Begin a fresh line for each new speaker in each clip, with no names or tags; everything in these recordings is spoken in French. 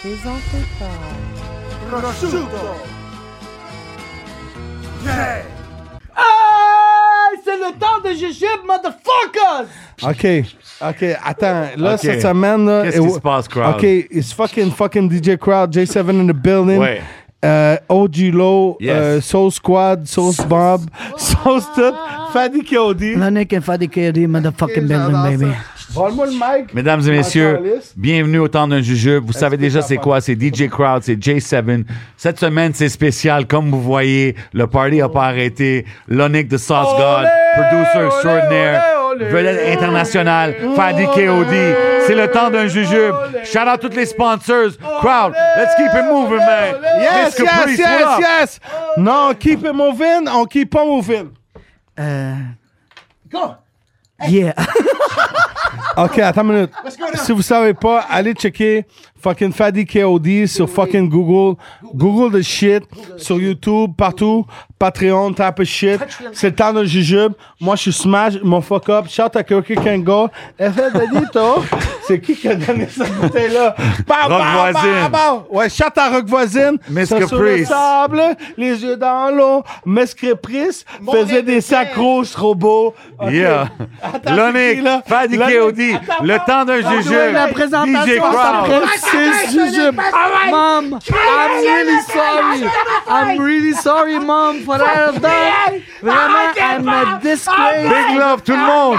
présenté par
Prosciutto! Yeah!
Hey, c'est le temps de jujube, motherfuckers!
OK. OK. Attends. Là,
OK.
cette semaine. là,
Qu'est-ce
et-
qui se passe, crowd?
OK. It's fucking fucking DJ Crowd, J7 in the building.
Ouais.
Euh, OG Low,
Yes.
euh, Soul Squad, Sauce Bob, Sauce Tout, Fanny Cody.
L'année a fait des KD, motherfucking building, baby.
Vole-moi le mic.
Mesdames et messieurs,
calisse.
bienvenue au temps d'un jujube. Vous savez déjà c'est
pas.
quoi, c'est DJ Crowd, c'est J7. Cette semaine, c'est spécial. Comme vous voyez, le party n'a pas arrêté. L'Onic de Sauce God, producer extraordinaire, vedette internationale, Fadi KOD. C'est le temps d'un jujube. Shout out toutes les sponsors. Crowd, let's keep it moving, man.
Yes,
Mr.
yes,
Priest,
yes,
what up?
yes. Non, keep it moving. On keep on moving.
Euh... Yeah.
OK, attends une minute. Si vous savez pas, allez checker fucking Fadi KOD sur fucking Google. Google the shit. Sur YouTube, partout. Patreon, type of shit. C'est le temps de jujube. Moi, je suis smash. Mon fuck up. Shout à Kirky Kango. FF Benito. C'est qui qui a donné cette bouteille-là? Bam, bam,
Rock
bam,
voisine.
bam. Ouais, shout à Rock voisine.
Mr.
Ça, sur le
Priest.
sable, les yeux dans l'eau. Mestre Priest faisait des sacs rouges trop beaux. OK.
Yeah.
Attends, c'est qui,
L'Onic,
là?
Fadi
L'Onic.
KOD,
Attends,
le
attends.
temps d'un
Attends,
jujube.
La présentation
DJ Crowd.
s'appelle C'est Jujube. Mom, I'm really sorry. I'm really sorry, mom, for that I've done. Vraiment, I'm a disgrace.
Big love tout le monde.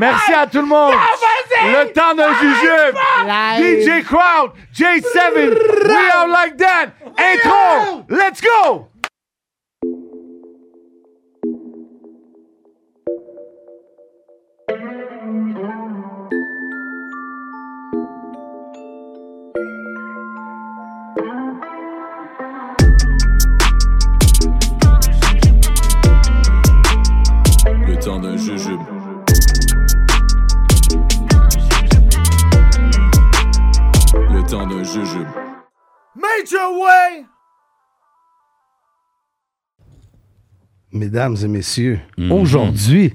Merci à tout le monde. Le temps d'un jujube. DJ Crowd, J7, we are like that. Intro, let's go.
Le temps d'un jujube. Le temps d'un jujube.
Major Way!
Mesdames et messieurs,
Mhm.
aujourd'hui,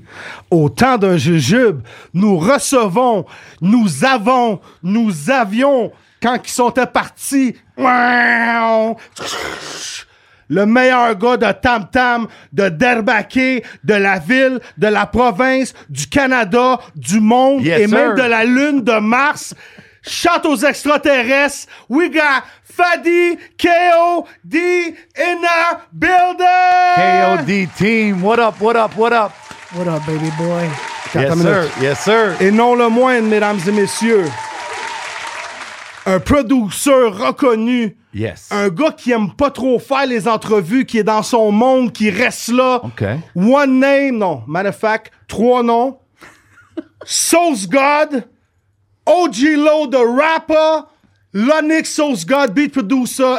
au temps d'un jujube, nous recevons, nous avons, nous avions, quand ils sont partis, ouin, le meilleur gars de Tam Tam, de Derbaqué, de la ville, de la province, du Canada, du monde
Yes,
et même
sir.
de la lune de Mars. Chante aux extraterrestres. We got Fadi, K.O.D. in a building!
KOD team, what up, what up, what up?
What up, baby boy?
Yes, sir. Yes, sir.
Et non le moindre, mesdames et messieurs, un producteur reconnu,
Yes.
un gars qui aime pas trop faire les entrevues, qui est dans son monde, qui reste là.
OK.
One name, non. Matter of fact, trois noms. Sauce God, OG Low the rapper, Lonix Sauce God, beat producer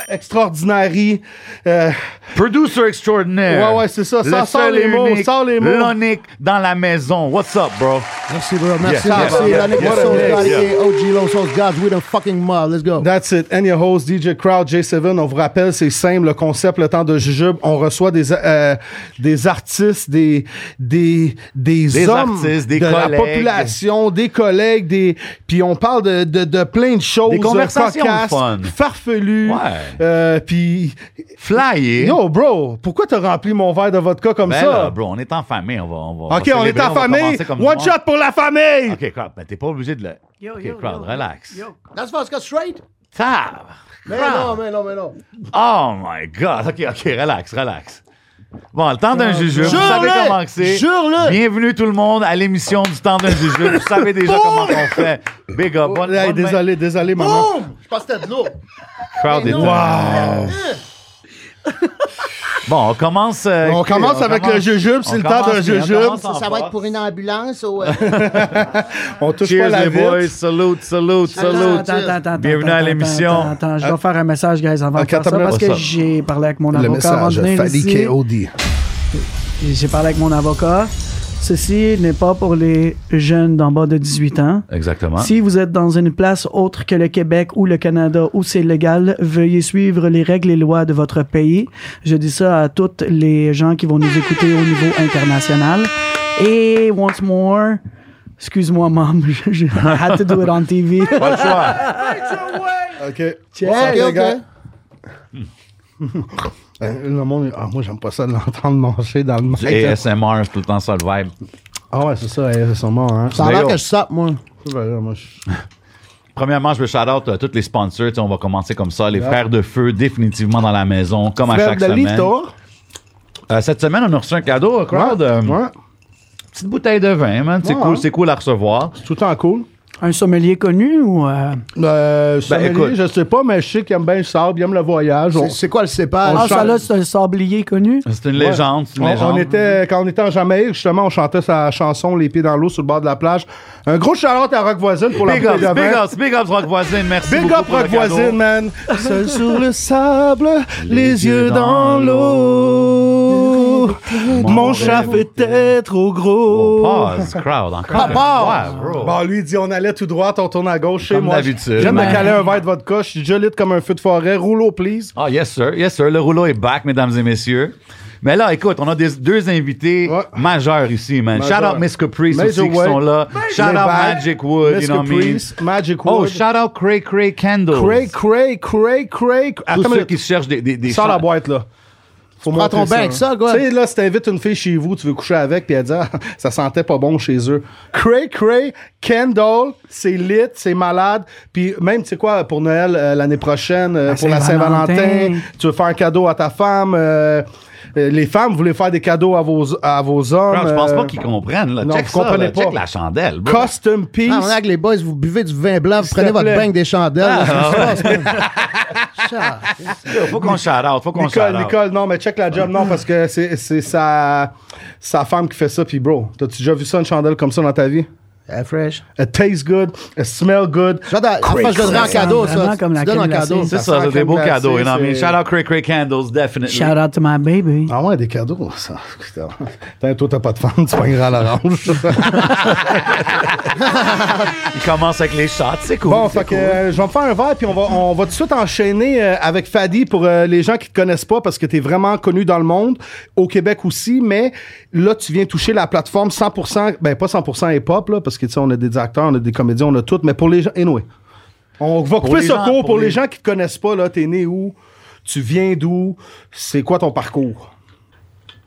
extraordinary. Euh,
Producer extraordinaire.
Ouais, ouais, c'est ça.
Le
Sors- sors
seul
les
et
mots,
unique,
sors les mots.
L'Onic dans la maison. What's up, bro?
Merci, bro. Merci,
Yeah, yeah,
merci.
yeah,
La nigga
yeah,
Sauce
yeah,
God,
yeah.
aka OG Low Sauce Gods. We the fucking mob. Let's go.
That's it. And your host, DJ Crowd, J7. On vous rappelle, c'est simple, le concept, le temps de jujube. On reçoit des, euh, des artistes, des, des, des,
Des
hommes
artistes, des
de la
collègues.
population, des collègues, des, puis on parle de, de, de plein de choses. euh,
Des conversations
cocasses,
fun.
farfelues.
Ouais.
Euh, puis,
Flyer.
yo, bro, pourquoi t'as rempli mon verre de vodka comme
eh? ben
ça?
là, bro, on est en famille. On va, on va,
OK, on est
célébrer,
en
va
famille.
commencer comme
One
du monde.
shot pour la famille!
OK, crowd, ben t'es pas obligé de le... OK, crowd, relax.
That's Fast Cut Straight?
Tab.
Eh
Mais
Ah.
non, mais non, mais non.
Oh my God. OK, OK, relax, relax. Bon, le temps d'un jujube, vous savez
Jure-le!
comment que c'est.
Jure-le!
Bienvenue tout le monde à l'émission du temps d'un jujube. Vous savez déjà comment on fait. Big up. Bonne,
Hey,
bonne main.
désolé, désolé, maman.
Je pense que c'était de l'eau.
Crowd est-
Wow!
Bon, on commence... euh,
On
OK,
commence avec le jujube, c'est
on
le temps
commence
d'un
bien, on
jujube.
commence en
Ça va être
force.
pour une ambulance ou.
On touche pas
Cheers
la
les
vitre.
boys, salute, salute,
Attends,
salute.
attends, attends, attends,
Bienvenue
attends,
à
attends,
l'émission. Ah.
Attends, attends, je dois faire un message, guys, avant de
Ok,
faire
attends,
ça, parce que
what's up?
j'ai parlé avec mon avocat avant de venir ici.
KOD.
J'ai parlé avec mon avocat. Ceci n'est pas pour les jeunes d'en bas de 18 ans.
Exactement.
Si vous êtes dans une place autre que le Québec ou le Canada où c'est légal, veuillez suivre les règles et lois de votre pays. Je dis ça à toutes les gens qui vont nous écouter au niveau international. Et once more, excuse-moi, mom, I had to do it on TV.
Pas le choix.
Major Way!
OK.
Check.
OK,
OK.
gars. Euh, Le monde, ah, moi, j'aime pas ça de l'entendre manger dans le mic.
Du ASMR, c'est tout le temps ça le vibe.
Ah ouais, c'est ça, ils sont morts, hein.
Ça a l'air
D'ailleurs-
que je sape, moi.
Ouais, là, moi, je-
Premièrement, je veux shout-out à tous les sponsors. Tu sais, on va commencer comme ça. Les Frères de Feu, définitivement dans la maison, comme à chaque
Fred
semaine.
Delito.
Euh, cette semaine, on a reçu un cadeau, crowd. euh,
Ouais,
Petite bouteille de vin, man. C'est
Ouais,
cool,
hein.
c'est cool à recevoir.
tout le temps cool.
Un sommelier connu ou. euh,
Euh, sommelier,
Ben, écoute.
je sais pas, mais je sais qu'il aime bien le sable, il aime le voyage. On,
C'est- C'est quoi le cépage?
Ah,
chante.
ça là, c'est un sablier connu.
C'est une
Ouais.
légende, c'est une
On-
légende.
on était, quand on était en Jamaïque, justement, on chantait sa chanson Les pieds dans l'eau sur le bord de la plage. Un gros charlotte à Rock Voisine pour
Big
la bouteille
ups,
de
big
vin.
ups, big ups, Rock Voisine. Merci
Big
beaucoup
up
pour le
Rock
cadeau.
Voisine, man. Seul sur le sable, les, yeux dans l'eau. Mon chat était trop gros.
Pause, crowd, encore. une
Papa!
fois, bro.
Bon, lui, il dit on allait tout droit, on tourne à gauche. Chez
Comme
moi,
d'habitude.
J'aime
Ouais.
me caler un verre de vodka. Je suis gelide comme un feu de forêt. Rouleau, please.
Ah, yes, sir. Yes, sir. Le rouleau est back, mesdames et messieurs. Mais là, écoute, on a des, deux invités
Ouais.
majeurs ici, man.
Majeurs.
Shout out Miss Caprice
Major
aussi qui
Way.
sont là. Shout out
Les bagues.
Magic Wood,
Miss
you know what I mean?
Caprice, Magic
Oh,
Wood.
shout out Cray Cray Candles.
Cray, cray, cray, cray.
Tous
Attends,
ceux
mais
qui cherchent des. des, des
sors la
chants-
boîte, là. Faut
Prends ton
montrer hein.
bain avec ça, quoi.
Tu sais, là, si t'invites une fille chez vous, tu veux coucher avec, puis elle dit, ah, ça sentait pas bon chez eux. Cray, cray, Kendall, c'est lit, c'est malade. Puis même, tu sais quoi, pour Noël, euh, l'année prochaine, euh,
La
pour la
Saint-Valentin.
Saint-Valentin, tu veux faire un cadeau à ta femme. euh, euh, les femmes, vous voulez faire des cadeaux à vos, à vos hommes.
Bro, je pense
euh,
pas qu'ils comprennent. Là.
non,
check
vous
ça,
comprenez
là.
pas.
Check la chandelle. bro.
Custom piece.
Ah, on a que les boys, vous buvez du vin blanc, vous
S'il
prenez
te
votre
plaît.
bain des chandelles. là.
Faut qu'on shout out. Faut qu'on shout
Nicole,
out.
Nicole, non, mais check la job, non, parce que c'est c'est sa, sa femme qui fait ça, puis bro, t'as-tu déjà vu ça, une chandelle comme ça dans ta vie?
Ah, fresh.
It tastes good, it smells good.
J'adore. Enfin, je le
Euh,
donnerai en
cray.
cadeau,
Ça sent
ça.
vraiment comme la
Tu donnes en
crème
cadeau.
glacée.
Ça
C'est ça,
sent
c'est
la
des
crème
beaux cadeaux. You
glacée,
know what I mean?
c'est-
Shout out Cray Cray Candles, definitely.
Shout out to my baby.
Ah ouais, des cadeaux, ça. Putain, Putain, toi, t'as pas de femme, tu poigneras à l'orange.
Il commence avec les shots. C'est cool.
bon,
c'est
fait que
cool.
euh, je vais me faire un verre, puis on va, on va tout de suite enchaîner euh, avec Fadi pour euh, les gens qui te connaissent pas, parce que t'es vraiment connu dans le monde, au Québec aussi, mais là, tu viens toucher la plateforme 100%, ben pas 100% hip-hop, là, parce que, tu sais, on a des acteurs, on a des comédiens, on a tout, mais pour les gens, anyway. On va couper
les
ce
gens-
cours pour,
pour
les...
les-
gens qui te connaissent pas, là, t'es né où, tu viens d'où, c'est quoi ton parcours?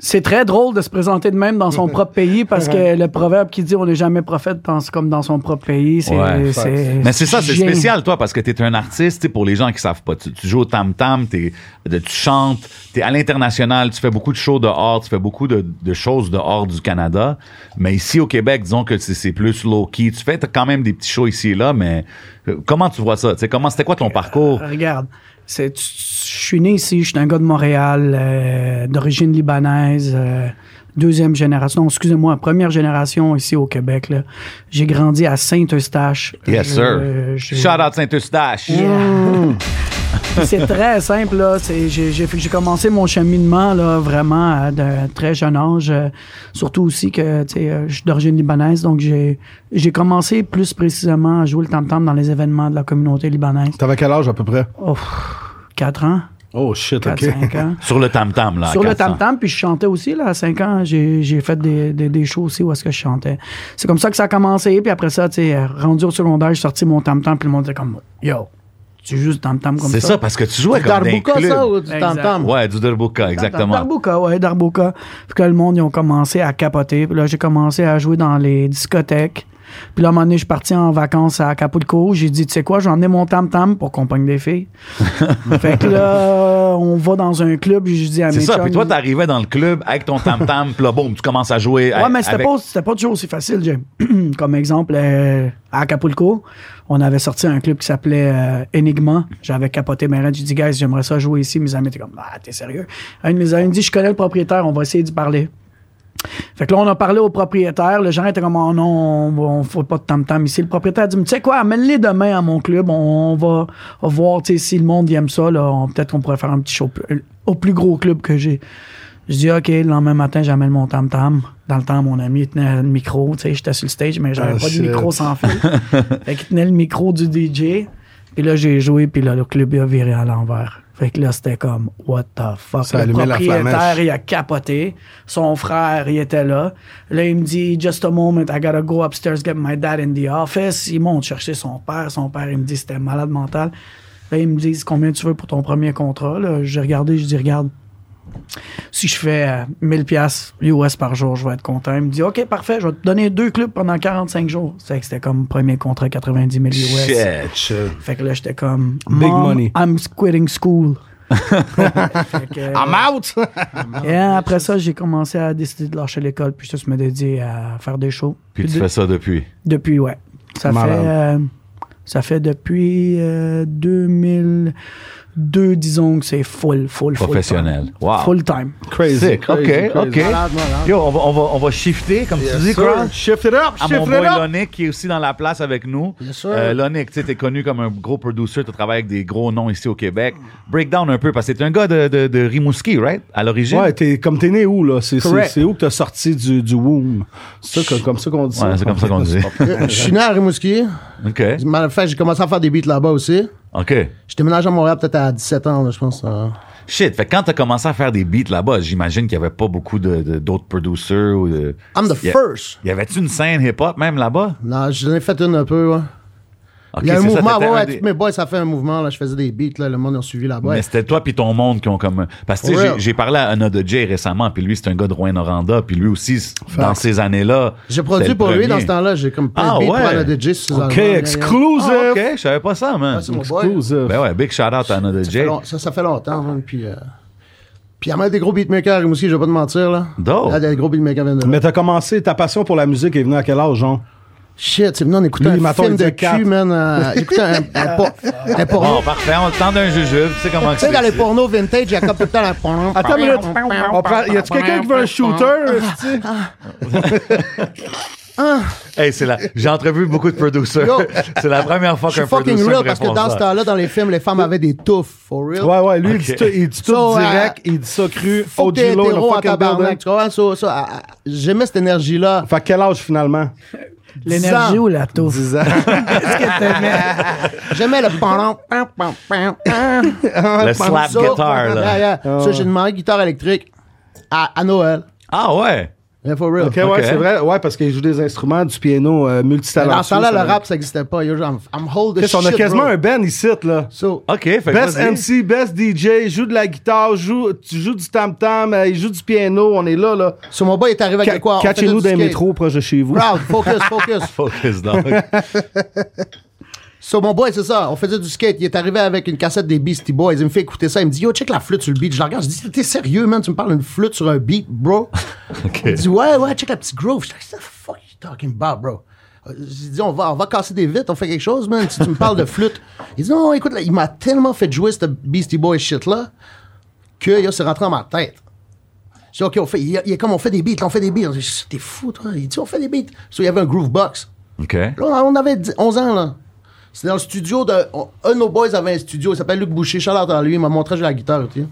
C'est très drôle de se présenter de même dans son propre pays parce que le proverbe qui dit on n'est jamais prophète dans- comme dans son propre pays, c'est.
Ouais.
c'est-
Mais c'est ça, c'est
génial.
spécial, toi, parce que t'es un artiste, tu sais, pour les gens qui savent pas. Tu, tu joues au tam-tam, t'es- de- tu chantes, t'es à l'international, tu fais beaucoup de shows dehors, tu fais beaucoup de, de choses dehors du Canada. Mais ici, au Québec, disons que c'est c'est plus low-key. Tu fais t'as quand même des petits shows ici et là, mais euh, comment tu vois ça? Tu sais, comment C'était quoi ton parcours?
Regarde, c'est- tu- je suis né ici, je suis un gars de Montréal, euh, d'origine libanaise, euh, deuxième génération, excusez-moi, première génération ici au Québec. là. J'ai grandi à Saint-Eustache.
Yes,
Je-
sir.
je-
Shout-out Saint-Eustache.
Puis c'est très simple, là. C'est- j'ai, j'ai- j'ai commencé mon cheminement, là, vraiment, à d'un très jeune âge. euh, surtout aussi que, tu sais, euh, je suis d'origine libanaise, donc j'ai, j'ai commencé plus précisément à jouer le tam-tam dans les événements de la communauté libanaise.
T'avais quel âge, à peu près?
Oh, 4 ans,
Oh, shit,
4-5 ans.
Sur le tam-tam, là. à
Sur le
400.
tam-tam, puis je chantais aussi, là, à 5 ans, j'ai, j'ai fait des, des, des shows aussi où est-ce que je chantais. C'est comme ça que ça a commencé, puis après ça, tu sais, euh, rendu au secondaire, j'ai sorti mon tam-tam, puis le monde était comme, yo, tu joues le tam-tam comme ça.
C'est ça, parce que tu jouais
Du
comme dans un
Darbuka,
club.
ça, ou du
Exact.
tam-tam?
Ouais, du Darbuka, exactement.
Darbuka, ouais, Darbuka. Puis que le monde, ils ont commencé à capoter. Puis là, j'ai commencé à jouer dans les discothèques. Puis là, à un moment donné, je suis parti en vacances à Acapulco. J'ai dit, tu sais quoi, j'ai emmené mon tam-tam pour qu'on pogne des filles. fait que là, on va dans un club. J'ai dit à mes
C'est ça.
chums,
Puis toi, t'arrivais dans le club avec ton tam-tam, puis là, boum, tu commences à jouer.
Ouais,
avec-
mais c'était
avec-
pas, c'était pas toujours aussi facile, Jim. Comme exemple, euh, à Acapulco, on avait sorti un club qui s'appelait euh, Enigma. J'avais capoté mes rêves. J'ai dit, guys, j'aimerais ça jouer ici. Mes amis étaient comme, ah, t'es sérieux? Un de mes amis me dit, je connais le propriétaire, on va essayer d'y parler. Fait que là, on a parlé au propriétaire. Le genre était comme, oh non, on va- on fait pas de tam-tam ici. Le propriétaire a dit, mais tu sais quoi, amène-les demain à mon club. On va, on va voir, tu sais, si le monde y aime ça, là, on- peut-être qu'on pourrait faire un petit show plus- au plus gros club que j'ai. Je dis, OK, le lendemain matin, j'amène mon tam-tam. Dans le temps, mon ami, il tenait le micro. Tu sais, j'étais sur le stage, mais j'avais
Ah,
pas
shit.
de micro sans fil. fait qu'il tenait le micro du DJ. Puis là, j'ai joué, puis là, le club, il a viré à l'envers. Fait que là, c'était comme, what the fuck.
Ça a
le
allumé la
propriétaire,
flamèche.
il a capoté. Son frère, il était là. Là, il me dit, just a moment, I gotta go upstairs, get my dad in the office. Il monte chercher son père. Son père, il me dit, c'était malade mental. Là, ils me disent combien tu veux pour ton premier contrat. Là, j'ai regardé, je dis, regarde, si je fais euh, 1000 pièces US par jour, je vais être content. Il me dit, OK, parfait, je vais te donner deux clubs pendant 45 jours. C'est que c'était comme premier contrat 90 000 US.
Shit, shit.
Fait que là, j'étais comme,
Big
Mom,
money.
I'm quitting school. Fait que, euh,
I'm out!
et après ça, j'ai commencé à décider de lâcher l'école, puis je me dédié à faire des shows.
Puis tu
de-
fais ça depuis.
depuis, ouais. Ça fait,
Malade.
euh, ça fait depuis euh, 2002, disons que c'est full, full, full.
Professionnel.
time.
Wow.
Full time.
crazy.
Sick.
crazy,
OK,
crazy.
OK.
Malade, malade.
Yo, on va, on va, on va shifter, comme tu dis, Cross.
Shift it up,
à
shift
Ah, mon
it
boy
up.
Lonick qui est aussi dans la place avec nous.
Yes, sir.
Euh, Lonick, tu sais, t'es connu comme un gros producer, tu travailles avec des gros noms ici au Québec. Breakdown un peu, parce que t'es un gars de, de, de Rimouski, right? À l'origine.
Ouais, t'es, comme t'es né où, là? C'est, c'est,
Correct.
c'est où que t'as sorti du, du womb? C'est ça, que- comme ça qu'on dit
Ouais, c'est comme ça qu'on dit.
Euh, Je suis né à Rimouski.
OK.
Matter of fact, j'ai commencé à faire des beats là-bas aussi.
OK.
J'ai déménagé à Montréal peut-être à 17 ans, là, je pense. euh.
Shit, fait que quand t'as commencé à faire des beats là-bas, j'imagine qu'il y avait pas beaucoup de, de- d'autres producers ou de...
I'm the
Y a-
first.
Y avait-tu une scène hip-hop même là-bas?
Non, j'en ai fait une un peu, ouais.
Ok,
Il y a un
c'est ça,
mouvement,
t'étais
ouais,
un
ouais,
des-
tous mes boys, ça fait un mouvement, là. Je faisais des beats, là, le monde a suivi là-bas.
Mais c'était toi puis ton monde qui ont comme... Parce que tu sais,
For
j'ai-
real.
j'ai parlé à Anna de Jay récemment, puis lui, c'est un gars de Rouen-Noranda, puis lui aussi, c- dans ces années-là...
J'ai
c'était
produit
le
pour lui dans
premier.
ce temps-là. J'ai comme plein
Ah,
de beats
ouais.
pour Anna DJ sur ses
OK,
albums.
exclusive!
Ah, ok, je savais pas ça, man.
Ouais, Ah, c'est mon boy.
Exclusive.
Ben ouais, big shout out à Another
Ça fait
J.
long- Ça, ça fait longtemps, hein, puis... euh, Puis il y a même des gros beatmakers à Rimouski, je vais pas te mentir, là.
Dope.
Il y a des gros beatmakers viennent de là.
Mais t'as commencé, ta passion pour la musique est venue à quel âge, Jean?
Shit, c'est venu, on écoutait
Lui,
un
mettons, il
film de
dit quatre.
cul, man. euh, J'écoutais un, un, por- un porno.
Bon, parfait, on le tend d'un jujube, tu sais comment que
Tu sais,
c'est.
dans les pornos vintage, il y a comme tout le temps la porno.
Attends une minute. On prend- y a-tu quelqu'un qui veut un shooter? esti?
Hey, c'est la... J'ai entrevu beaucoup de producers.
Yo.
c'est la première fois
Je suis
qu'un
fucking
producer
real
me
parce que
répond
dans ce
ça.
temps-là, dans les films, les femmes avaient des touffes, for real.
Ouais, ouais, lui, il dit
Ok.
tout, il dit tout
So,
direct,
euh,
il dit ça cru.
Faut que t'es
OG Low, in the
hétéro en
fucking building.
tabarnak. Tu comprends? Ça, ça, ah, ah, J'aimais cette énergie-là.
Fait quel âge finalement?
L'énergie
Zan.
ou la touffe?
ans.
Qu'est-ce que t'aimais?
J'aimais le pendant. Pam, pam, pam, pam.
Le
Pam,
slap
ça.
guitar, là.
Yeah, yeah.
Oh.
Ça, j'ai demandé guitare électrique à, à Noël.
Ah ouais?
Yeah, for real.
Ok, ouais,
Ok.
c'est vrai. Ouais, parce qu'il joue des instruments, du piano euh,
Mais
multitalentueux.
Dans ce temps-là,
ça-
le rap, ça n'existait pas. Yo, I'm, I'm hold the
Chris,
shit,
on a quasiment
bro.
un band ici, là.
So,
OK, fait que
Best
vas-y.
MC, best DJ, joue de la guitare, joue, tu joues du tam-tam, euh, il joue du piano, on est là, là.
so mon boy est arrivé avec
Ca-
de quoi? On faisait
Catchez-nous
du
dans les
skate.
métros proche de chez vous.
Crowd, focus, focus.
Focus, dog.
So, mon boy, c'est ça. On faisait du skate. Il est arrivé avec une cassette des Beastie Boys. Il me fait écouter ça. Il me dit, yo, check la flûte sur le beat. Je la regarde. Je dis, t'es sérieux, man? Tu me parles d'une flûte sur un beat, bro? Il dit, ouais, ouais, check la petite groove. Je dis, what the fuck you talking about, bro? Euh, J'ai dit, on va, on va casser des vitres. On fait quelque chose, man. Si tu me parles de flûte. Il dit, non, écoute, là, il m'a tellement fait jouer cette Beastie Boys shit-là que, yo, c'est rentré dans ma tête. Je dis, OK, on fait, il, il est comme on fait des beats, on fait des beats. Je dis, t'es fou, toi. Il dit, on fait des beats. So, il y avait un groove box.
OK.
Là, on avait 10 11 ans, là. C'était dans le studio de. on- un de nos boys avait un studio, il s'appelle Luc Boucher, Charlotte à lui, il m'a montré jouer la guitare, tu sais.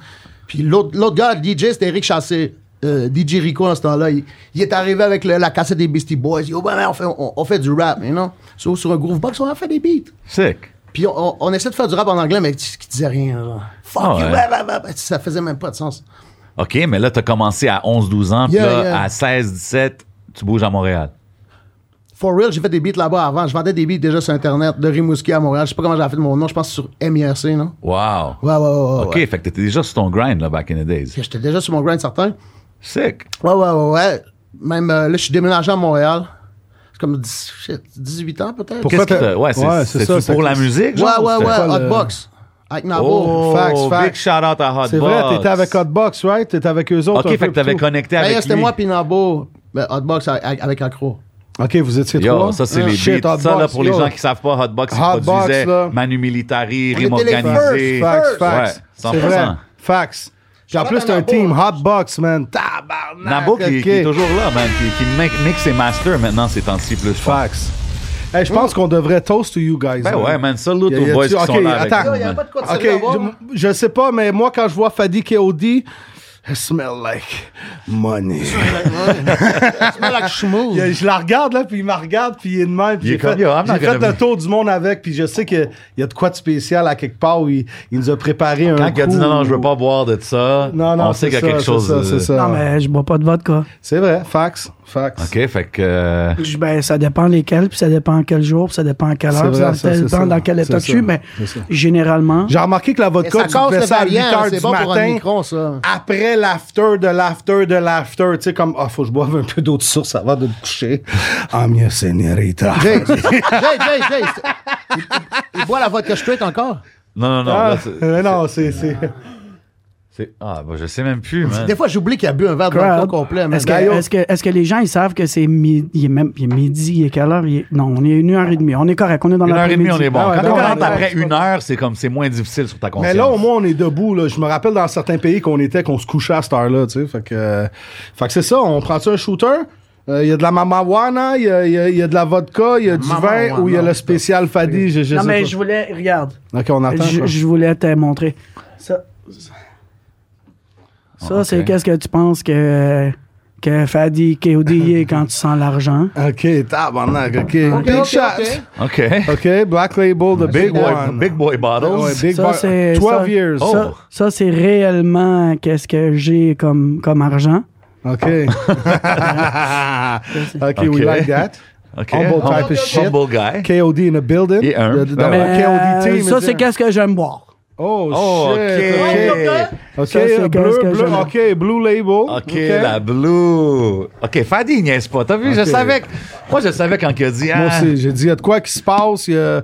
Puis l'autre l'autre gars, le DJ, c'était Eric Chassé. euh, DJ Rico en ce temps-là, il, il est arrivé avec le- la cassette des Beastie Boys. Yo, ben, on, fait, on, on fait du rap, you know? So, sur un groovebox, on a fait des beats.
Sick.
Puis on, on, on essaie de faire du rap en anglais, mais qui qui disait rien. là. Fuck
Ah
you,
ouais.
bah, bah, bah, bah. Ça faisait même pas de sens.
OK, mais là, t'as commencé à 11-12 ans, puis
Yeah,
là,
yeah.
à 16-17, tu bouges à Montréal.
For real, j'ai fait des beats là-bas avant. Je vendais des beats déjà sur Internet, de Rimouski à Montréal. Je sais pas comment j'ai fait mon nom, je pense sur MIRC, non?
Wow.
Ouais, ouais, ouais. ouais,
OK,
ouais.
fait que t'étais déjà sur ton grind, là, back in the days.
Puis J'étais déjà sur mon grind certain.
Sick.
Ouais, ouais, ouais, ouais. Même euh, là, je suis déménagé à Montréal. C'est comme 10 shit, 18 ans peut-être.
Pourquoi
Qu'est-ce que
t'as-
t'as- Ouais, c'est,
Ouais,
c'est,
c'est ça,
pour
c'est-
la musique,
Ouais,
genre,
ouais,
c'était-
ouais,
quoi, le-
Hotbox. Avec Nabo.
Oh,
Ah, Facts,
big
facts.
shout out à Hot
C'est vrai, t'étais avec Hotbox, right? T'étais avec eux autres.
OK,
un
fait
peu
que t'avais
plus tôt.
connecté avec
D'ailleurs,
lui.
c'était moi puis Nabo. Ben, Hotbox avec, avec Accro.
Ok, vous étiez
Yo,
trois.
ça, c'est
Ah,
les
shit,
beats. Ça,
Hotbox,
là, pour les
yo.
gens qui savent pas, Hotbox, ils
Hotbox,
produisaient
là.
Manu Militari,
On
Rime
était les
Organisé.
Facts,
First.
facts.
Ouais,
C'est vrai.
100%.
Facts. Puis en
Shout
plus,
out
t'as
à
un
Nabo.
team Hotbox, man. Tabarnak.
Nabo qui,
ok.
qui est toujours là, man, qui, qui mi- mixe et master maintenant ces temps-ci plus. je pense.
Facts. Hey, je pense qu'on devrait toast to you guys.
Mm.
hein.
Ben ouais, man, ça, l'autre
Y a- y
aux
a-
boys
tu-
qui
ok,
sont là. avec
attends.
nous,
Yo, y a
man.
de quoi
Ok, je, je sais pas, mais moi, quand je vois Fadi Keodi, I smell like money.
smell like schmoo.
Il- je la regarde, là, puis il me regarde, puis il est de même. Puis
Il est
j'ai
comme,
fait,
Yo, I'm not
j'ai
gonna
fait le
be-
tour du monde avec, puis je sais qu'il y a de quoi de spécial à quelque part où il, il nous a préparé un
Quand il a dit
coup
non, non,
où-
je veux pas boire de ça,
Non, non,
on sait
c'est
qu'il y a
ça,
quelque
c'est
chose. euh,
ça,
de-
c'est ça.
Non, mais je bois pas de vodka.
C'est vrai, fax, fax.
OK, fait que. euh,
Je- Ben, ça dépend lesquels, puis ça dépend quel jour, puis ça dépend à quelle
C'est
heure, puis
vrai, ça,
ça
c'est
dépend
ça.
dans quel état
C'est
que je suis,
ça.
mais
C'est ça.
généralement,
J'ai remarqué que la
Mais
vodka,
ça
tu le
casse
fais
le
ça à 8
variant,
h
c'est
du
bon pour un
matin.
micron, ça.
Après l'after de l'after de l'after, tu sais, comme, ah, faut que je boive un peu d'eau de source avant de me coucher. Ah, mieux, señorita.
Jay, Jay, Jay, Jay. Il- Il boit la vodka straight encore.
Non, non, non.
Ah,
là, c'est-
euh, non, c'est. c'est-
c'est- Ah, bah, je sais même plus, man.
Des fois, j'oublie qu'il a bu un verre de vodka
crowd,
complet. oh. mais-
est-ce que,
D'ailleurs,
est-ce que, est-ce que les gens, ils savent que c'est midi, il est même, il est midi, il est quelle heure? Il est- non, on est une heure et demie. On est correct, on est dans
Une heure et demie, on est bon.
Ah ouais,
Quand
ben
on
ouais,
rentre
ouais,
après
ouais.
une heure, c'est comme c'est moins difficile sur ta conscience.
Mais là, au moins, on est debout. Là. Je me rappelle dans certains pays qu'on était, qu'on se couchait à cette heure-là. Tu sais. Fait que, euh, fait que c'est ça. On prend-tu un shooter? Il y a de la mamawana, il y a, y a- y a de la vodka, il y a du
Mamawana,
vin ou il y a le spécial Fadi. Je, je
Non,
sais
mais
pas.
je voulais, regarde,
Ok, on attend.
je,
quoi.
je voulais te montrer. Ça, ça
Ah, ok.
c'est qu'est-ce que tu penses que, que Fadi, KOD est quand tu sens l'argent?
Ok, tabarnak, ok. Big
ok,
shot.
ok.
OK.
Ok, Black Label, the big,
Big boy,
one.
big boy bottles.
Ouais, big
Ça,
bar-
c'est-
12
ça-
years.
Oh.
Ça, ça, c'est réellement qu'est-ce que j'ai comme, comme argent.
Ok. ok, we
Ok.
like that.
OK.
Ah Humble
Hum-
type of shit.
Humble guy.
KOD in a building.
Et un.
The- the-
Ben
the
ouais.
KOD team
Euh,
is
ça, c'est
there.
qu'est-ce que j'aime boire.
Oh,
Oh,
shit. ok.
OK.
OK,
Ça, c'est
euh,
qu'est-ce
bleu,
que
bleu,
j'aime.
OK, Blue Label.
OK, la blue. OK, Fadi il niaise pas. T'as vu, je
OK.
savais. que- Moi, je savais quand il a dit.
Moi
ah,
aussi, j'ai dit, il y a de quoi qui se passe. il y a-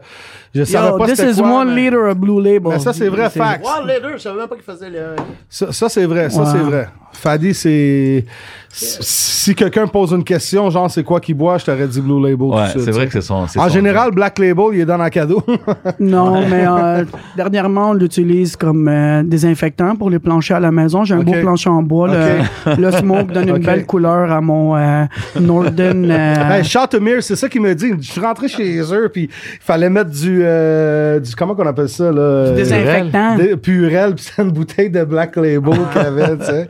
Je savais
Yo,
pas
this
c'était
is
quoi,
one
mais-
liter of blue label.
Mais ça, c'est vrai, fact.
Wow, les deux, je savais même pas qu'il faisait le.
Ça, ça, c'est vrai, ça,
Wow.
c'est vrai. Fadi, c'est... Si si quelqu'un pose une question, genre, c'est quoi qui boit, je t'aurais dit Blue Label. tout
Ouais,
de suite,
c'est vrai que
tu sais.
c'est son. c'est
En
son-
général, Black Label, il est dans un cadeau.
Non, mais euh, dernièrement, on l'utilise comme euh, désinfectant pour les planchers à la maison. J'ai un
Ok.
beau plancher en bois. Le- Le, smoke donne une
Ok.
belle couleur à mon euh, Norden. euh,
hey, Shotomir, c'est ça qu'il me dit. Je suis rentré chez eux, puis il fallait mettre du... euh, du comment qu'on appelle ça, là? euh,
désinfectant.
Des- Purel, puis c'était une bouteille de Black Label qu'il avait, tu sais.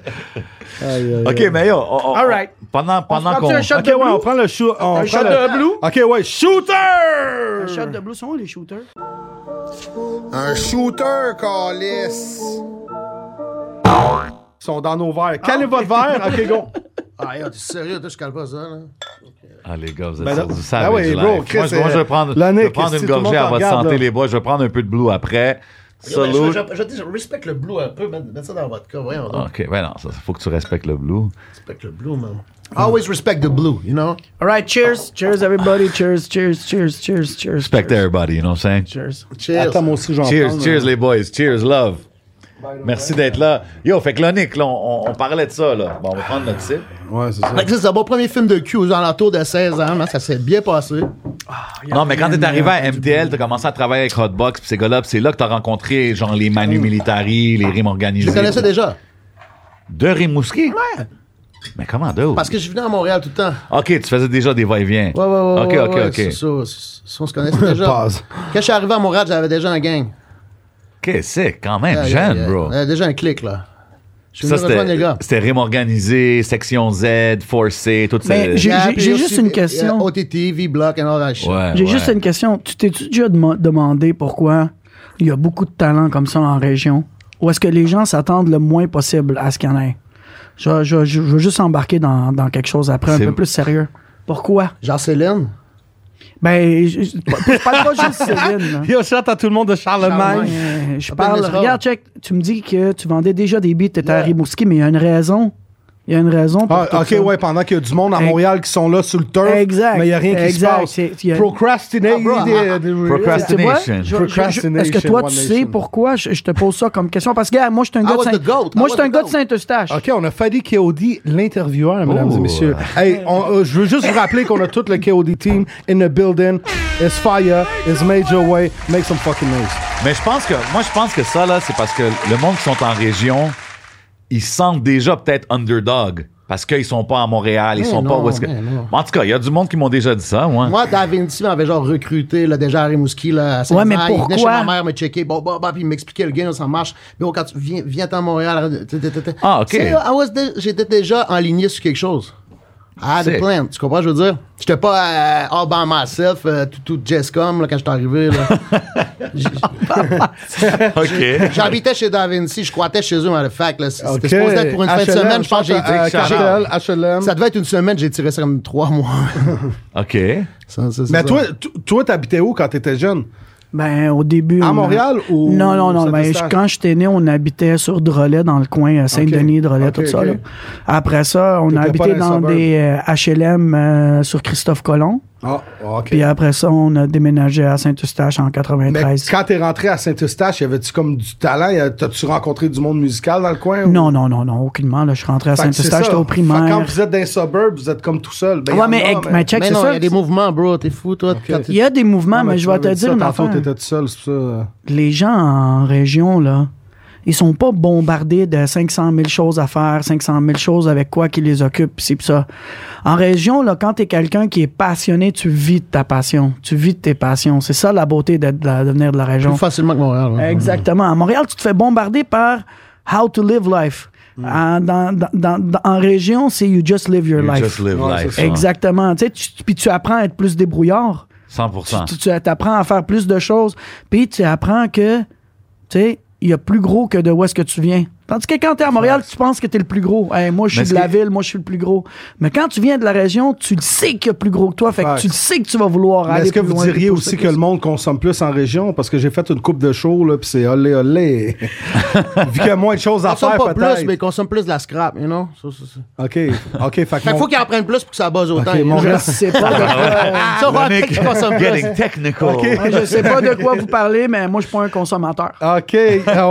Aïe, aïe,
OK,
aïe.
mais yo. on- on-
All right.
Pendant, pendant qu'on.
Ok, ouais, on prend le shoot. On prend
shot
le...
de blue?
Ok, ouais, shooter!
Un shot de bleu, sont où les shooters?
Un shooter, Calis.
Ils sont dans nos
Ah,
verres. Calez votre verre. Ok, go.
Ah, yo, t'es sérieux, toi, je calme pas ça, là.
Ah, les gars, vous
Ben là-
êtes sortis du sable
ben
et
oui,
du
bro,
live.
Chris,
moi, je, moi, je vais prendre,
euh,
je vais
Nick,
prendre
si
une
tout le monde
gorgée à
te
votre
regarde,
santé,
là.
les boys. Je vais prendre un peu de blue après.
Yo, ben, je,
Salut.
je- je- je respecte le blue un peu, man. Mets ça dans votre cas, voyons donc.
OK, ben non, ça, faut que tu respectes le blue.
Respecte le blue, man. Always respect the blue, you know?
All right, cheers. Cheers, everybody. Cheers, cheers, cheers, cheers, cheers.
Respect everybody, you know what I'm saying?
Cheers.
Cheers.
Attends, moi aussi, j'en
Cheers,
prends,
cheers, les boys. Cheers, love. Merci d'être là. Yo, fait que là, Nick, là, on, on- on parlait de ça, là. Bon, on va prendre notre sip.
Ouais, c'est ça.
Fait que ça, c'est mon premier film de cul aux alentours de 16 ans, man. Ça s'est bien passé.
Non, mais quand t'es arrivé à MTL, t'as commencé à travailler avec Hotbox, pis ces gars-là, pis c'est là que t'as rencontré, genre, les Manu Militari, les rimes organisés.
Je connaissais déjà.
De Rimouski? Ouais. Mais comment, d'où?
Parce que je venais à Montréal tout le temps.
OK, tu faisais déjà des va-et-vient.
Ouais, ouais, ouais.
OK,
ouais,
OK,
ouais,
OK.
ça, ça, ça, ça, on se connaissait déjà.
Pause.
Quand je suis arrivé à Montréal, j'avais déjà un gang.
OK, c'est quand même
Ah,
jeune,
yeah, yeah.
bro.
J'avais déjà un clic, là. Je suis
Ça,
venu rejoindre les
c'était,
gars.
c'était rime organisée, section Z, forcé, tout ça.
Mais j'ai- juste une question.
OTT, V-Block, and all that shit.
Ouais,
J'ai
Ben ouais.
juste une question. Tu t'es-tu déjà dema- demandé pourquoi il y a beaucoup de talents comme ça en région? Ou est-ce que les gens s'attendent le moins possible à ce qu'il y en ait? Je, je- je- je veux juste embarquer dans, dans quelque chose après, un
C'est-
peu plus sérieux. Pourquoi?
Jean-Céline.
Ben, je, je- je parle pas juste de Céline. là.
Yo, shout à tout le monde de Charlemagne.
Euh, je
Appelle
parle.
Nestor.
Regarde, check. Tu me dis que tu vendais déjà des beats, t'étais à Rimouski, mais il y a une raison. Il y a une raison. Pour tout
Ah, ok,
ça.
ouais, pendant qu'il y a du monde à
Hey.
Montréal qui sont là sur le turf.
Exact.
Mais il n'y a rien
Exact,
qui
c'est-
se
y a-
passe. Procrastinating.
Ah, bro, ah,
Procrastination.
Tu vois,
Nation.
je- je- je- Est-ce que toi,
One
tu
Nation.
sais pourquoi je, je te pose ça comme question? Parce que, gars, moi, je suis un gars de
was
Saint-
the goat. I
moi, je suis
was
un
the
gars de
goat.
Saint-Eustache.
OK, on a Fadi Kéodi, l'intervieweur, mesdames
Oh.
et messieurs. Hey, on- euh, je veux juste vous rappeler qu'on a tout le Kéodi team in the building. It's fire, it's major way. Make some fucking noise.
Mais je pense que, moi, je pense que ça, là, c'est parce que le monde qui sont en région, ils se sentent déjà peut-être underdog. Parce qu'ils sont pas à Montréal, ils
Mais
sont pas
non,
où est-ce que.
mais non.
En tout cas, il y a du monde qui m'ont déjà dit ça, moi.
Moi, Da Vinci m'avait genre recruté là, déjà à Rimouski là, à saint
Ouais, mais
Il venait chez
pourquoi?
ma mère me checker, bon, bon, bon, puis il m'expliquait le gain, ça marche. Mais bon, quand tu viens, viens à Montréal, t- t- t- t-
Ah, ok.
C'est là, I was de- j'étais déjà enligné sur quelque chose. I had a
Sick.
plan, tu comprends ce que je veux dire? J'étais pas euh, all by myself, euh, tout, tout Jesscom là, quand j'étais arrivé. Là.
OK.
J'habitais chez Da Vinci, je crois chez eux, mais le fact, là, c'était
Ok.
supposé être pour une fin de
HLM,
semaine, je pense que j'ai
euh,
que ça
HLM, HLM.
Ça devait être une semaine, j'ai tiré ça comme trois mois.
OK.
Ça, ça, c'est
Mais
ça.
toi, t- toi, t'habitais où quand t'étais jeune?
Ben, au début.
À
on-
Montréal ou
Non, non, non. Mais
Saint-Eustache?
quand j'étais né, on habitait sur Drolet, dans le coin, euh, Saint-Denis, Drolet,
Ok,
tout ça.
ok.
là. Après ça, on a
T'étais pas
habité
dans
dans
les
des euh, HLM euh, sur Christophe Colomb.
Ah, ok.
Puis euh, après ça, on a déménagé à Saint-Eustache en
Mais
93.
quand t'es rentré à Saint-Eustache, y avait-tu comme du talent? Y a- T'as-tu rencontré du monde musical dans le coin? ou-
Non, non, non, non, aucunement. Là, je suis rentré à
Fait que c'est ça.
Saint-Eustache, j'étais au
Fait que Quand
primaire.
vous êtes dans les suburbs, vous êtes comme tout seul. Ben, y en
Ouais, mais,
a,
hey, mais check,
Mais
c'est
non,
ça.
il y a des mouvements, bro, t'es fou, toi. quand t'es-
Il y a des mouvements,
Non,
mais
Ah, tu
je vais te
m'avais dit ça
dire une
Tantôt,
affaire.
t'étais tout seul, c'est pour ça. euh.
les gens en région, là, ils sont pas bombardés de 500 000 choses à faire, 500 000 choses avec quoi qui les occupent, pis ci, pis ça. En région, là, quand t'es quelqu'un qui est passionné, tu vis de ta passion. Tu vis de tes passions. C'est ça la beauté d'être de, la- de venir de la région.
Plus facilement que Montréal. hein. là.
Exactement. À Montréal, tu te fais bombarder par How to Live Life. En, dans- dans- dans- dans- en région, c'est You Just Live Your
You
Life.
just live
Ouais,
life. hein.
c'est ça.
Exactement. Tu sais, tu- puis tu apprends à être plus débrouillard.
100
Tu, tu apprends à faire plus de choses. Puis tu apprends que, tu sais, il y a plus gros que de où est-ce que tu viens. Tandis que quand t'es à Montréal, tu penses que t'es le plus gros. Hey, moi, je
Mais
suis
ce
de la
qui-
ville, moi, je suis le plus gros. Mais quand tu viens de la région, tu le sais qu'il y a plus gros que toi. Fait que
Facts.
tu le sais que tu vas vouloir
Mais
aller
Est-ce que
plus
vous
loin,
diriez
plus
aussi
haut,
que le monde consomme plus en région? Parce que j'ai fait une coupe de show, là, puis c'est olé, olé. Vu qu'il y a moins de choses à
Consomme
faire,
pas
peut-être.
plus, mais consomme plus de la scrap, you know? Ça, ça, ça.
OK, OK, fait que
Fait qu'il
mon-
faut qu'ils en prennent plus pour que ça buzz autant.
Ok,
you know?
mon-
Je sais pas de quoi,
Ça, on
Nick,
va Ah, peut-être qu'ils consomment plus.
Getting technical.
je sais pas de quoi vous parlez, mais moi, je suis pas un consommateur.
OK,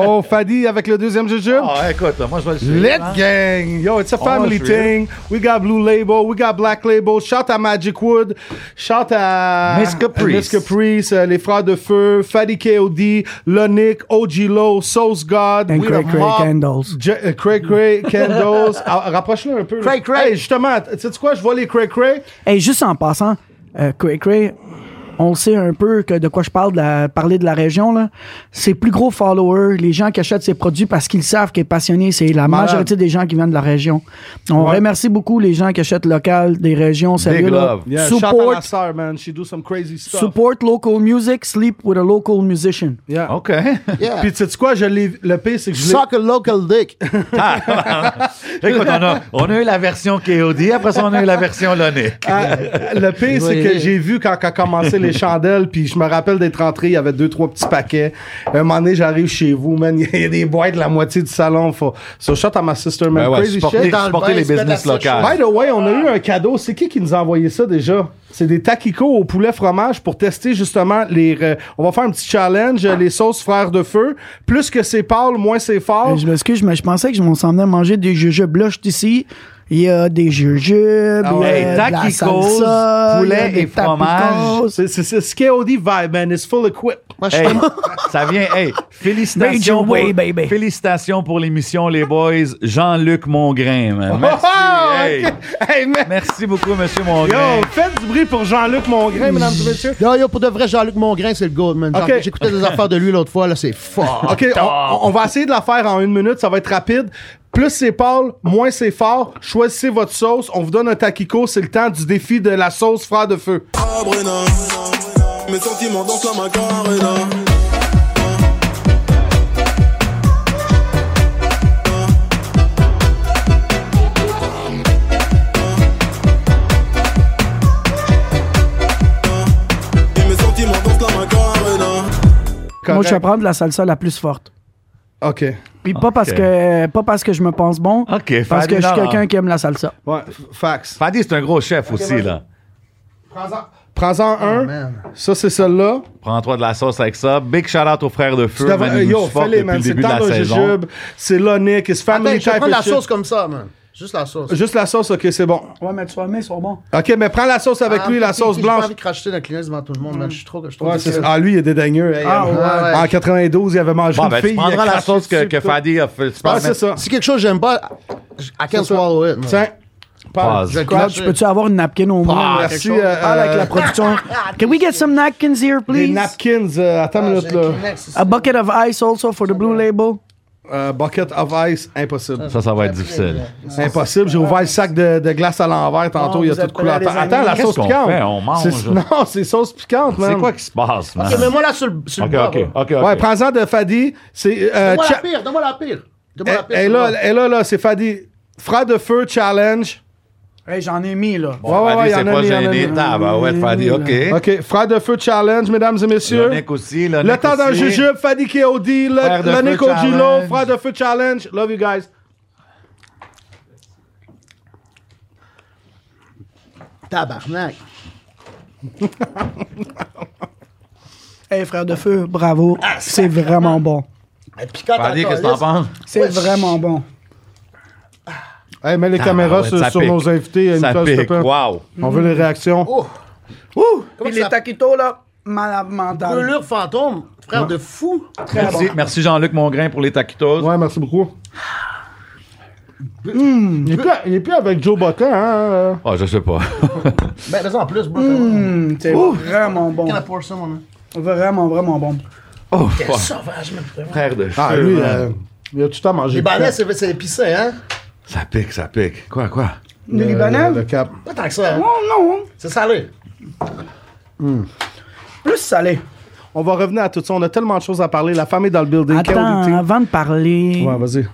oh, Fadi avec le deuxième jujube.
Ah, écoute, moi, je vais le suivre. hein.
Lit gang, yo, it's a family
sure.
thing. We got blue label, we got black label. Shout à Magic Wood, shout à
Miss Caprice.
Miss Caprice, euh, les frères de feu, Fadi KOD, Lonic, OG Low, Souls God,
And
We
Cray
the
Cray
Mob,
Candles.
Je- euh, Cray Cray Candles. Ah, Rapproche-le un peu. là.
Cray Cray.
Hey, justement, tu sais quoi, je vois les Cray Cray.
Et juste en passant, euh, Cray Cray, on le sait un peu que de quoi je parle, de la- parler de la région, là. Ses plus gros followers, les gens qui achètent ses produits parce qu'ils savent qu'il est passionné, c'est la
Malade.
majorité des gens qui viennent de la région. On
Ouais.
remercie beaucoup les gens qui achètent local des régions, sérieux, là.
love.
Yeah, shout à
support,
la star, man. She do some crazy stuff.
support local music, sleep with a local musician.
Yeah.
OK.
Yeah.
Puis tu sais quoi, je l'ai- le pire, c'est que je l'ai...
Suck a local dick.
Écoute, on a, on a eu la version KOD, après ça, on a eu la version Lonic.
Ah, le pire, c'est que j'ai vu quand a commencé les chandelles, puis je me rappelle d'être entré, il y avait deux, trois petits paquets. Un moment donné, j'arrive chez vous, man, il y a des boîtes, la moitié du salon. Faut... So shout à ma sister, man.
Ben ouais,
Crazy
supporter,
shit.
dans le
supporter
bain,
les
se mettre
business
la sauce
locales.
By the way, on a eu un cadeau. C'est qui qui nous a envoyé ça déjà? C'est des tacicos au poulet fromage pour tester justement les. euh, on va faire un petit challenge, euh, les sauces frères de feu. Plus que c'est pâle, moins c'est fort.
Euh, Je m'excuse, mais je pensais que je m'en s'en venais manger des jujubes. Là, je suis ici. Il y a des jujubes,
Ah
il y a
ouais.
de
Hey,
la
tacos,
salsa, il y a
poulet
des
et fromage.
tapicos.
C'est c'est- c'est KOD vibe, man. It's full equip.
Moi, je
Hey,
suis
ça vient. Hey,
Major
félicitations. Pour,
way, baby.
Félicitations pour l'émission, les boys. Jean-Luc Mongrain. man. Merci.
Oh,
Hey,
ok. Hey, man.
merci beaucoup, monsieur Mongrain.
Yo, faites du bruit pour Jean-Luc Mongrain, mesdames et messieurs.
Yo, yo, pour de vrai, Jean-Luc Mongrain, c'est le gold, man. Genre,
Ok.
J'écoutais des affaires de lui l'autre fois, là, c'est fort.
OK, on, on va essayer de la faire en une minute, ça va être rapide. Plus c'est pâle, moins c'est fort. Choisissez votre sauce. On vous donne un taquico. C'est le temps du défi de la sauce frère de feu.
Ah, Brenna, mes sentiments dansent la macarena. Et mes sentiments dansent la macarena.
Moi, je vais
Correct.
prendre la salsa la plus forte.
OK.
Puis pas parce
Ok.
que pas parce que je me pense bon,
Ok,
parce que je suis
Ferdinand.
quelqu'un qui aime la salsa.
Ouais, f- fax.
Fadi, c'est un gros chef aussi, là.
Prends-en
Oh,
un. Ça, c'est celle-là.
Prends-toi de la sauce avec ça. Big shout-out aux frères de
Tu
feu.
devrais-
man,
euh,
ils nous
yo,
supportent
fais-les,
depuis
man.
le
C'est le
début de
temps
la
d'un
saison.
jujube. C'est Lonic. It's
Attends,
family
Ben, je
type
vais prendre la
of shit.
sauce comme ça, man. Juste la sauce.
Juste la sauce, OK, c'est bon.
Ouais, mais tu vas aimer, sont bons.
OK, mais prends la sauce avec
Ah,
lui, la
puis,
sauce
puis, J'ai pas
blanche.
envie de cracher dans le clignot devant tout le monde, man. Je suis trop... je suis trop
Ouais, c'est ça.
dégueulasse.
Ah, lui, il est dédaigneux. Hey,
Ah,
euh,
ouais.
En 92, il avait mangé
Bon,
une
ben,
fille.
tu
il a
prendras la
craché
sauce que,
dessus,
que
puis tout.
Fadi a fait. tu
Ah,
prends-
c'est ça.
Si quelque chose que j'aime pas, I can't
ça.
swallow it, man.
Tiens,
Pause.
Je vais
Claude,
clencher.
peux-tu avoir une napkin au moins?
merci,
quelque chose?
euh,
Parle avec la production. Can we get some napkins here,
Les
please?
napkins, euh, attends une minute,
Ah, J'ai
là.
un Kleenex ici.
A bucket of ice also for the blue label.
Euh, bucket of ice, impossible.
Ça, ça va être difficile.
Impossible. J'ai ouvert le sac de, de glace à l'envers tantôt,
Oh,
il y a
vous
tout
êtes prêts,
coulé à terre.
les
Attends, la
amis?
sauce
Qu'est-ce qu'on
piquante.
fait? On mange.
C'est- Non, c'est sauce piquante, man.
C'est quoi qui se passe, man?
Ok, mets-moi là sur le, sur
OK,
le bas,
OK,
moi.
OK.
Ouais,
ok.
prends-en de Fadi. C'est. Euh,
Donne-moi
cha-
la pire, donne-moi la pire. Donne-moi la
Eh,
pire.
eh,
sur le
là,
bas.
eh, là, là, c'est Fadi. Frère de feu challenge.
Hey, j'en ai mis, là.
Ouais, ouais, ouais,
Fadi,
y en
c'est
a
pas
mis, y en a
gêné.
mis.
Ah, bah ouais, Fadi, OK.
OK, frère de feu challenge, mesdames et messieurs.
Lonic aussi, Lonic
Le temps d'un
aussi.
jujube, Fadi Kéodi,
Frère de
Lonic
feu
Ogilo,
challenge.
frère de feu challenge. Love you guys.
Tabarnak.
Hey, frère de feu, bravo. C'est vraiment bon.
Elle picote
Fadi,
encore,
qu'est-ce que t'en
là.
penses?
C'est vraiment bon.
Hey, mets les caméras
Ah, ouais,
sur,
ça
sur
pique.
nos invités.
Ça
Nicolas, s'il te
pique,
plaît.
wow.
On veut les réactions.
Comment
Puis les
ça
taquitos, là, malade mental.
Brûlure fantôme, frère de fou.
Merci, merci Jean-Luc Mongrain pour les taquitos.
Ouais, merci beaucoup. Hmm, Il, est plus, il est plus avec Joe Bottin, hein?
Ah, je sais pas.
Ben, vas-y en plus, bro. Mmh.
Hum, C'est vraiment bon.
Can I pour ça, mon
Vraiment, vraiment bon.
Oh, fuck.
Sauvage, mais vraiment.
frère de
Ah,
feu,
lui,
man.
euh, il a tout le temps mangé.
Les
du
balais,
cap.
c'est c'est épicé, hein?
Ça pique, ça pique. Quoi, quoi?
Les
Euh,
Libanais?
Le cap.
Pas tant que ça, hein?
Non, non.
C'est salé.
Plus salé.
Hmm. On va revenir à tout ça. On a tellement de choses à parler. La famille dans le building. KODT.
Attends, avant de parler,
Ouais, vas-y.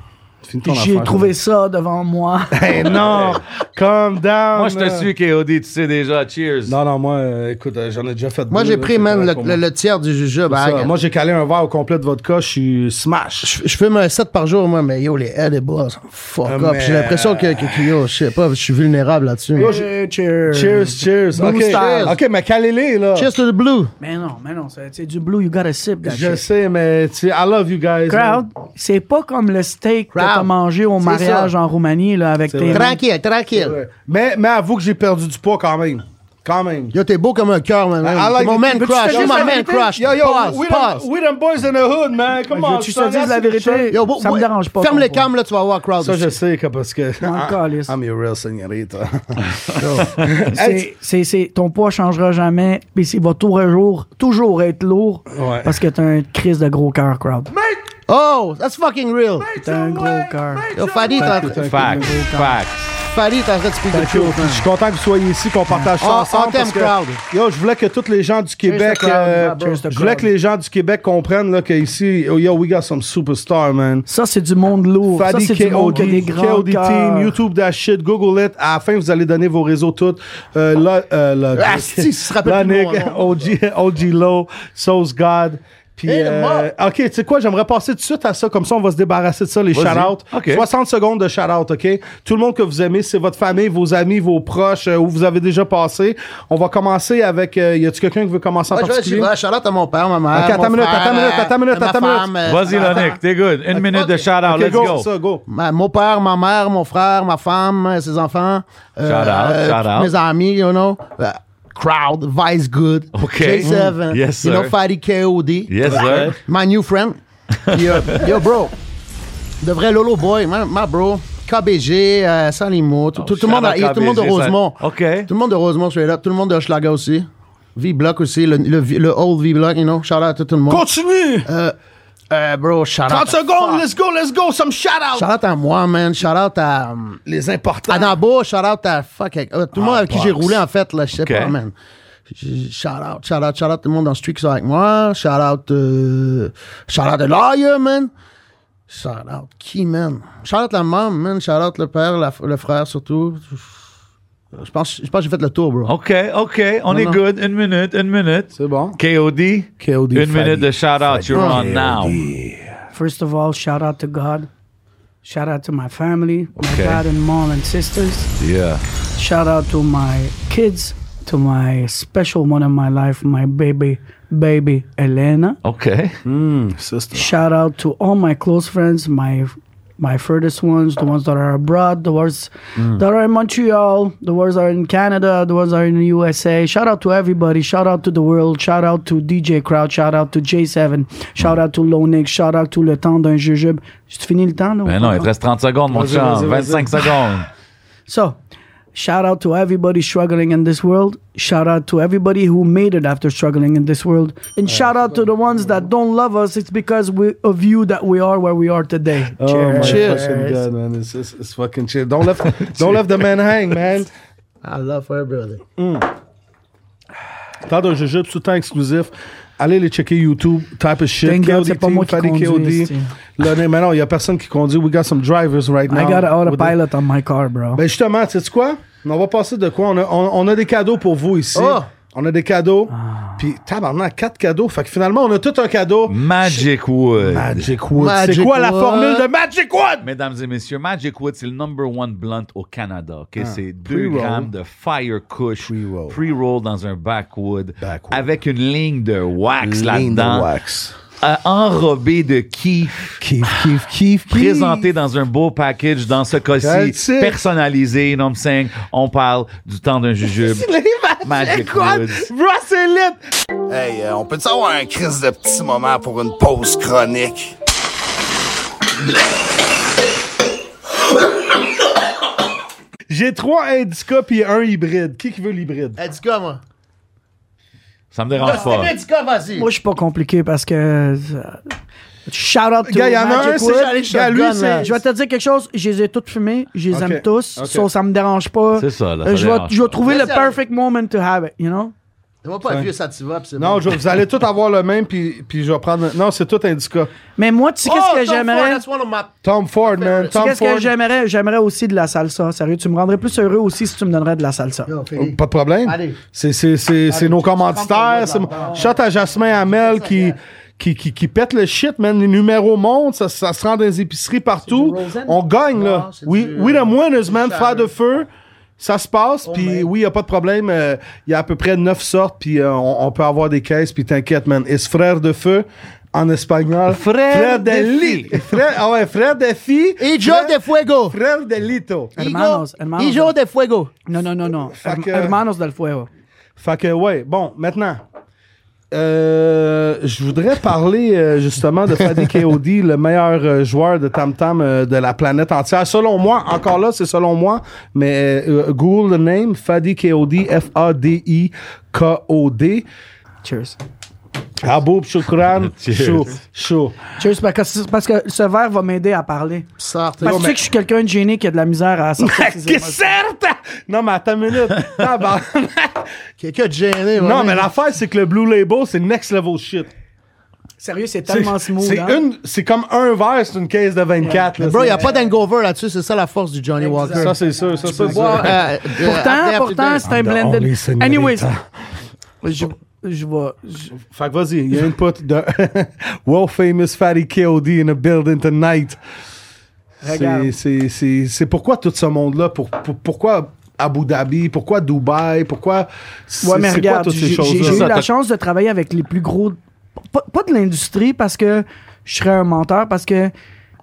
Finis ton
j'ai
affaire.
trouvé ça devant moi.
Hey, non! Calm down!
Moi, je te
euh.
suis, KOD, tu sais déjà. Cheers.
Non, non, moi, euh, écoute, euh, j'en ai déjà fait
Moi,
deux,
j'ai
là,
pris,
c'est
man, le,
correct pour
le- le tiers du jujube.
Ça,
hein, gars.
moi, j'ai calé un verre au complet de vodka. Je suis smash.
je, je fume un 7 par jour, moi, mais yo, les head et bras, ça me fuck
Ah,
up. J'ai
mais-
l'impression que, que, que, yo, je sais pas, je suis vulnérable là-dessus.
Cheers.
Cheers, cheers. OK,
style.
OK, mais calez-les, là.
Cheers to the blue.
Mais non, mais non, c'est c'est du blue, you gotta sip that
Je
shit.
sais, mais tu sais, I love you guys.
Crowd, c'est pas comme le steak que
Crowd.
t'as mangé au
C'est
mariage
ça.
en Roumanie, là, avec tes...
Tranquille, tranquille.
Ouais. Mais, mais avoue que j'ai perdu du poids quand même. Quand même.
Yo, t'es beau comme un cœur, man.
I like
T'es mon
the-
man
Veux-tu
crush.
te dire
You're my
la
man
vérité?
crush.
Yo, yo,
pause,
we,
pause.
Them, we them boys in the hood, man. Come on.
Veux-tu te
son,
dire la
that's
vérité?
Yo, bo-
ça
bo-
me dérange pas.
Ferme
ton
les
poids.
cams, là, tu vas voir, crowd.
Ça, je sais que parce que.
Dans le calice.
I'm your real señorita.
C'est- c'est- c'est- ton poids changera jamais, puis il va toujours, toujours être lourd
Ouais.
parce que t'as un crise de gros cœur, crowd.
Oh, that's fucking real.
T'as un gros cœur.
Yo, Fadi, t'es en train-
Facts, facts.
Fadi, t'es en train de speak the
Puis
truth, man.
Je suis content que vous soyez ici, qu'on partage ça
On- on
ensemble.
t'aime,
parce que,
crowd.
Yo, je voulais que tous les gens du Québec,
crowd,
euh,
yeah, bro. Cheers to
je voulais
crowd.
que les gens du Québec comprennent là que ici, oh, yo, we got some superstar, man.
Ça, c'est du monde lourd.
Fadi
ça, c'est du monde qui a des
KOD,
grands
KOD Team,
cœurs.
YouTube that shit, Google it. À la fin, vous allez donner vos réseaux tous. Euh, là, euh, là,
Ah, si, tu te rappelles plus
Lonic,
mon nom.
OG, OG Low, Sauce God. Puis,
Hey, le
euh, ok, tu sais quoi, j'aimerais passer tout de suite à ça, comme ça on va se débarrasser de ça, les
Vas-y.
shout-outs.
Ok.
60 secondes de shout-out, ok? Tout le monde que vous aimez, c'est votre famille, vos amis, vos proches, euh, où vous avez déjà passé. On va commencer avec, euh, y a-tu quelqu'un qui veut commencer en
Ouais, je vais- je
particulier?
vais, Charlotte à mon père, ma mère.
Ok, attends
mon
une minute,
frère,
attends une minute,
euh,
attends une minute,
ma
attends une minute.
femme, euh,
Vas-y,
attends.
Lonic, t'es good. Une minute de shout-out,
Ok,
let's
go,
go.
ça, go.
Ma- mon père, ma mère, mon frère, ma femme, euh, ses enfants. euh,
Shout out,
euh,
shout out.
Mes amis, you know. euh, crowd, Vice Good.
Ok.
J7.
Mm. Yes,
You
sir.
know, Fatty KOD.
Yes, sir.
Euh, My new friend. Puis, euh, yo, bro. De vrai Lolo Boy, ma, ma bro. KBG, euh, sans les mots. Tout,
Oh,
tout- tout le monde,
shout out
a- il y a tout le monde de
KBG, ça-
Rosemont.
OK.
Tout le monde de Rosemont, je suis là. Tout le monde de Schlaga aussi. V-Block aussi, le, le, le old V-Block, you know. Shout out à tout, tout le monde.
Continue!
Euh, bro, shout out.
30
à-
secondes, let's go, let's go, some shout-out!
Shout out à moi, man. Shout out à. euh,
Les importants.
Ah, Nabo, shout out à fuck, euh, tout le monde avec qui j'ai roulé en fait, là, je sais
Ok.
pas, man. J- Shout out, shout out, shout out tout le monde dans le street qui sont avec moi. Shout out, euh, shout out à Lawyer, man. Shout out qui, man? Shout out la maman, man. Shout out le père, la- le frère surtout. Euh, Je pense, je pense que j'ai fait le tour, bro.
OK, OK, on est
non.
good. Une minute, une minute.
C'est bon.
KOD,
KOD,
une
Fadi.
minute de shout-out. You're on now.
First of all, shout out to God. Shout out to my family,
Okay.
my dad and mom and sisters.
Yeah.
Shout out to my kids, to my special one in my life, my baby, baby Elena.
OK.
Shout out to all my close friends, my my furthest ones, the ones that are abroad, the ones that are in Montreal, the ones that are in Canada, the ones that are in the USA. Shout out to everybody. Shout out to the world. Shout out to DJ Crowd. Shout out to J7. Shout out to Lonix. Shout out to Le Temps d'un Jujube. Tu finis le temps, là? ou
Ben
pas?
non, il te reste 30 secondes, mon
Vas-y, vas-y,
chum.
vas-y.
25 secondes.
So, Shout out to everybody struggling in this world. Shout out to everybody who made it after struggling in this world. And shout out to the ones that don't love us. It's because we, of you that we are where we are today.
Oh my
Cheers.
fucking god, man. It's, it's, it's fucking shit. Don't let don't let the man hang, man.
I love her, brother.
T'as un jujube tout le temps exclusif. Allez les checker YouTube, type of shit.
Thank God,
KOD
c'est pas
team,
moi qui
Fadi
conduis,
KOD.
c'est-
Là, mais non, il y a personne qui conduit. We got some drivers right now.
I got an
With
autopilot on my car, bro.
the- Ben justement, tu sais quoi? On va passer de quoi? On a, on, on a des cadeaux pour vous ici.
Oh!
On a des cadeaux.
Ah.
Puis tabarnak, quatre cadeaux. Fait que finalement, on a tout un cadeau.
Magic Wood.
Magic Wood.
Magic
C'est quoi la
Wood.
formule de Magic Wood?
Mesdames et messieurs, Magic Wood, c'est le number one blunt au Canada. OK? c'est 2
Ah. Pre-roll.
grammes de Fire Kush
Pre-roll.
pre-roll dans un backwood,
Backwood.
avec une ligne de wax
Ligne de
là-dedans,
wax.
euh, enrobée de kiff.
Kiff, kiff, kiff, kiff.
présenté dans un beau package, dans ce
That's
cas-ci,
it.
personnalisé, you know what I'm saying? On parle du temps d'un jujube. Magic Woods.
Bro, c'est lit!
Hey, euh, on peut-tu avoir un crise de petit moment pour une pause chronique?
J'ai trois Indica puis un hybride. Qui qui veut l'hybride?
Indica, Eh, moi.
Ça me
Ah,
dérange pas.
Indica, vas-y.
Moi, je suis pas compliqué parce que. euh, Shout out to
Gars, il y en a
Magic
un, c'est
Wood.
j'allais
Gars,
shotgun,
lui,
là.
c'est- Je vais te dire quelque chose. Je les ai toutes fumées. Je
Ok,
les aime tous.
ok.
So, ça me dérange pas.
C'est ça, là, ça
Euh, je vais,
dérange
je vais
pas.
trouver
Mais
le
ça-
perfect moment to have it, you know?
Moi, pas le vieux Sativa, pis c'est
Non,
bon.
je- vous allez tous avoir le même puis, puis je vais prendre. Non, c'est tout Indica.
Mais moi, tu sais,
Oh,
qu'est-ce que
Tom Ford,
j'aimerais?
that's one of my-
Tom Ford, man.
Tu
Tom
Qu'est-ce
Ford.
que j'aimerais? J'aimerais aussi de la salsa. Sérieux, tu me rendrais plus heureux aussi si tu me donnerais de la salsa.
Non,
Oh,
fini.
Pas de problème.
Allez.
C'est, c'est, c'est, c'est nos commanditaires. C'est...
Ah.
Shout à Jasmin Hamel qui, qui, qui, qui pète le shit, man. Les numéros montent. Ça, ça se rend dans les épiceries partout.
C'est du Rosen?
On gagne, là.
Non, c'est
Oui,
du,
oui,
euh,
the winners, man.
du
Frère de
Sharon.
feu. Ça se passe, puis
Oh, man.
oui, il a pas de problème. Euh, Il y a à peu près neuf sortes, puis euh, on, on peut avoir des caisses, puis t'inquiète, man. Est-ce frère de feu en espagnol?
Frère
de
de
lit. Frère, ah ouais, frère de fille.
Et Joe de Fuego.
Frère de lito.
Hermanos, hermanos.
Et Joe de Fuego.
Non, non, non, non. Herm-
que-
Hermanos del Fuego.
Fait que, ouais, bon, maintenant, euh, je voudrais parler euh, justement de Fadi K.O.D., le meilleur euh, joueur de Tam Tam euh, de la planète entière. Selon moi, encore là, c'est selon moi, mais euh, Google the name, Fadi K.O.D., F-A-D-I-K-O-D.
Cheers.
Aboub Choukran,
Cheers.
chou, chou.
Cheers, parce que, parce que ce verre va m'aider à parler.
Oh, Sortez.
Parce que tu sais que je suis quelqu'un de gêné qui a de la misère à sortir ses
Que
émotions.
certes! Non, mais attends une minute. Tabarnak.
Quelqu'un de gêné,
non,
vraiment.
mais l'affaire, c'est que le Blue Label, c'est next level shit.
Sérieux, c'est tellement
C'est-
smooth.
C'est
hein?
une, c'est comme un verre, c'est une caisse de 24. là.
Bro,
C'est-
y a pas d'hangover là-dessus, c'est ça la force du Johnny Walker. euh,
Ça, c'est sûr. Ça, c'est sûr.
Pourtant, pourtant, c'est un blended.
only senorita.
Anyways, je, je vais. je-
Fait que vas-y, il y a une pote de World Famous Fatty KOD in a building tonight. C'est-
Regarde.
c'est- C'est c'est pourquoi tout ce monde-là? Pour, pour- pourquoi Abu Dhabi? Pourquoi Dubaï? Pourquoi. C'est
Ouais, mais
c'est quoi
regarde,
toutes
j'ai
ces
j'ai- j'ai eu
choses-là?
la chance de travailler avec les plus gros. Pas, pas de l'industrie parce que je serais un menteur, parce que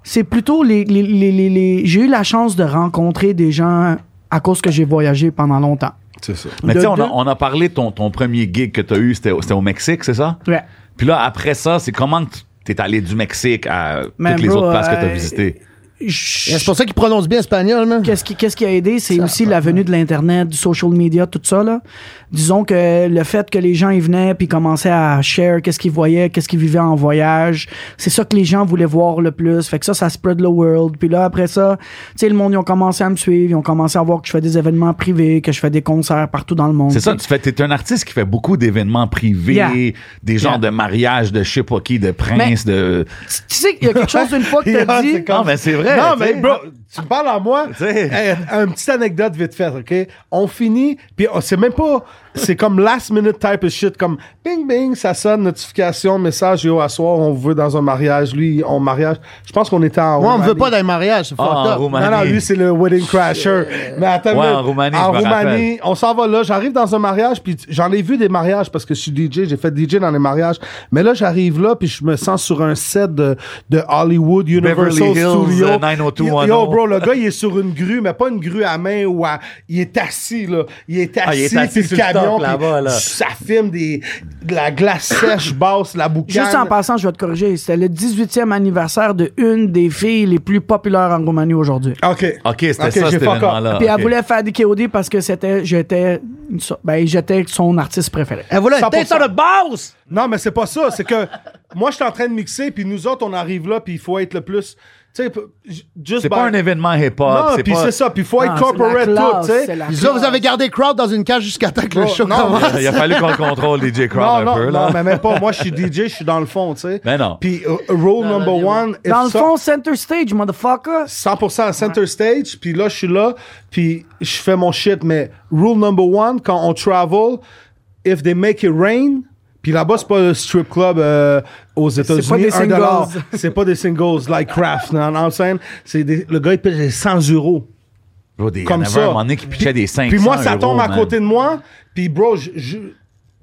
c'est plutôt les. les, les, les, les- j'ai eu la chance de rencontrer des gens à cause que j'ai voyagé pendant longtemps.
C'est ça.
Mais
De-
tu sais, on, a-
de-
on a parlé de ton, ton premier gig que tu as eu, c'était au c'était au Mexique, c'est ça?
Ouais.
Puis là, après ça, c'est comment que tu es allé du Mexique à
Man,
toutes les
bro,
autres places que tu as
euh,
visitées?
Je-
C'est pour ça qu'il prononce bien espagnol, man.
Qu'est-ce qui, qu'est-ce qui a aidé, c'est aussi la venue de l'Internet, du social media, tout ça. Là. Disons que le fait que les gens ils venaient puis commençaient à share qu'est-ce qu'ils voyaient, qu'est-ce qu'ils vivaient en voyage, c'est ça que les gens voulaient voir le plus. Fait que ça, ça spread the world. Puis là, après ça, tu sais, le monde, ils ont commencé à me suivre, ils ont commencé à voir que je fais des événements privés, que je fais des concerts partout dans le monde.
C'est ça,
tu
tu fais, t'es un artiste qui fait beaucoup d'événements privés,
Yeah.
des genres
Yeah. de
de mariages, de je sais pas qui, de princes, de.
sais. Tu sais, il y a quelque chose une fois que
Yeah,
t'as dit...
c'est comme-
Non, mais c'est vrai,
Oh, Non,
tu
mais
sais.
bro, tu me parles à moi.
Tu sais.
Hey, une petite anecdote vite faite, OK? On finit, puis on- c'est même pas. C'est comme last minute type of shit, comme bing bing, ça sonne, notification, message, yo, à soir, on vous veut dans un mariage. Lui, on mariage. Je pense qu'on était en.
Moi, on me veut
Roumanie.
pas d'un mariage, c'est fucked
Ah, en
up.
Roumanie.
Non, non, lui, c'est le wedding crasher. Mais attends, une
Ouais,
minute.
en Roumanie,
En
je me rappelle.
Roumanie, on s'en va là. J'arrive dans un mariage, puis j'en ai vu des mariages parce que je suis DJ, j'ai fait DJ dans les mariages. Mais là, j'arrive là, puis je me sens sur un set de, de Hollywood Universal
Beverly Hills,
Studio.
euh, 90210.
Yo, yo, bro, le gars, il est sur une grue, mais pas une grue à main ou à. Il est assis, là. Il est assis,
Ah, il est assis
puis
sur
le
le
camion avion.
fuck là-bas,
puis
là.
Ça filme des, de la glace sèche basse, la boucane.
Juste en passant, je vais te corriger. C'était le 18e anniversaire de une des filles les plus populaires en Roumanie aujourd'hui.
OK.
OK, c'était
Ok,
ça,
j'ai
cet
fuck up.
événement-là.
Puis elle
OK.
voulait faire des KOD parce que c'était, j'étais, une so- ben, j'étais son artiste préféré.
Elle voulait un
100%.
tête sur le boss!
Non, mais c'est pas ça. C'est que moi, je suis en train de mixer, puis nous autres, on arrive là, puis il faut être le plus. Tu sais, p- j- juste.
C'est
by-
pas un événement hip-hop.
Non,
c'est
puis
pas...
c'est ça. Puis il faut être
Ah,
corporate
c'est la
tout,
classe,
tu
c'est la
sais.
Puis ça, vous avez gardé le crowd dans une cage jusqu'à temps que le
Oh,
show
non,
commence.
Il a fallu qu'on le contrôle DJ Crowd
Non,
un
non,
peu, là.
non, mais même pas. Moi, je suis DJ, je suis dans le fond, tu sais.
Ben non.
Puis euh, rule number one. if
Dans le
so-
fond, center stage, motherfucker.
100% center stage, puis là, je suis là, puis je fais mon shit. Mais rule number one, quand on travel, if they make it rain, puis là-bas, c'est pas le strip club euh, aux États-Unis,
des
un dollar.
singles.
C'est pas des singles like Kraft, non, non, c'est c'est des- le gars, il paye 100 euros.
Bro, des- il y en
Comme
avait
ça.
un moment donné qui pitchait des 500
Puis moi, ça
euros,
tombe à
man.
côté de moi, puis bro, je. je-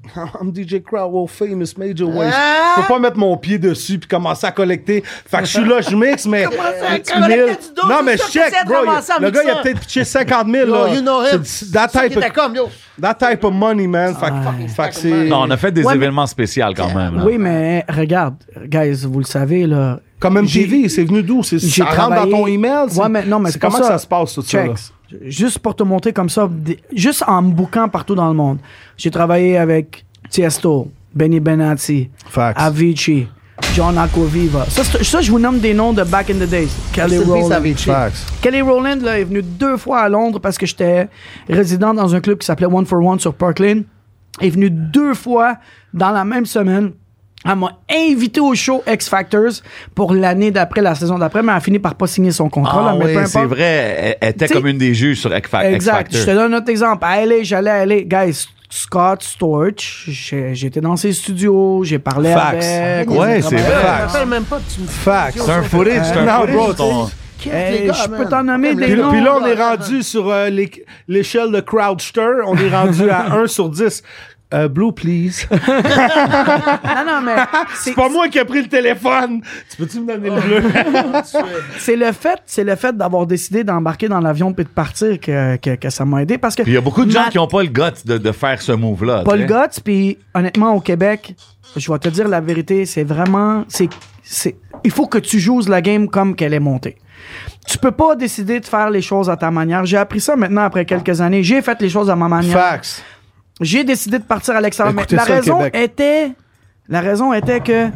I'm DJ Crowell, famous major waste.
Ah!
Je peux pas mettre mon pied dessus puis commencer à collecter. Fait que je suis là, je mixe, mais.
collecter du dos,
non,
c'est
mais
ça
je
que
check,
c'est de
bro.
ramasser en
Le gars, il a
mixant.
peut-être pitché 50 000.
Yo,
là.
you know him.
C'est- That
C'est ça
type,
qui était
of,
comme, yo.
that type of money, man. Fait que- Fait que c'est.
Non, on a fait des
Ouais, mais-
événements spéciaux quand même.
Ah.
là.
Oui, mais regarde, guys, vous le savez, là.
Comme
j'ai-
MTV, c'est venu d'où? C'est-
J'ai
Ça rentre dans
travaillé-
ton email?
Ouais, mais non, mais
c'est
pas
comment ça se passe, tout ça?
Check.
là?
Juste pour te montrer comme ça, des- juste en me bouquant partout dans le monde. J'ai travaillé avec Tiesto, Benny Benatti,
Facts.
Avicii, John Acoviva. Ça, c'est- ça, je vous nomme des noms de back in the days. Kelly Rowland.
Facts.
Kelly Rowland là, est venue deux fois à Londres parce que j'étais résident dans un club qui s'appelait One for One sur Park Lane. Elle est venue deux fois dans la même semaine. Elle m'a invité au show X Factors pour l'année d'après, la saison d'après, mais elle a fini par pas signer son contrat.
Ah
là, mais peu
oui, c'est
importe.
vrai. Elle- Elle était
T'sais-
comme une des juges sur X Fac- X
Exact.
Factor.
Je te donne un autre exemple. Allez, j'allais aller. Guys, Scott Storch, j'ai- j'étais dans ses studios, j'ai parlé
Facts.
avec.
Ouais,
on a
c'est vrai.
travaillé ensemble.
Je me rappelle même pas que tu me
Facts.
C'est un footage, c'est un
Non,
footage,
bro,
ton-
Hey, je peux t'en nommer des
Puis,
noms.
puis là, on est rendu sur euh, l'éc- l'échelle de Crowdster. On est rendu à 1 sur 10. Euh, Blue, please.
Non, non, mais c'est-
C'est pas moi qui ai pris le téléphone. Tu peux-tu me donner le bleu?
C'est le fait, c'est le fait d'avoir décidé d'embarquer dans l'avion puis de partir que, que, que ça m'a aidé parce que
Puis il y a beaucoup de gens
Ma-
qui n'ont pas le guts de, de faire ce move-là.
pas le
t'sais.
guts puis honnêtement au Québec, je vais te dire la vérité, c'est vraiment c'est c'est il faut que tu joues la game comme qu'elle est montée. Tu peux pas décider de faire les choses à ta manière. J'ai appris ça maintenant après quelques années. J'ai fait les choses à ma manière.
Fax.
J'ai décidé de partir à l'extérieur. Mais
Écoutez
la
ça, le
raison
Québec.
était, la raison était que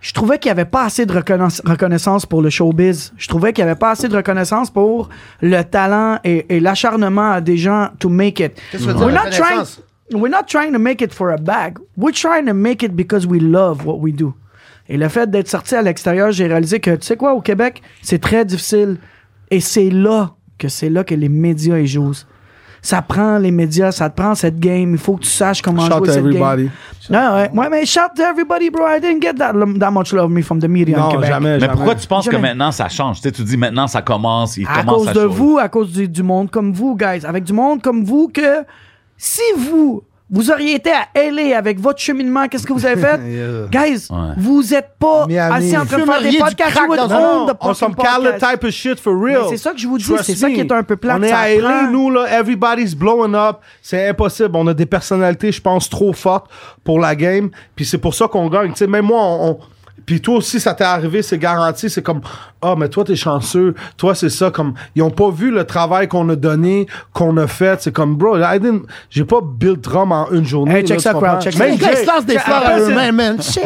je trouvais qu'il n'y avait pas assez de reconna- reconnaissance pour le showbiz. Je trouvais qu'il n'y avait pas assez de reconnaissance pour le talent et, et l'acharnement à des gens to make it.
Qu'est-ce que tu veux dire,
We're not trying,
reconnaissance?
we're not trying to make it for a bag. We're trying to make it because we love what we do. Et le fait d'être sorti à l'extérieur, j'ai réalisé que, tu sais quoi, au Québec, c'est très difficile. Et c'est là que c'est là que les médias y jouent. Ça prend les médias, ça te prend cette game. Il faut que tu saches comment
Shout
jouer
to
cette
everybody.
game. Non, Ah, ouais,
um,
ouais, mais shout to everybody, bro. I didn't get that, that much love me from the media
Non,
in Québec.
jamais,
Mais
jamais.
pourquoi tu penses que
Jamais.
maintenant ça change? Tu sais, tu dis maintenant ça commence, il
À
commence
cause
à
de
chauffer.
vous, à cause du, du monde comme vous, guys. Avec du monde comme vous que si vous, vous auriez été à LA avec votre cheminement, qu'est-ce que vous avez fait? Guys,
Ouais.
vous êtes pas
Miami.
assis en train de faire
Fumeriez
des
du
podcasts.
crack
You would
dans un-
own
Non,
the
on some
fucking
Carla
podcast.
type of shit for real.
Mais c'est ça que je vous dis,
Trust
c'est ça
me.
qui est un peu plate,
On est
ça
à LA,
prend.
nous, là, everybody's blowing up. C'est impossible. On a des personnalités, je pense, trop fortes pour la game. Puis c'est pour ça qu'on gagne. Tu sais, même moi, on. on- puis toi aussi, ça t'est arrivé, c'est garanti. C'est comme, ah, mais toi, t'es chanceux. Toi, c'est ça. Comme, ils ont pas vu le travail qu'on a donné, qu'on a fait. C'est comme, bro, I didn't- j'ai pas build drum en une journée.
Hey, check
là,
ça,
tu
crowd,
comprends?
check ça.
Même
Les gars, ils
Jay-
se lancent des
Jay-
fleurs à eux-mêmes, man. Shit,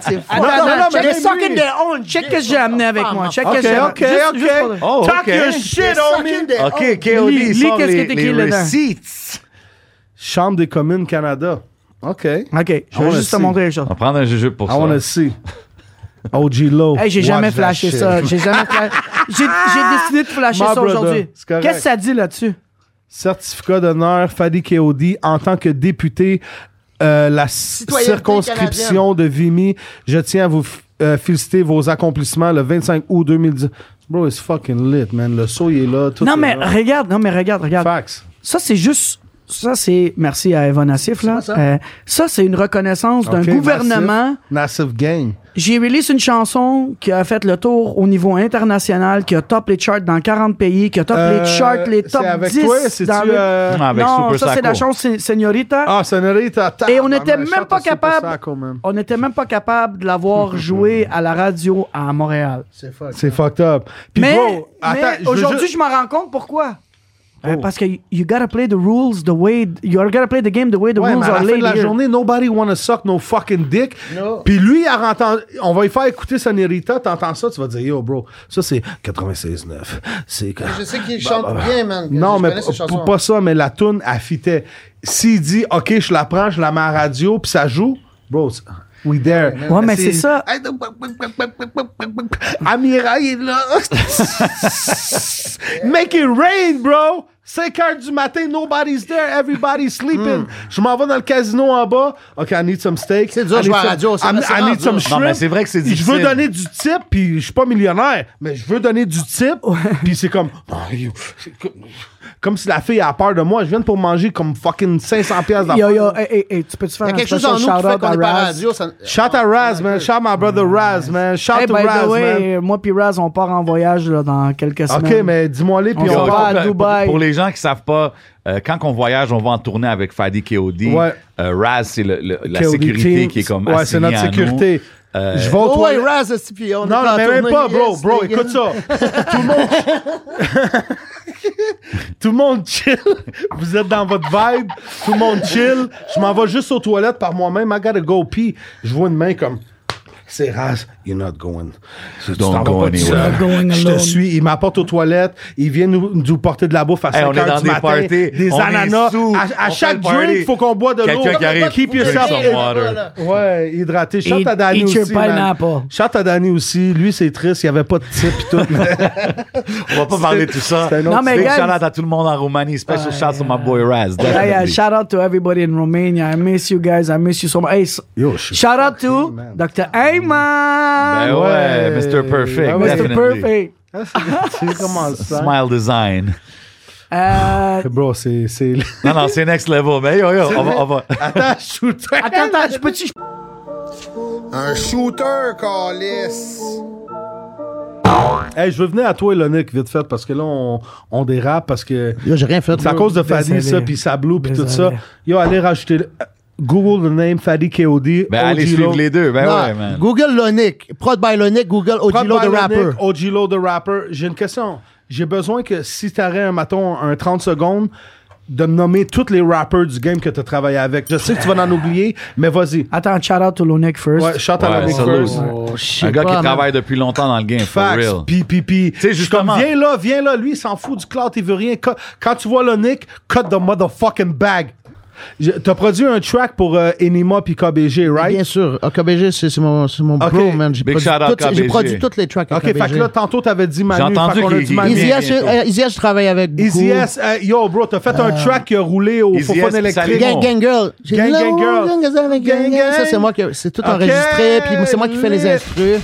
c'est fou.
non, non, non, mais
check
même
sucking
lui.
their own. Check que j'ai amené avec moi. Check
Ok,
que j'ai
ok,
Juste- juste pour-
ok.
Oh,
Talk
ok.
your shit on me.
OK, KOD,
Lis-
il
lis
sort
qu'est-ce
les,
qui est écrit
les
là-dedans.
receipts.
Chambre des communes Canada. OK. I
OK, je
Ah
I
vais
wanna
juste te
see.
montrer quelque chose.
On va prendre un jeu pour
Ah,
ça.
wanna see. OG Low.
Hey, j'ai
Watch
jamais
that
flashé
shit.
ça. J'ai jamais flashé. J'ai j'ai décidé de flasher
My
ça
brother,
aujourd'hui.
c'est correct.
Qu'est-ce que ça dit là-dessus?
Certificat d'honneur, Fadi Keodi, en tant que député, euh, la c-
Citoyenneté
circonscription de Vimy. Je tiens à vous f- euh, féliciter vos accomplissements le 25 août 2010. Bro, it's fucking lit, man. Le saut, il est là. Tout
Non,
est
mais euh,
là.
regarde, non, mais regarde, regarde.
Fax.
Ça, c'est juste. Ça, c'est. Merci à Evan Nassif, là. Euh, Ça, c'est une reconnaissance d'un
OK,
gouvernement.
Massive, massive gang.
J'ai release une chanson qui a fait le tour au niveau international, qui a top les charts dans 40 pays, qui a top
Euh,
les charts, les
c'est
top
avec
10.
toi, c'est-tu,
dans le-
euh,
Ah, avec
non,
Super
ça c'est la
Sacco.
chanson Señorita.
Ah, Sonorita.
Et on n'était
tabarnak,
même pas
shout out to
capable.
Super Sacco, man.
On n'était même pas capable de l'avoir joué à la radio à Montréal.
C'est fuck.
C'est fucked up. Puis,
mais
bro, attends,
mais
je veux
aujourd'hui,
juste- Oh.
je m'en rends compte pourquoi. Euh, parce que you gotta play the rules the way you gotta play the game the way the
Ouais, mais
rules
à
are
la fin
laid.
de la
here.
journée, nobody wanna suck no fucking dick.
No.
Puis lui, il a entendu, on va lui faire écouter Sonorita, t'entends ça, tu vas dire, yo, bro, ça c'est 96.9. C'est que-
Je sais qu'il
Bah,
chante
bah, bah.
bien, man.
Non,
Je
mais
connais ces
p-
chansons.
pour pas ça, mais la toune, elle fitait. S'il dit, OK, je la prends, je la mets à la radio, puis ça joue, bro, c'est- we there.
Ouais, mais c'est ça.
Amira, il est là. Make it rain, bro. 5 heures du matin, nobody's there, everybody's sleeping. Je m'en vais dans le casino en bas. OK, I need some steak.
Hmm. C'est dur
I
de jouer
need
à la radio, c'est
some- I, I
impressionnant,
need some
ça.
shrimp.
Non, mais c'est vrai que c'est
Je veux
difficile.
donner du type, puis je suis pas millionnaire, mais je veux donner du type. Puis c'est comme... oh, yo, c'est co- Comme si la fille a peur de moi. Je viens pour manger comme fucking 500 pièces
Yo, yo, hey, hey, hey, tu peux-tu faire
Il y a
un
quelque chose en
special
nous qui fait qu'on est
shout-out
pas
à
à la
Raz?
radio. ça-
Shout à
Oh
Raz, man. Shout my brother Raz, man. Shout
Hey,
to
by
Raz,
the way,
man.
euh, moi puis Raz, on part en voyage là, dans quelques semaines.
OK, mais dis-moi les, puis
On
on,
s'en va
va.
à Dubaï.
Pour les gens qui savent pas, euh, quand on voyage, on va en tournée avec Fadi Keodi.
Ouais.
Euh, Raz, c'est le- le- la
KOD
sécurité
team.
qui est comme
Ouais, c'est
assignée
notre
à nous.
sécurité.
Euh,
Je vais au
Oh ouais,
toilette.
Raz, c'est- puis on est
Non,
en
mais même
tournée,
pas, bro,
yes,
bro,
nigga.
écoute ça. Tout le monde. Tout le monde chill. Vous êtes dans votre vibe. Tout le monde chill. Je m'en vais juste aux toilettes par moi-même. I gotta go pee. Je vois une main comme. C'est Raz, you're not going. Tu t'en
Don't
vas
go
pas tout
anywhere.
seul.
You're not going
Je te
alone.
suis. Il m'apporte aux toilettes. Il vient nous, nous porter de la bouffe à 5
Hey, on est
heures
dans
du
des
matin.
parties,
Des
on est
ananas.
sous,
à à
on fait
chaque
le party.
drink, il faut qu'on boit de l'eau.
Quelqu'un qui arrive,
Keep
drink
yourself
some
in-
water.
Ouais, hydraté. Chante
Eat-
à Danny
eat your
aussi. man.
pineapple.
Chante à Danny aussi. Lui, c'est triste. Il n'y avait pas de type et tout. mais-
on va pas parler de tout ça.
C'est un autre
Non, Ah, mais
Big
guys-
shout-out à tout le monde en Roumanie. Special shout to my boy Raz.
Hey, uh,
definitely.
shout out to everybody in Romania. I miss you guys. I miss you so much. Hey, s-
Yo, je-
shout out to
man.
Dr. Ayman.
Ben ouais, Mr. Perfect.
Ben ouais.
Mr.
definitely.
Ah, Perfect.
Ah, c'est- c'est comment ça?
Smile design.
Euh,
Bro, c'est. c'est-
Non, non, c'est next level. Mais yo, yo, on va. On va.
Attends, shooter.
attends, attends, je peux-tu.
Un shooter, Calis.
Hey, je veux venir à toi, Lonic, vite fait, parce que là, on, on dérape, parce que.
Yo, j'ai rien fait.
C'est à cause de Fadi, ça,
Désolé.
puis Sablou, puis tout ça.
Désolé.
Yo, allez rajouter. le- Google the name Fadi KOD.
Ben allez
OG
suivre
Lo.
les deux. Ben
Non,
ouais, man.
Google Lonic. Prod by Lonic, Google Ogilo the
Prod by
Rapper.
Lonic, Ogilo Oh, the Rapper. J'ai une question. J'ai besoin que si t'arrêtes un maton un 30 secondes, de me nommer tous les rappers du game que t'as travaillé avec. Je sais que tu vas en oublier, mais vas-y.
Attends, shout out to Lonic first.
Ouais, shout out
Ouais,
à Lonic
ça,
first.
Lonic.
Oh, je sais
Un gars
pas,
qui
man.
travaille depuis longtemps dans le game, for
Facts,
real.
Puis, puis, puis.
sais,
Je suis
justement-
comme, Viens là, viens là. Lui, il s'en fout du clout. Il veut rien. Quand, quand tu vois Lonic, cut the motherfucking bag. Je- T'as produit un track pour euh, Enima puis KBG, right?
Bien sûr, AKBG, c'est c'est mon, c'est mon
Ok.
bro, man. J'ai
Big
produit,
shout out
toutes- j'ai
AKBG.
produit toutes les tracks
Ok,
AKBG.
fait que là, tantôt, t'avais dit Manu.
J'ai entendu
fait qu'on a
qu'il-
dit Manu.
qu'il-
Easy
bien
Ash,
bientôt.
euh, Easy Ash, je travaille avec beaucoup.
Easy S, euh, yo bro, t'as fait un track qui a roulé au
Easy
Fofon
S,
électrique.
salut.
Gang Gang Girl. J'ai
Gang,
dit,
Gang Girl.
oh, gang, gang, gang,
Gang, gang.
Ça, c'est moi qui. C'est tout
Ok,
enregistré, puis moi, c'est moi qui fais les
lit.
instrus.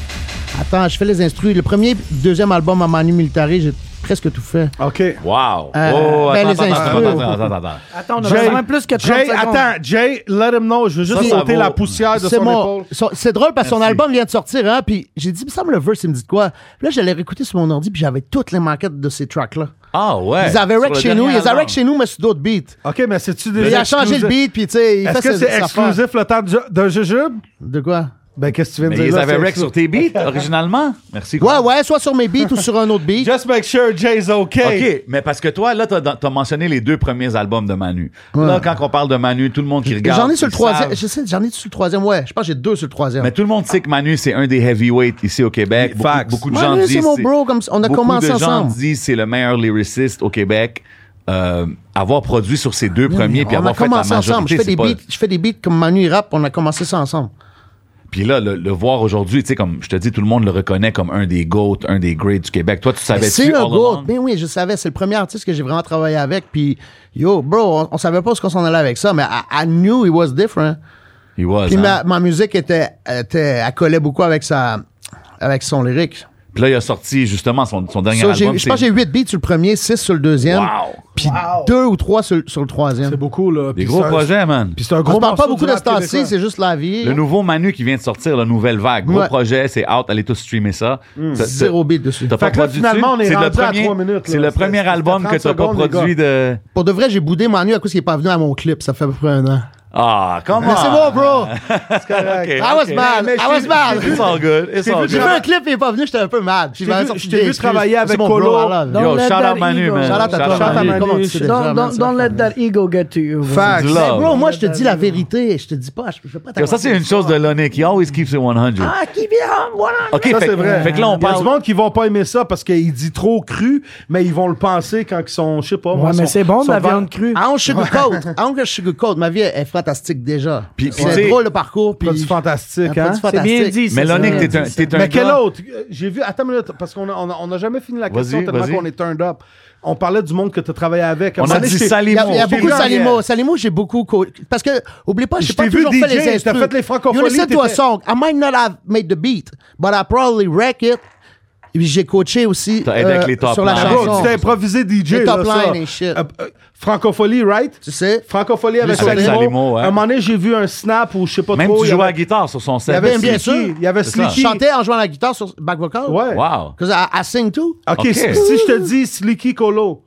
Attends, je fais les instrus. Le premier, deuxième album à Manu Militari, j'ai presque tout fait.
Ok.
Wow.
Euh,
oh,
ben,
attends,
les
attends,
instrus.
attends, attends, attends, attends.
Attends, on a
Jay,
besoin plus que 30
Jay,
secondes.
attends, Jay, let him know. Je veux juste
Ça, ça
ôter
vaut.
la poussière de
C'est
son
mon-
épaule.
son- c'est drôle parce que son
Merci.
album vient de sortir, hein, puis j'ai dit, il me semble le verse, il me dit de quoi. Puis là, j'allais réécouter sur mon ordi, puis j'avais toutes les maquettes de ces tracks-là.
Ah ouais.
Ils avaient
Sur
rec
le
chez nous, ils
dernier
avaient
album.
rec chez nous, mais sur d'autres beats.
Ok, mais c'est-tu déjà.
Il a changé le
exclusif?
beat, puis tu sais, il fait
Est-ce que c'est
ses- ses affaires.
exclusif le temps du- d'un jujube?
De quoi?
Ben, qu'est-ce que tu viens de
Mais
dire?
ils
là,
avaient
c'est
rec
exclu-
sur tes beats originalement. Merci.
Ouais, ouais, soit sur mes beats ou sur un autre beat.
Just make sure Jay's OK.
OK, mais parce que toi, là, t'as as mentionné les deux premiers albums de Manu. Là, quand on parle de Manu, tout le monde qui regarde.
J'en ai sur le
ils
troisième.
savent.
Je sais, j'en ai sur le troisième, ouais. Je pense que j'ai deux sur le troisième.
Mais tout le monde sait que Manu, c'est un des heavyweights ici au Québec. Beaucoup,
Facts.
beaucoup de gens
Manu,
disent.
c'est mon bro, comme ça. on a
beaucoup
commencé
de
ensemble.
gens disent c'est le meilleur lyriciste au Québec. Euh, avoir produit sur ses deux premiers, puis
on a
avoir fait la
commencé
majorité,
ensemble. Je fais,
c'est
des
pas- Ben,
beats, je fais des beats comme Manu il rappe, on a commencé ça ensemble.
Puis là, le, le voir aujourd'hui, tu sais, comme je te dis, tout le monde le reconnaît comme un des GOAT, un des greats du Québec. Toi, tu savais
Ben, C'est un goat. Ben oui, je savais. C'est le premier artiste que j'ai vraiment travaillé avec. Puis, yo, bro, on, on savait pas ce qu'on s'en allait avec ça, mais I, I knew it was different.
Il was.
Puis
hein?
ma, ma musique était, était, elle collait beaucoup avec sa, avec son lyrique.
Puis là, il a sorti justement son, son dernier
Ça, j'ai-
album.
je pense que
c'est-
j'ai 8 beats sur le premier, 6 sur le deuxième,
Wow!
puis 2 ou 3 sur, sur le troisième.
C'est beaucoup, là.
Des gros projets, man.
Puis c'est un
On
gros
ne parle pas
morceau du
beaucoup de
rap
ce temps-ci,
québécois.
c'est juste la vie.
Le nouveau Manu qui vient de sortir, la nouvelle vague. Gros
Ouais.
projet, c'est out. Allez tous streamer ça. T'as- t'as-
Zéro beat dessus.
T'as pas
Fait que là,
produit
finalement,
dessus?
on est
C'est le
rendu à
premier-
trois minutes,
C'est
là.
le premier
C'était-
album
c'était
que t'as
30
pas
secondes,
produit
les
de.
Pour de vrai, j'ai boudé Manu à cause qu'il n'est pas venu à mon clip, ça fait à peu près un an.
Ah, comment?
Mais c'est bon, bro!
correct.
I was mad! I was mad!
It's all good. It's all
J'ai
good.
fait un clip et il est pas venu, j'étais un peu mad.
Je t'ai
Puis il m'a
vu-
sorti
je t'ai
des
vu
excuses.
travailler
C'est
avec
mon
Colo.
bro, I love you.
Don't
Yo,
let
shout
that
out Manu,
ego.
man.
Shout out à
Shout
toi,
out Manu.
Manu. Comment tu sais déjà,
Don't,
man,
don't,
ça
don't
fait-
let that ego get to you.
Facts.
Du
Mais
love.
bro, moi, je te dis la vérité. Je te dis pas, je je fais pas ta
Yo, Ça, c'est une chose de Lonic. He always keeps it 100.
Ah, qui vient, voilà.
OK,
Ça,
fait,
c'est vrai.
fait que là,
Il
on
y a du
parle.
monde qui vont pas aimer ça parce qu'il dit trop cru, mais ils vont le penser quand ils sont, je sais pas.
Ouais, mais c'est bon de la viande
viande
crue. Hein?
I don't sugarcoat. I don't sugarcoat. Ma vie est fantastique déjà.
Puis- puis
C'est
t'sais-
drôle le parcours. Puis
Produit fantastique, hein?
Un produit
C'est bien
fantastique.
dit.
Mais
ça,
Lonic,
ça.
t'es un, t'es un
Mais quel
gars-
autre? J'ai vu, attends une minute, parce qu'on a, on a, on a jamais fini la question
Vas-y,
tellement
vas-y.
qu'on est turned up. On parlait du monde que tu as travaillé avec. À un
On
moment
a
donné,
dit
j'étais-
Il y,
Salimo.
a, il y a
J'ai
beaucoup
vu
de
en
Salimo.
arrière.
Salimo, j'ai beaucoup. co- Parce que, oublie pas,
Je
j'ai pas
t'ai vu
toujours
DJ,
fait les
t'as
instrus.
fait les
You
francophonies,
listen to a
t'étais-
song. I might not have made the beat, but I probably wreck it. Et puis J'ai coaché aussi euh,
T'as aidé avec les top
sur la
lines.
Ah, bro,
chanson.
tu t'es improvisé DJ.
Les
là,
top
ça.
line and shit.
Euh, euh, Francophonie, right?
Tu sais?
Francophonie avec
Avec
Salimo.
Salimo, ouais.
À un moment donné, j'ai vu un snap ou je sais pas
hein. Même
trop. il
tu
y
jouais à la
avait-
guitare sur son
Il
set.
y avait
Bien
Slicky,
sûr.
Il y avait
C'est ça.
Je
Slicky.
chantais en jouant la guitare sur back vocal.
Ouais.
Wow.
Because I, I sing too.
OK,
Ok.
Si, si je te dis Slicky Colo.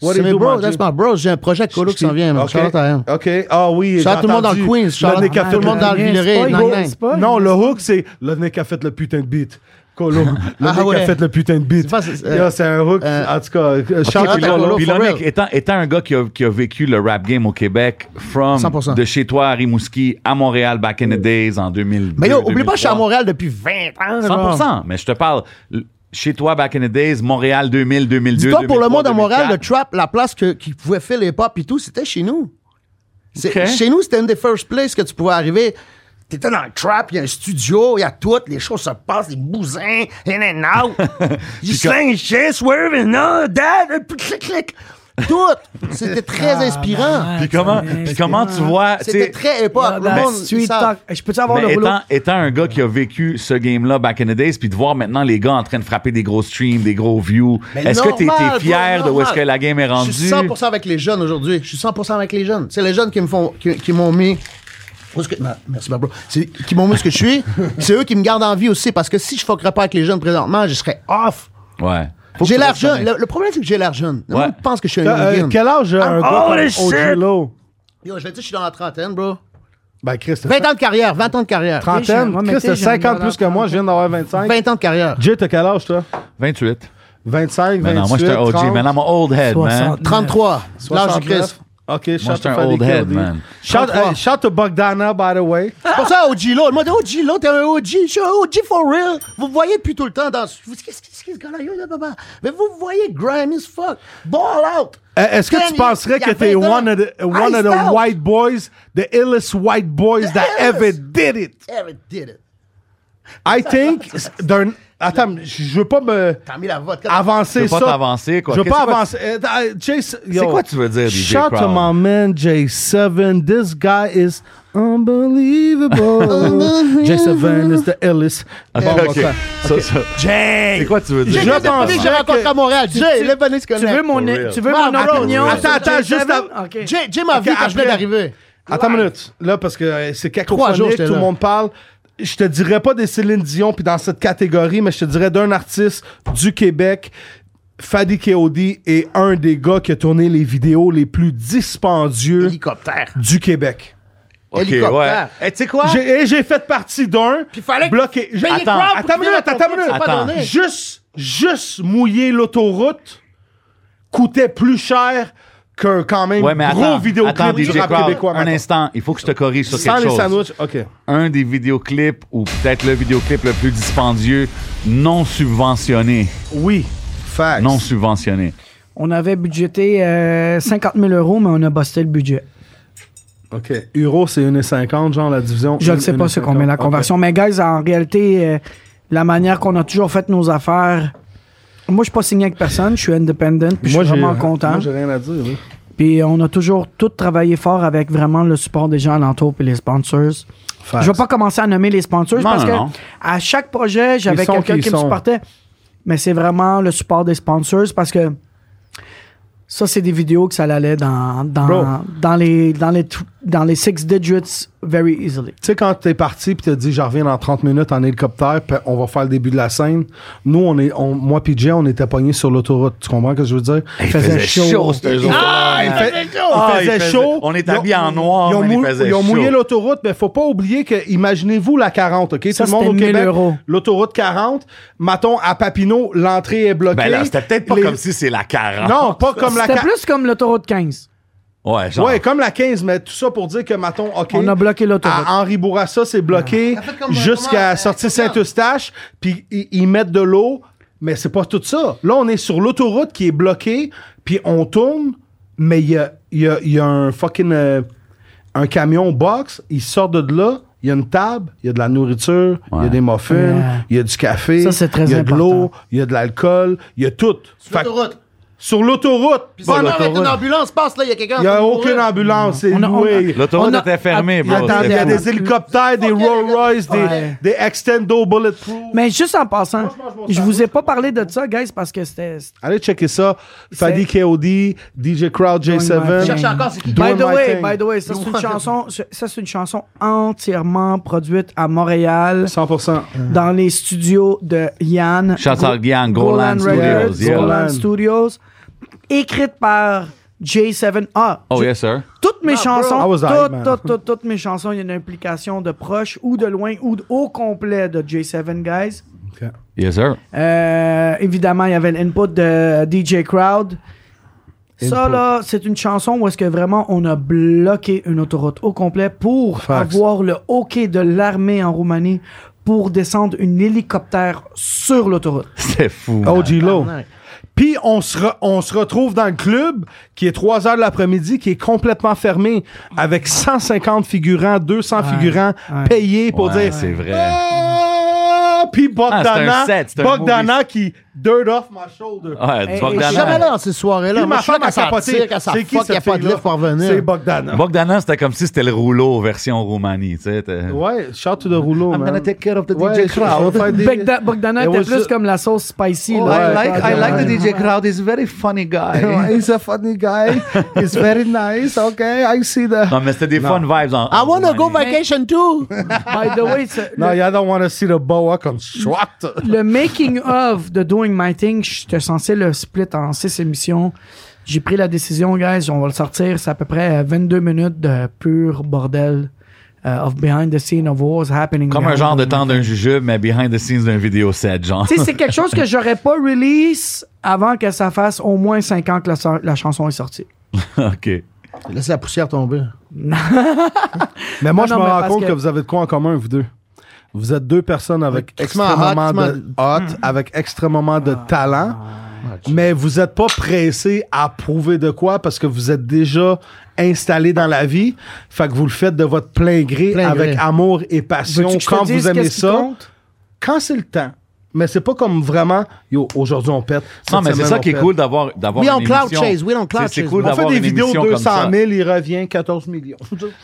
What
C'est
it
mes
do,
bros,
my
that's
G?
my bros. J'ai un projet de colo qui s'en vient, man.
Ok.
Shout out à elle.
OK. Ah oui.
Shout out
j'ai
tout le monde dans le
entendu.
Queens, shout out
Nick a
tout
fait
le monde dans le
C'est
Villeray,
pas
nine,
gros,
nine.
c'est pas-
Non, le hook, c'est le mec a fait le putain de beat. Colo. Le mec
Ah, ouais.
a fait le putain de beat.
C'est pas- c'est- euh,
Yo, C'est un hook.
euh,
En tout cas, euh, shout
ok,
out
Puis
à
là,
Colo,
puis
for
Lonic,
real.
étant, étant un gars qui a, qui a vécu le rap game au Québec, from
100%.
de chez toi à Rimouski à Montréal back in the days en 2000.
Euh. Mais yo, oublie pas, euh, je suis à
2003.
Montréal depuis 20 ans. genre.
100%. Mais je te parle, l- chez toi back in the days, Montréal 2000, 2002.
Dis-toi, pour
2003,
le monde à Montréal, le
2004.
trap, la place que, qui pouvait faire les pop et tout, c'était chez nous. C'est-
Ok.
Chez nous, c'était une des first places que tu pouvais arriver. T'étais dans le trap, il y a un studio, il y a tout, les choses se passent, les bousins, in and out. You
quand-
sling shit, swerving, no, dad, euh, clic, clic. Tout. C'était très inspirant.
Puis comment,
Ouais,
puis comment tu vois, tu
C'était
sais,
très époque. Le
Dans
monde,
Street
ils savent.
Talk. Je peux-tu avoir le
mais
rouleau?
étant, étant un gars qui a vécu ce game-là back in the days, puis de voir maintenant les gars en train de frapper des gros streams, des gros views,
Mais
est-ce que t'es
normal,
t'es fier
bro,
de où est-ce
normal.
que la game est rendue?
Je suis 100% avec les jeunes aujourd'hui. Je suis 100% avec les jeunes. C'est les jeunes qui me font, qui, qui m'ont mis. où est-ce que- Ma- Merci, ma bro. C'est- Qui m'ont mis ce que je suis. C'est eux qui me gardent en vie aussi parce que si je fuckerais pas avec les jeunes présentement, je serais off.
Ouais.
J'ai l'air jeune. Le, le problème, c'est que j'ai l'air jeune. Le
Ouais.
monde pense que je suis un
Euh,
alien.
Quel âge a un gars comme OG Lo?
Yo, je vais te dire, je suis dans la trentaine, bro.
Ben, Chris, t'as
20 ans de carrière, 20 ans de carrière.
trentaine.
Ouais, mais
Chris,
t'es
t'as
jeune,
50
dans
plus que moi, je viens d'avoir 25.
20 ans de carrière.
Jay, t'as quel âge, toi?
28.
25, 28,
Maintenant, Ben moi, j'étais un OG.
30,
Maintenant, I'm an old head, man.
60.
33. L'âge de
69.
Christ.
OK, shout
Moi, j'étais
to
un
Fadi
old head,
Kennedy.
man.
Shout,
33.
hey, shout to Bogdana, by the way.
C'est pour ça, OG là. Le monde dit OG là, t'es un OG. Je suis un OG for real. Vous me voyez depuis tout le temps dans. vous- Qu'est-ce qu'est-ce que ce gars-là, yo, là, papa? Mais vous me voyez grime as fuck. Ball out.
Euh, Est-ce que tu
Kanye,
penserais
il y
que
a
t'es
20 ans,
one of the, one of
iced
the
out.
white boys, the illest white boys that ever
illest. Eh,
did it?
Eric did it.
I think d'un. Attends, je je veux pas me
T'as mis la vodka.
Je
avancer
veux pas
ça.
t'avancer, quoi.
Je veux
Qu'est-ce
pas
que-
avancer. Euh, euh, Jay, yo,
quoi tu veux dire, DJ
Shout to
Crowd?
my man J7. This guy is unbelievable. J7 is the illest. Bon,
OK,
bon,
OK.
ça.
Ça, ça.
Jay!
C'est quoi tu veux dire?
Je
J'ai
pense
que j'ai rencontré à Montréal. Jay, le bonnet se
Tu veux
connaît.
mon,
For real.
tu veux
Ouais,
mon
attends,
opinion?
attends,
sur
attends,
J7?
juste avant-
OK.
Jay, Jay m'a
Ok,
vu quand je venais
après.
d'arriver.
Attends une minute. Là, parce que euh, c'est
Trois jours,
cacophonique,
j'étais
tout le
là.
monde parle. Je te dirais pas des Céline Dion, puis dans cette catégorie, mais je te dirais d'un artiste du Québec, Fadi Keodi, est un des gars qui a tourné les vidéos les plus dispendieux
Hélicoptère.
du Québec.
OK,
Hélicoptère.
Eh,
ouais. Et tu sais quoi?
J'ai, et j'ai fait partie d'un
fallait que-
bloqué.
Payer
Attends,
Crowd pour
attends une
venir
minute,
à ton
attends
club,
une
c'est pas
Attends.
donné.
Juste, juste mouiller l'autoroute coûtait plus cher qu'un quand même
Ouais, mais
gros
attends,
vidéoclip
attends,
du
DJ
rap
Crowd,
québécois.
un
maintenant.
instant, il faut que je te corrige sur
Sans
quelque
les
chose.
sandwichs, ok.
Un des vidéoclips, ou peut-être le vidéoclip le plus dispendieux, non subventionné.
Oui. Facts.
Non subventionné.
On avait budgété euh, 50 000 euros, mais on a bossé le budget.
OK. Euro, c'est 1,50, genre la division.
Je ne sais pas c'est combien la conversion. Mais, guys, en réalité, euh, la manière qu'on a toujours fait nos affaires. Moi, je suis pas signé avec personne. Je suis independent. Puis je suis vraiment content.
Moi, j'ai rien à dire. oui.
Puis on a toujours tout travaillé fort avec vraiment le support des gens alentour puis les sponsors. Je vais pas commencer à nommer les sponsors
Non,
parce
non,
que
non.
à chaque projet, j'avais
Ils sont
quelqu'un
qui
qui me
sont.
supportait. mais c'est vraiment le support des sponsors parce que ça, c'est des vidéos que ça allait dans,
Bro.
dans, dans les, dans les, tw- dans les six digits very easily.
Tu sais, quand t'es parti puis t'as dit, je reviens dans 30 minutes en hélicoptère, puis on va faire le début de la scène. Nous, on est, on- moi puis Jay, on était pognés sur l'autoroute. Tu comprends ce que je veux dire?
Il faisait chaud, ces autres.
Ah, il, fait-
Ah,
il faisait chaud.
On est
Ils ont-
habillé en noir,
Ils ont,
mais il
mou-
faisait
ils ont
chaud.
mouillé l'autoroute, mais faut pas oublier que, imaginez-vous la 40, OK?
Ça,
Tout le monde
c'était
au
1000
Québec,
euros.
l'autoroute 40, Maton à Papineau, l'entrée est bloquée.
Ben là, c'était peut-être pas
Les-
comme si Ah, c'est la 40.
Non, pas comme la
C'était
40.
plus comme l'autoroute 15.
Ouais, genre.
Ouais, comme la 15, mais tout ça pour dire que, Maton, OK.
On a bloqué l'autoroute.
à Henri Bourassa, c'est bloqué
fait comme, euh, comment,
jusqu'à
euh,
sortie
Coquillon.
Saint-Eustache, puis ils ils mettent de l'eau, mais c'est pas tout ça. Là, on est sur l'autoroute qui est bloquée, puis on tourne, mais il y a, il y a- il y a un fucking... euh, un camion box, il sort de là, il y a une table, il y a de la nourriture, il y a des muffins, il y a du café,
Ça, c'est très
il y a de l'eau,
important.
il y a de l'alcool, il y a tout. Fait que-
L'autoroute.
Sur l'autoroute,
Puis
pas
ça, non, avec
l'autoroute.
une ambulance, passe là, il y a quelqu'un.
il n'y a aucune ambulance, c'est
On a- on a-
loué.
L'autoroute
On a-
était fermée, bro.
Attends, il y a
C'était-
des hélicoptères, des Rolls Royce, des,
Ouais.
des Extendo Bulletproof.
Mais juste en passant,
je mange mon
je vous ai
sandwich,
pas parlé de ça, guys, parce que c'était.
Allez checker ça. Fadi KOD, DJ Crowd,
Je
J7.
cherche encore, c'est qui
Doing
By the
my
way,
thing.
by the way, ça c'est une
Doing my
chanson, ça c'est une chanson entièrement produite à Montréal
100%.
dans les studios de Yann.
Shout out Yann, Golan
Records,
Studios, yeah.
Golan
Golan.
Studios, écrite par J7. Ah,
Oh,
j-
yes, sir.
toutes mes
Ah, I
chansons,
was high,
toutes,
man.
toutes, toutes, toutes mes chansons, il y a une implication de proche ou de loin ou de- au complet de J7, guys.
Yes, sir.
Euh, évidemment, il y avait l'input de DJ Crowd. Ça,
Input.
là, c'est une chanson où est-ce que vraiment on a bloqué une autoroute au complet pour
Facts.
avoir le OK de l'armée en Roumanie pour descendre un hélicoptère sur l'autoroute.
C'est fou. man.
OG Low. Puis on se, re- on se retrouve dans le club qui est 3 h de l'après-midi, qui est complètement fermé, avec 150 figurants, 200 figurants
ouais.
payés pour
Ouais,
dire.
c'est vrai.
Ah! Puis Bogdana,
Ah, c'est un set, c'est un
Bogdana qui dirt off my shoulder.
Ouais,
Hey,
du
Je suis jamais allé
Bogdana.
dans ces soirées-là.
Puis
Moi,
ma
je suis
femme a
qu'à s'en
capoté.
tire, qu'à s'en
C'est qui
fuck, il n'y a
cette
pas de
fille-là?
lift pour revenir.
C'est Bogdana.
Bogdana, c'était comme si c'était le rouleau version Roumanie, tu sais. t'es-
Ouais, shout to the rouleau, man.
care of the
Ouais, on va faire des-
Bogda- Bogdana
It
était
was
plus
just-
comme la sauce spicy.
Oh,
là.
I like- I like the
DJ crowd. He's a very funny guy.
He's a funny guy. He's very nice. Okay, I see the.
Non, mais c'était des fun vibes. En,
I wanna go
Roumanie.
vacation too.
By the way, ce-
No,
le,
you don't want to see the boa comme schwatt.
le making of de Doing My Thing, j'étais censé le split en six émissions. J'ai pris la décision, guys, on va le sortir. C'est à peu près euh, 22 minutes de pur bordel euh, of behind the scene of what was happening.
Comme un
behind
genre
the
de temps d'un jujube, mais behind the scenes d'un vidéo set, genre.
Tu sais, c'est quelque chose que j'aurais pas release avant que ça fasse au moins 5 ans que la, so- la chanson est sortie.
OK.
Laisse la poussière tomber.
Mais moi,
Non,
je
non,
me
mais
rends
parce
compte
que-
que... vous avez de quoi en commun, vous deux. Vous êtes deux personnes avec
Extrêmement
extrêmement
hot,
de
hum.
hot, avec extrêmement
Ah,
de talent, mais vous n'êtes pas pressé à prouver de quoi parce que vous êtes déjà installé dans la vie. Fait que vous le faites de votre plein gré
Plein
avec
gré.
amour et passion
Veux-tu que je te
quand
dise
vous aimez
qu'est-ce qui
ça.
compte?
Quand c'est le temps. Mais c'est pas comme vraiment, yo, aujourd'hui on pète.
Non,
cette
mais c'est
semaine,
ça
on
qui est
pète.
cool d'avoir d'avoir
We
une
on cloud
émission.
chase, we on cloud
C'est- C'est
chase.
cool
On
On fait
d'avoir
des
une
vidéos
émission comme
200
ça.
000, il revient 14 millions.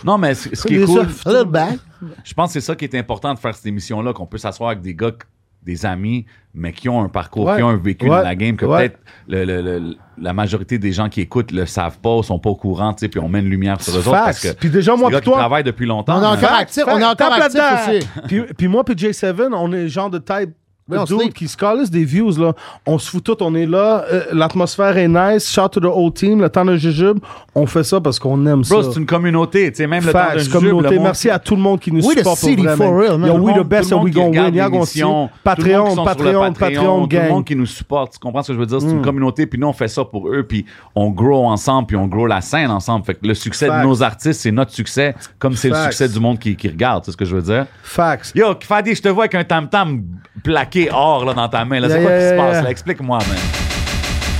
Non, mais ce ce qui est
C'est
cool,
ça.
A little bag.
je pense que c'est ça qui est important de faire cette émission-là, qu'on peut s'asseoir avec des gars, que- des amis, mais qui ont un parcours,
Ouais.
qui ont un vécu
Ouais.
dans la game, que
Ouais.
peut-être le- le- le- la majorité des gens qui écoutent le savent pas, sont pas au courant, tu sais, puis on met une lumière sur eux autres. Parce
Fax.
que
Puis déjà,
c'est
moi,
des gars
puis
qui
toi,
travaillent depuis longtemps.
On est encore
hein.
actif, on est encore
Tape
actif
là-dedans.
aussi.
puis, puis moi, puis J7, on est le genre de type.
Oui, on
dude
sleep.
qui se calisse des views, là. On se fout tout, on est là, euh, l'atmosphère est nice, shout to the whole team, le temps de jujube, on fait ça parce qu'on aime
Bro,
ça.
c'est une communauté, tu sais, même le temps
Facts,
d'un jujube,
communauté,
le monde-
merci à tout le monde qui nous
We the
supporte
city,
pour vrai,
for
man.
real, man.
Yo,
Tout
we
le
the
monde-
best
tout le
and we
monde qui
gonna win.
regarde
Yeah, gonna see.
l'émission, tout le monde qui
Patreon,
sont sur le
Patreon, Patreon,
tout le
gang. Mm.
monde qui nous supporte, tu comprends ce que je veux dire? C'est une communauté, puis nous, on fait ça pour eux, puis on grow ensemble, puis on grow la scène ensemble. Fait que le succès de
Facts.
nos artistes, c'est notre succès, comme c'est le
Facts.
succès du monde qui, qui regarde, c'est ce que je veux dire?
Facts.
Yo, Fadi, je te vois avec un tam-tam plaqué or là, dans ta main. là. C'est
Yeah,
quoi
yeah,
qui se
yeah,
passe?
yeah.
là? Explique-moi, man.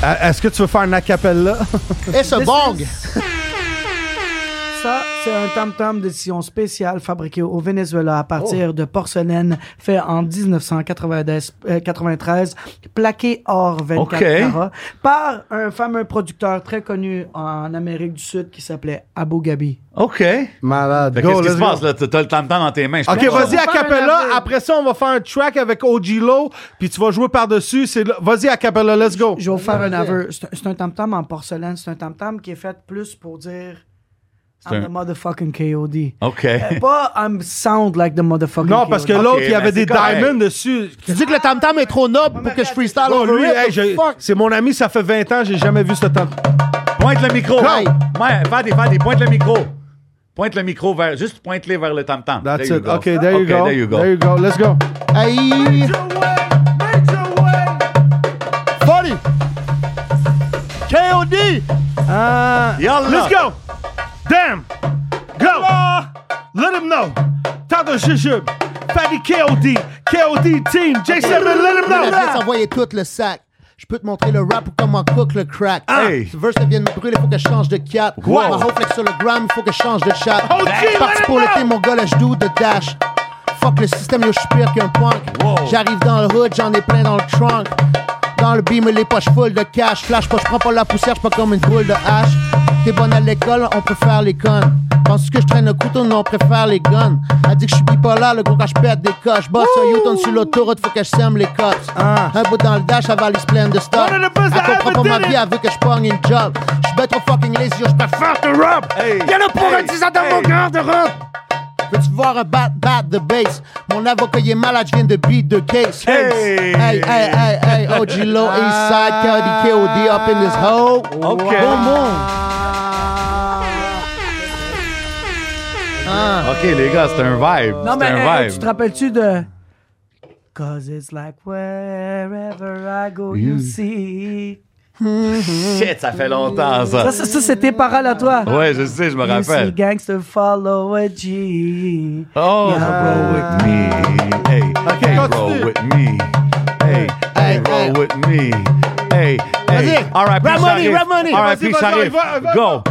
Euh, Est-ce que tu veux faire un acapella?
Et ce bong.
ça, c'est un tam-tam d'édition spéciale fabriqué au Venezuela à partir de porcelaine fait en 1993, euh, 93, plaqué or 24
Ok.
carats, par un fameux producteur très connu en Amérique du Sud qui s'appelait Abu Ghabi.
OK. Fait
Malade.
que
Go,
Ben, Qu'est-ce qui
let's
se
go.
passe, là? T'as t'as le tam-tam dans tes mains. je
OK,
pense.
vas-y,
va
à
faire un
Capella.
avril.
Après ça, on va faire un track avec OG Low, puis tu vas jouer par-dessus. C'est le- Vas-y, à Capella, let's go.
Je vais vous faire un aveu. C'est un- C'est un tam-tam en porcelaine. C'est un tam-tam qui est fait plus pour dire
C'est
I'm
un-
the motherfucking KOD.
OK.
Euh, Pas I'm sound like the motherfucking
Non, parce que
KOD.
l'autre, il y
ben,
avait des
c'est correct.
diamonds dessus.
Tu dis que le tam-tam est trop noble pour que je freestyle
Oh,
over
lui,
it?
hey, j'ai-
Fuck.
c'est mon ami, ça fait 20 ans, j'ai jamais vu ce temps.
Pointe le micro.
Hey.
Ouais, fais des, fais des, pointe le micro. Pointe le micro vers, juste pointe-les vers le tam-tam.
That's
There you
it.
go.
OK, there you
OK,
go.
there you go.
There you go. Let's go.
Hey! Funny! K.O.D.
Yalla.
Let's go. Damn. Go. Let him know. Tata Jujube. Fatty KOD. KOD team. J7, let him
Je vais
know.
s'envoyer tout le sac. Je peux te montrer le rap ou comment cook le crack.
Ah.
Hey.
Tu veux que ça vienne me brûler, faut que je change de cat.
Wow.
Ma flex sur le gram, faut que je change de chat.
Oh, gee, let
Parti
it
pour le
go.
thé, mon gars, là, je doute de dash. Fuck le système, yo, je suis pire qu'un punk.
Wow.
J'arrive dans le hood, j'en ai plein dans le trunk. Dans le beam, les poches full de cash. Flash pas, je prends pas la poussière, je pas comme une boule de hache. T'es bonne à l'école, on préfère les connes. Penses-tu que je traîne le couteau? Non, on préfère les guns. A dit que je suis bipolaire, le gros quand je pète des coches. Boss, un Newton sur l'autoroute, faut que je sème les cotes. Un bout dans le dash, la valise pleine de stock.
One of the best I
Elle comprend
ever
pas ma
did it.
vie, elle veut que je pogne une job. Je suis ben trop fucking lazy, yo, je préfère te rap.
Hey.
Y'en a pour un
Hey.
10 ans dans
Hey.
mon garde-robe. Veux-tu voir un bat, bat de bass? Mon avocat, il est malade, je viens de beat de case.
Hey.
hey, hey, hey, hey, OG Low,
Ah.
Eastside, KOD, KOD, up in this hole.
OK.
Bon monde.
OK, les gars, c'est un vibe.
Non,
c'est
mais
un
hey,
vibe.
tu te rappelles-tu de. Cause it's like wherever I go,
Mm.
you see.
Shit, ça fait longtemps, ça.
Ça, ça, ça, c'est tes paroles à toi.
Ouais, je sais, je me
You see
rappelle.
gangster follow a G.
Oh, roll with me. Hey, hey, roll
continue.
with me. Hey, hey,
Hey,
roll
hey.
with me. Hey, hey.
Vas-y.
All right,
Rap
puis
money,
j'arrive.
rap money.
All right,
Vas-y,
puis
vas-y,
j'arrive.
va, va,
Go.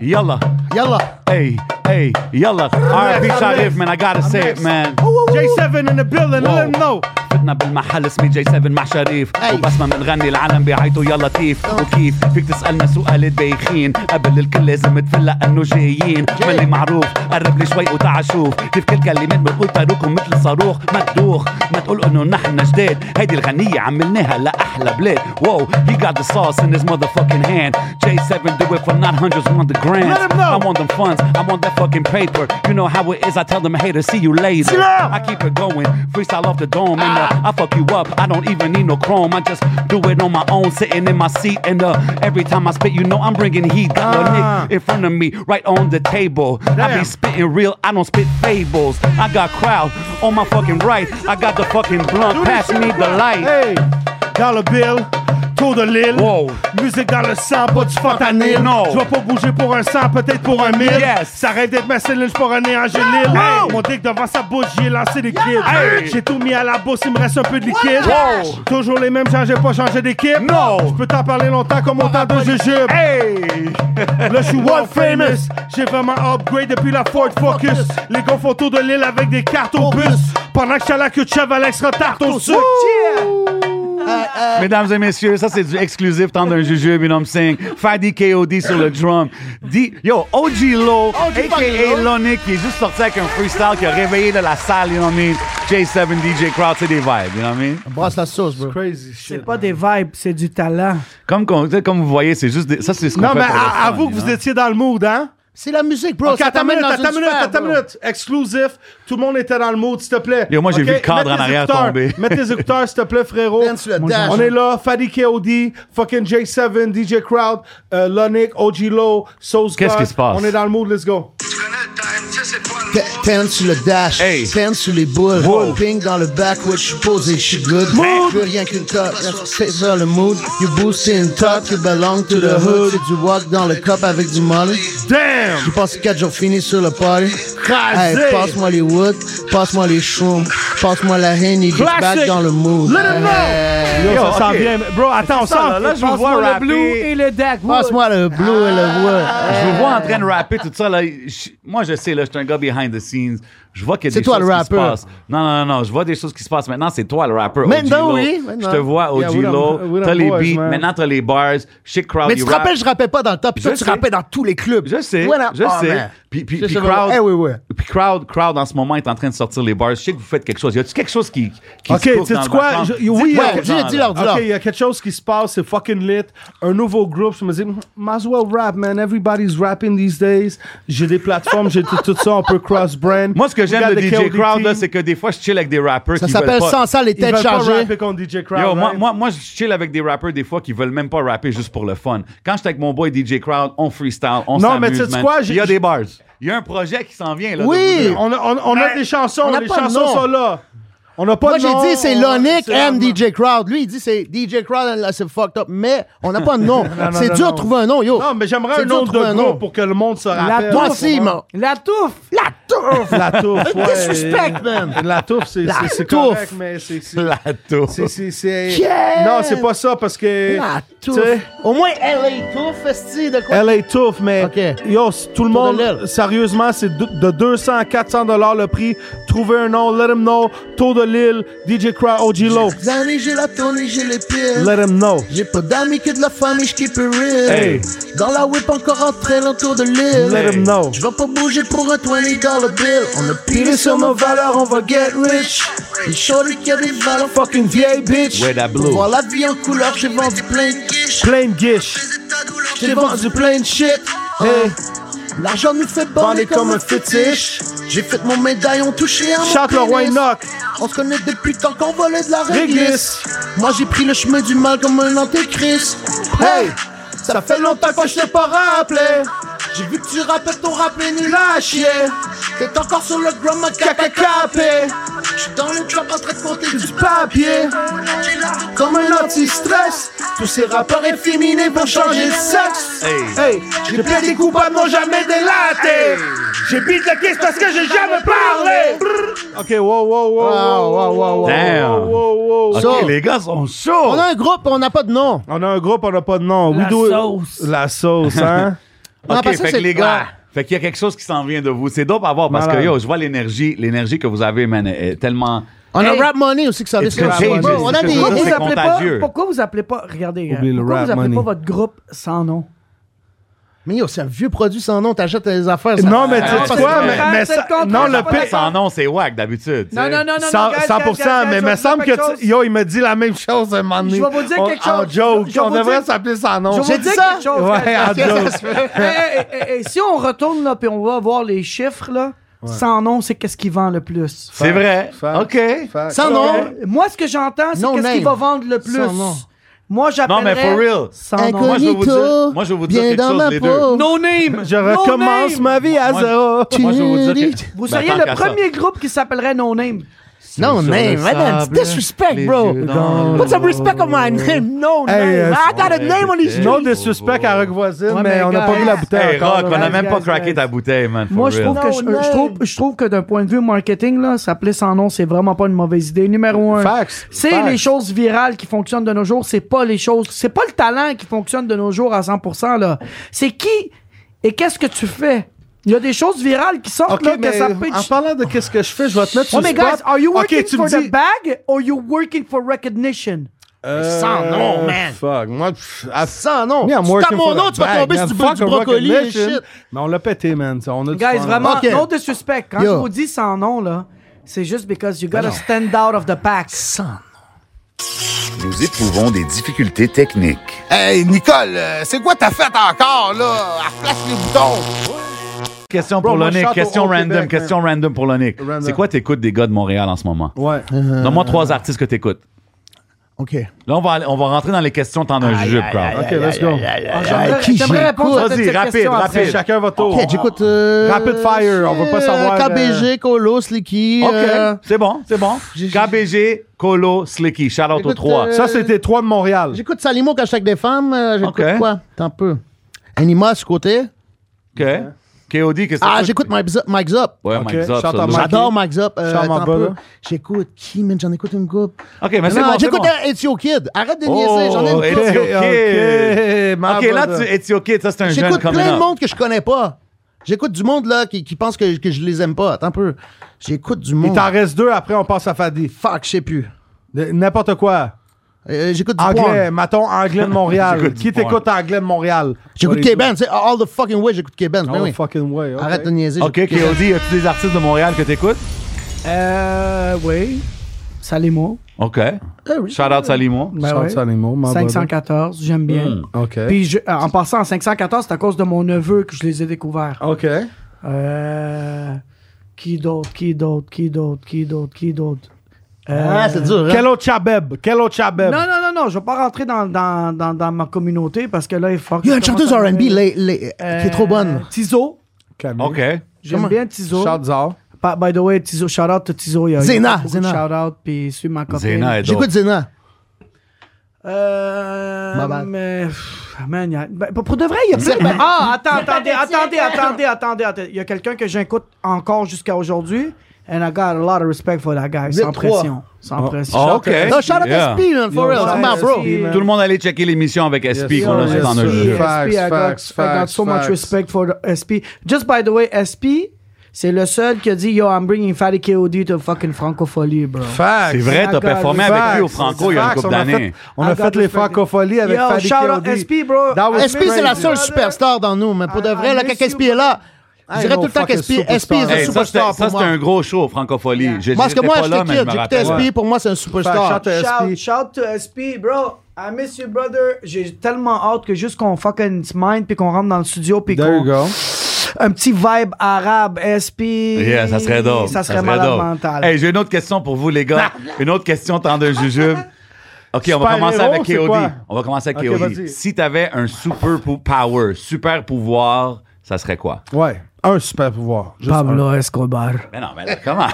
Yalla.
Yalla.
Hey, hey, yalla. All right, puis
I'm
j'arrive,
next.
man. I gotta say it, man.
J7 in the building. Let him know.
فتنا بالمحل اسمي جاي 7 مع شريف
أي.
وبس ما بنغني العالم بيعيطوا يا لطيف وكيف فيك تسالنا سؤال تبيخين قبل الكل لازم تفلق انه جايين ملي معروف قرب لي شوي وتعا شوف كيف كل كلمات بنقول تاروكم مثل صاروخ مدوخ ما تقول انه نحن جداد هيدي الغنيه عملناها لاحلى بلاد واو he got the sauce in his motherfucking hand J7 do it for not hundreds want the grand
Let him know.
I want them funds. I'm on that fucking paper. You know how it is. I tell them, hey, to see you later. I keep it going. Freestyle off the dome. And uh, I fuck you up. I don't even need no chrome. I just do it on my own, sitting in my seat. And uh, every time I spit, you know I'm bringing heat. Got a nick in front of me, right on the table. I
Damn.
be spitting real. I don't spit fables. I got crowd on my fucking right. I got the fucking blunt. Pass me the light.
Hey. Dollar bill. Tour de l'île.
Wow.
Musique dans le sang, pas du fentanyl.
Non.
Je vais pas bouger pour un cent, peut-être pour un mille.
Yes.
Ça rêve d'être ma cellule, pour un Angeline.
Wow.
Mon dick devant sa bouche, j'ai lancé des kids.
Hey.
J'ai tout mis à la bourse, il me reste un peu de liquide.
Wow.
Toujours les mêmes, j'ai pas changé d'équipe.
Non.
Je peux t'en parler longtemps comme autant de jujubes.
Hey.
Là, je suis world famous. J'ai vraiment upgrade depuis la Ford Focus. Les gars font tour de l'île avec des cartes au bus. Pendant que je suis à la queue de chèvre, Alex retarde au sucre.
Mesdames et messieurs, ça c'est du exclusif temps d'un jujube, you know what I'm saying? Fadi KOD sur le drum. D Yo, OG Low, a.k.a. Lonic, qui est juste sorti avec un freestyle qui a réveillé de la salle, you know what I mean? J7 DJ Crowd, c'est des vibes, you know what I mean?
Brasse la sauce, bro.
Crazy
C'est
shit.
pas des vibes, c'est du talent.
Comme, qu'on- tu sais, comme vous voyez, c'est juste des- ça c'est ce qu'on
Non,
fait
mais
pour le
à-
fun,
avoue
you
que vous
know?
étiez dans le mood, hein?
C'est la musique, bro.
Ok,
Ça
attends une
t'amène
minute,
dans
attends
une
une minute,
sphère,
attends une
bro.
minute. Exclusif. Tout le monde était dans le mood, s'il te plaît.
Yo, moi, j'ai
Ok,
vu le cadre
mets
en
tes
arrière
écouteurs.
tomber.
Mets tes écouteurs, s'il te plaît, frérot.
Dance le dash.
On est là. Fadi KOD, fucking J7, DJ Crowd, euh, Lonic, OG Low, Sauce
Qu'est-ce
God.
qui se passe?
On est dans le mood, let's go.
T- Ten sur le dash,
Hey.
ten sur les boules,
Wow.
ping dans le backwood, je suis posé, je suis good. Je veux rien qu'une top, c'est ça le mood. You boosting in top, you belong to the hood. C'est du walk dans le cup avec du molly.
Damn!
J'ai passé 4 jours finis sur le party. Hey,
Crasé.
passe-moi les wood, passe-moi les shrooms, passe-moi la henny, get back
Classic.
dans le mood.
Let 'em know.
Hey.
Yo, ça s'en
ok.
vient. Bro, attends, on
ça, là,
sort.
là, je vous vois
Passe-moi le
rapper.
blue et le deck.
Passe-moi le bleu et le voix.
Je vous vois en
Euh.
train de rapper tout ça. Là. Je- moi, je sais, là, je suis un gars behind the scenes. Je vois qu'il y a
C'est
des
toi
choses
le
qui se
rappeur.
passent. Non, non, non, non. Je vois des choses qui se passent. Maintenant, c'est toi le rappeur. OG
Maintenant,
Lo.
oui, maintenant.
Je te vois,
Yeah,
OG
we
Lo.
don't- we don't
T'as les
boys,
beats.
man.
Maintenant, t'as les bars. Shit crowd,
Mais tu
you
te
rap.
rappelles, je rappais pas dans le top. Puis toi,
Je
tu
sais.
rappais dans tous les clubs.
Je sais,
Voilà.
je
Ah,
sais.
man.
Puis, puis,
Je
puis
sais
crowd,
pas. Eh oui, oui.
puis crowd, crowd en ce moment est en train de sortir les bars. Je sais que vous faites quelque chose. Y a-tu quelque chose qui, qui
Ok,
se passe
sais-tu
dans le
quoi?
background?
Je- oui,
Dites-le
ouais,
aux
dis-
gens,
dis-leur,
là.
dis-leur.
Ok, il y a quelque chose qui se passe, c'est fucking lit. Un nouveau groupe, je me dis, hmm, might as well rap, man. Everybody's rapping these days. J'ai des plateformes, j'ai tout, tout ça, on peut cross-brand.
Moi, ce que j'aime
Regarde
de
le
DJ
KODT,
Crowd, là, c'est que des fois, je chill avec des rappers
Ça
qui veulent
s'appelle
pas-
Sans ça, les
ils veulent pas
têtes chargées.
rapper contre DJ Crowd. hein.
Yo, moi,
right?
moi, moi, je chill avec des rappeurs des fois qui veulent même pas rapper juste pour le fun. Quand j'étais avec mon boy DJ Crowd, on freestyle, on
Non, mais
s'amuse,
sais-tu
man.
quoi, j'ai-
Il y a des bars. Il y a un projet qui s'en vient, là.
Oui!
de vous deux.
On a, on, on a des chansons,
Ben, on a
les
pas de
chansons
nom.
sont là. On n'a pas
Moi,
de
j'ai
nom,
dit, c'est
on-
Lonic
c'est-
M DJ Crowd. Lui, il dit, c'est DJ Crowd, and là, c'est fucked up. Mais on n'a pas de nom. c'est
non,
dur
non.
de trouver un nom, yo.
Non, mais j'aimerais
C'est
un
dur
nom
de
de
trouver un nom.
groupe pour que le monde se rappelle.
Moi aussi, man.
La touffe!
La touffe!
La touffe, ouais.
Disrespect, man.
La touffe, c'est
La
c'est- c'est
touffe.
correct, mais c'est... c'est-
La tour.
c'est- c'est- c'est-
Yeah.
Non, c'est pas ça, parce que...
La
tu
touffe!
sais,
Au moins, LA touffe, esti, de quoi?
LA Tough, mais
Ok.
yo, c- tout le
Tour de
monde,
l'aile.
sérieusement, c'est de de 200 à 400 dollars le prix. Trouvez un nom, let him know. Tour de Lille, DJ Crowd, OG Low.
L'année, j'ai la tournée, j'ai les pieds.
Let him know.
J'ai pas d'amis que de la famille, j'keep it real.
Hey.
Dans la whip, encore en train l'entour de
Let him
l'île.
know.
Je vais pas bouger pour un 20 dollar bill. On a pilé sur nos valeurs, on va get rich. Une shorty qui a des valeurs, fucking vieille bitch.
Ouais, la blue.
Pour voir la vie en couleur, j'ai vendu plein de quiche.
Plain Gish.
J'ai vendu plein de shit. Hey. L'argent nous fait bander comme un fétiche. J'ai fait mon médaillon touché à mon
Shout le roi
pénis.
Enoch.
On se connaît depuis tant qu'on volait de la
Réglisse.
réglisse. Moi j'ai pris le chemin du mal comme un antéchrist. Hey, ça fait longtemps que je t'ai pas rappelé. J'ai vu que tu rappelles ton rap est nul à chier. T'es encore sur le ground, ma caca capé. J'suis dans le club en train de compter du papier. Comme un anti-stress, tous ces rappeurs efféminés vont changer de sexe.
Hey.
j'ai plein des coupables, non jamais délaté. J'ai bite la caisse parce que j'ai jamais parlé.
Ok, wow, wow, wow, wow, wow, wow, wow, wow,
Damn.
wow, wow.
OK,
So-
les gars sont chauds.
un groupe, on n'a pas de nom.
On a un groupe, on n'a pas de nom.
La
We do it-
sauce.
La sauce, hein?
OK,
Non, parce que
fait que
c'est-
les gars,
Ouais.
fait qu'il y a quelque chose qui s'en vient de vous. C'est dope à voir parce
Malade.
que, yo, je vois l'énergie, l'énergie que vous avez, man, est tellement...
On
Hey.
a Rap Money aussi qui s'en vient
It's
sur le
contagious.
show. On a
It's
des
contagious.
Pourquoi vous
c'est
hits.
appelez
contagieux.
pas, pourquoi vous appelez pas, regardez,
Oublie
euh,
le
pourquoi
rap
vous appelez
money.
pas votre groupe sans nom?
Mais yo, c'est un vieux produit sans nom, t'achètes des affaires. ça-
Non, mais tu
non,
sais
parce
quoi? Mais,
que-
mais ça-
Ah, c'est le
non,
contraire,
le
c'est pas
pire.
Sans nom, c'est whack d'habitude. tu sais.
Cent- 100%, mais il me semble que. tu- Yo, il me dit la même chose un moment donné.
Je vais vous dire
On-
quelque
En
chose.
joke,
Je- je vais
on
vous
devrait
dire-
s'appeler sans nom.
Je vais vous dire quelque chose.
Ouais, en
Qu'est-ce que ça
joke.
se fait? Hey, hey, hey, hey, eh, si on retourne là puis on va voir les chiffres là, sans nom, c'est qu'est-ce qui vend le plus.
C'est vrai.
Facts.
OK.
Facts.
Sans nom.
Euh, Moi, ce que j'entends, c'est
No
qu'est-ce qui
name.
va vendre le plus.
Sans nom.
Moi,
Non, mais
j'appellerais...
for real.
Sans nom.
Moi, je vais vous dire- moi, je vais vous dire
Bien
quelque
dans
chose,
ma
les
peau.
deux.
No name.
Je
No
recommence
name.
ma vie à
Moi,
zéro.
Moi, je vais vous dire que-
Vous
Ben,
seriez
tant
le
qu'à ça.
premier groupe qui s'appellerait No Name.
Non,
Sur
name.
le
Man,
sable,
disrespect,
les
bro.
yeux dans
Put some
l'eau.
respect on my name.
Hey,
No name.
euh,
I got a name on his
Non
name.
de suspect à Rock Voisine,
Ouais,
mais
mais
on n'a pas
gars.
vu la bouteille.
Hey,
encore,
Rock, on n'a
là.
même pas
guys,
craqué
guys.
ta bouteille, man. for
Moi, je
real.
trouve, que je,
No
je trouve, je trouve que d'un point de vue marketing, là, s'appeler sans nom, c'est vraiment pas une mauvaise idée. Numéro un.
Facts.
C'est
Facts.
les choses virales qui fonctionnent de nos jours. C'est pas les choses. C'est pas le talent qui fonctionne de nos jours à 100%. là. C'est qui et qu'est-ce que tu fais? Il y a des choses virales qui sortent
Ok,
là, que
mais
ça pitch.
en parlant de qu'est-ce que je fais, je vais te mettre sur
Oh,
le
mais
spot.
guys, are you
Ok,
working
tu me
for
dis-
the bag or you working for recognition?
Sans nom,
Euh,
man.
Fuck, moi, pff, à-
Sans nom.
Me, I'm
Oh, Tu tapes
working
mon
for
nom,
the
tu vas
bag,
tomber
man.
sur du bout
Fuck
du
a
brocoli et
recognition.
shit.
Mais on l'a pété, man. ça, On a du
Guys,
fun.
vraiment,
Ok.
non disrespect. Quand
Yo.
je vous dis sans nom, là, c'est juste because you gotta stand out of the pack.
Nous éprouvons des difficultés techniques.
Hey, Nicole, euh, c'est quoi t'as fait encore, là? Elle flash les boutons.
Question
Bro,
pour
moi, je
Lonic,
chante au-
question
au
random,
Québec, man.
question random pour Lonic.
Random.
C'est quoi t'écoutes des gars de Montréal en ce moment?
Ouais.
Donne-moi trois artistes que t'écoutes.
OK.
Là, on va, aller- on va rentrer dans les questions t'en as un jujube, crowd.
Ok, let's go.
Ah,
Eh,
j'aimerais-
qui
J'aimerais répondre à
j'écoute?
toutes
Vas-y,
ces
rapide,
questions
rapide.
après.
C'est chacun votre tour. Ah.
OK, j'écoute... euh,
Rapid fire, on va pas
euh,
savoir, euh,
KBG, Colo, Slicky.
OK,
euh,
c'est bon, c'est bon.
j'ai-
KBG, Colo, Slicky, shout out aux
Écoute,
trois.
euh,
Ça, c'était trois de Montréal.
J'écoute Salimo quand je suis avec des femmes. euh, J'écoute
Ok.
quoi? Tant peu. Anima, ce côté.
OK. KOD, qu'est-ce que
Ah,
t'écoutes?
j'écoute Mike's Up. Mike's Up.
Ouais, Mike's Up,
Chanteur
ça,
Mike.
J'adore Mike's Up. Euh,
Charles
attends un
Mamba,
peu.
là.
J'écoute qui, man? J'en écoute une coupe.
OK, mais
Non,
c'est bon, c'est
J'écoute
bon.
un It's Your Kid. Arrête de niaiser, j'en ai
Oh,
une couple.
It's your kid.
Ok,
OK, là, tu, It's your kid, ça, c'est un jeune
J'écoute
coming
plein de
up.
monde que je connais pas. J'écoute du monde là qui, qui pense que, que je les aime pas. Attends un peu. J'écoute du
Il
monde.
t'en reste deux, après on passe à Fadi.
Fuck, je sais plus.
De- N'importe quoi.
Euh, j'écoute du
Anglais,
porn.
mettons anglais de Montréal.
J'écoute du
Qui t'écoute anglais de Montréal?
J'écoute
What do you
K-Ben. tu sais, All the fucking way, j'écoute K-Ben.
do?
Ben
Oh,
oui.
fucking way. ok.
Arrête de niaiser.
OK,
j'écoute K-Ben.
KOD, y a-tu des artistes de Montréal que t'écoutes?
Euh, oui. Salémo.
OK.
Ah oui.
Shout-out Salimo.
Ben
Shout
ouais.
out Animal, my brother.
514, j'aime bien.
Hmm.
OK.
Puis je- euh, en passant, en 514, c'est à cause de mon neveu que je les ai découverts.
OK.
Ah.
Euh, qui d'autre, qui d'autre, qui d'autre, qui d'autre, qui d'autre? Euh,
Ah, c'est dur. hein?
Quel autre Chabeb? Quel autre
Euh,
Chabeb?
Non, non, non, non, je vais pas rentrer dans, dans, dans, dans ma communauté parce que là, il faut que
Il y a
je
une chanteuse
commence à-
R&B les- les- euh, qui est trop bonne.
Euh,
Tizo.
Camille.
OK.
J'aime
Comment?
bien Tizo.
Shout Zao.
Pa- By the way, Tizo, shout out to Tizo. il y a- il y a
Zena,
beaucoup de
Zena.
Shout out, puis suis ma copine.
Zéna est
J'écoute
d'autres.
Zena.
Euh.
Bye-bye.
mais, pff, man, y a- ben, pour pour de vrai, il y a plein. ben, ah, attends, attendez, attendez, attendez, attendez, attendez. Il y a quelqu'un que j'écoute encore jusqu'à aujourd'hui. And I got a lot of respect for that guy.
Zip
Sans
trois.
pression. Sans pression.
Ah, OK.
Non, shout out
Yeah.
SP, man, for
Yo,
real. Come on,
shout out
bro.
SP, man.
Tout le monde allait checker l'émission avec SP
Yes,
qu'on a
sir.
fait dans
Yes,
notre
sir.
jeu.
Facts,
SP, I got,
facts,
I got so
facts,
much
facts.
respect for the SP. Just by the way, SP, c'est le seul qui a dit Yo, I'm bringing Fatty KOD to fucking francophonie, bro.
Facts.
C'est vrai, t'as
Facts.
performé avec lui au
Facts.
Franco il y a une
Facts.
couple
On a fait-
d'années.
On a
Ah,
I got
fait les
respect.
francopholies avec
Yo,
Fadi
shout out
K.O.D.
SP, bro.
That was
SP, c'est la
crazy.
seule superstar dans nous, mais
Ah,
pour de
I- I
vrai, là, quand
miss you,
SP est là, je
I
dirais
know
tout le temps
fucking
qu'SP est
superstar.
un
Hey, ça, c'était ça,
superstar pour
c'était
moi.
un gros show, Francophonie. J'ai-
Moi, parce que
j'étais
moi,
pas là,
j'étais
mais
kid,
me
j'écoutais
rappelle.
SP, pour moi, c'est un superstar.
Shout out
Shout,
SP.
shout to SP, bro. I miss you, brother. J'ai tellement hâte que juste qu'on fucking se mind puis qu'on rentre dans le studio puis
There you
qu'on
go.
un petit vibe arabe SP.
Yeah, ça serait drôle.
Ça serait malade
drôle.
mental.
Hey, j'ai une autre question pour vous, les gars. une autre question, tant de jujube. OK, on va
Super
commencer
héros,
avec
c'est
KOD.
quoi?
On va commencer avec
OK,
KOD.
vas-y.
Si t'avais un super pou- power, super pouvoir, ça serait quoi?
Ouais. Un super pouvoir. Juste un.
Pablo Escobar.
Mais non, mais là, comment?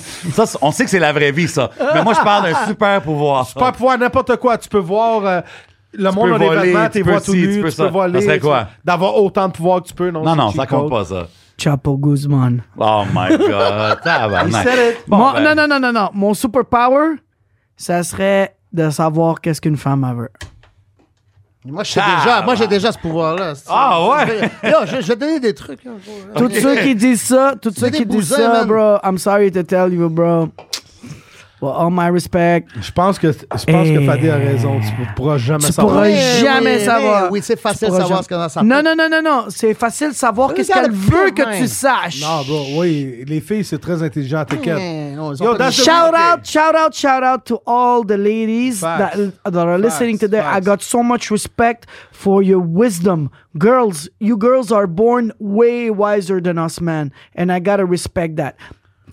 ça, c'est- on sait que c'est la vraie vie, ça. Mais moi, je parle d'un super pouvoir.
Tu peux pouvoir n'importe quoi. Tu peux voir euh, le
peux
monde en
voler,
événement,
tu
tes
peux
voix tout
ci, tu
nu,
peux
tu
ça.
peux voler.
Ça serait
tu-
quoi?
D'avoir autant de pouvoir que tu peux. Non,
Non,
c'est
non,
cheat
ça
code.
compte pas, ça.
Chapo Guzman.
Oh my God. Tabarnak. Bon,
Mon-
ben,
Non, non, non, non, non. Mon superpower, ça serait de savoir qu'est-ce qu'une femme elle veut.
Moi, je sais déjà, moi, j'ai déjà ce pouvoir-là. c'est-
Ah, ouais?
Là, je je vais te donner des trucs. là, euh, gros.
Tous ceux qui disent ça, tous ceux
des
qui disent
bousins,
ça,
man.
bro, I'm sorry to tell you, bro. Well, all my respect.
Je pense que, je pense que
Eh.
Fadi a raison. Tu ne pourras jamais
Tu
savoir.
pourras
Oui, oui,
jamais
oui,
savoir.
oui, c'est facile
Tu pourras
savoir ce qu'on a sa
Non,
peau.
non, non, non, non. C'est facile de savoir qu'est-ce
Regarde
qu'elle
le
veut
pire
que tu
même.
saches.
Non, bro, oui. Les filles, c'est très intelligent. T'inquiète.
Non, ils ont
Yo,
pas
that's
de-
the
Shout
real
out,
thing.
shout out, shout out to all the ladies
Facts.
that, that are listening
Facts,
today. I
facts.
got so much respect for your wisdom. Girls, you girls are born way wiser than us men, and I gotta respect that.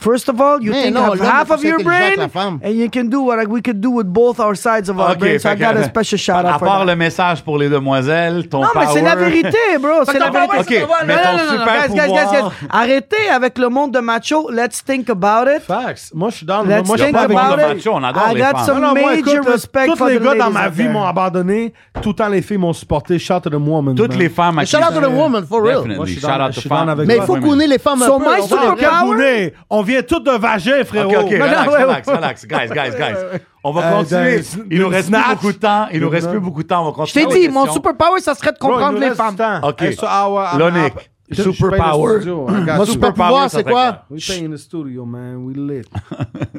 First of all, you
Man,
think
no,
of
l'homme est
half
plus
of your
intelligent que
brain,
la femme.
and you can do what we could do with both our sides of our
OK,
brains. So I
fait que-
got a special shout
À
out for
part
that.
le message pour les demoiselles, ton
Non, mais c'est la
power-
vérité, bro. C'est la
ton
vérité.
power, c'est Ok, ton mais
Non,
ton
non, non, non.
super
Guys, guys, guys, guys.
pouvoir.
Arrêtez avec le monde de macho. Let's think about it.
Facts. Moi, je suis dans le.
Let's
Moi, je suis
think
pas avec
about
les
les
it.
machos, on adore
I
les
got
femmes.
some
Non, non, moi,
major
écoute, là,
respect
tous
for
les
the
gars dans
ladies
ma
out
vie
there.
m'ont abandonné. Tout le temps, les filles m'ont supporté. Shout out to the woman.
Toutes
man.
les femmes à
Shout out to the woman, for
Moi,
real.
je
Definitely.
suis
Shout
dans-
out
je
to
suis dans
femmes.
avec
Mais il
toi,
faut
women.
gouiner les femmes un
So
peu.
my
on
Non,
va-
super-
Ah, Pierre Bounet, On vient tous de Vagin, frérot.
Ah, OK, OK, relax,
ouais,
relax,
ouais.
relax. Guys, guys, guys. On
Euh,
va continuer.
d'un-
Il nous
d'un
reste plus
snatch.
beaucoup de temps. Il nous reste plus beaucoup de temps. On va
Je t'ai
continuer.
dit,
nos
mon
questions.
superpower, ça serait de comprendre les femmes.
OK.
Hey, so our- I'm-
Lonick,
I'm- je- je
super
paye le
power.
studio. I got
Mon
you.
super pouvoir,
ça
c'est
serait
quoi?
We pay in the studio, man. We lit.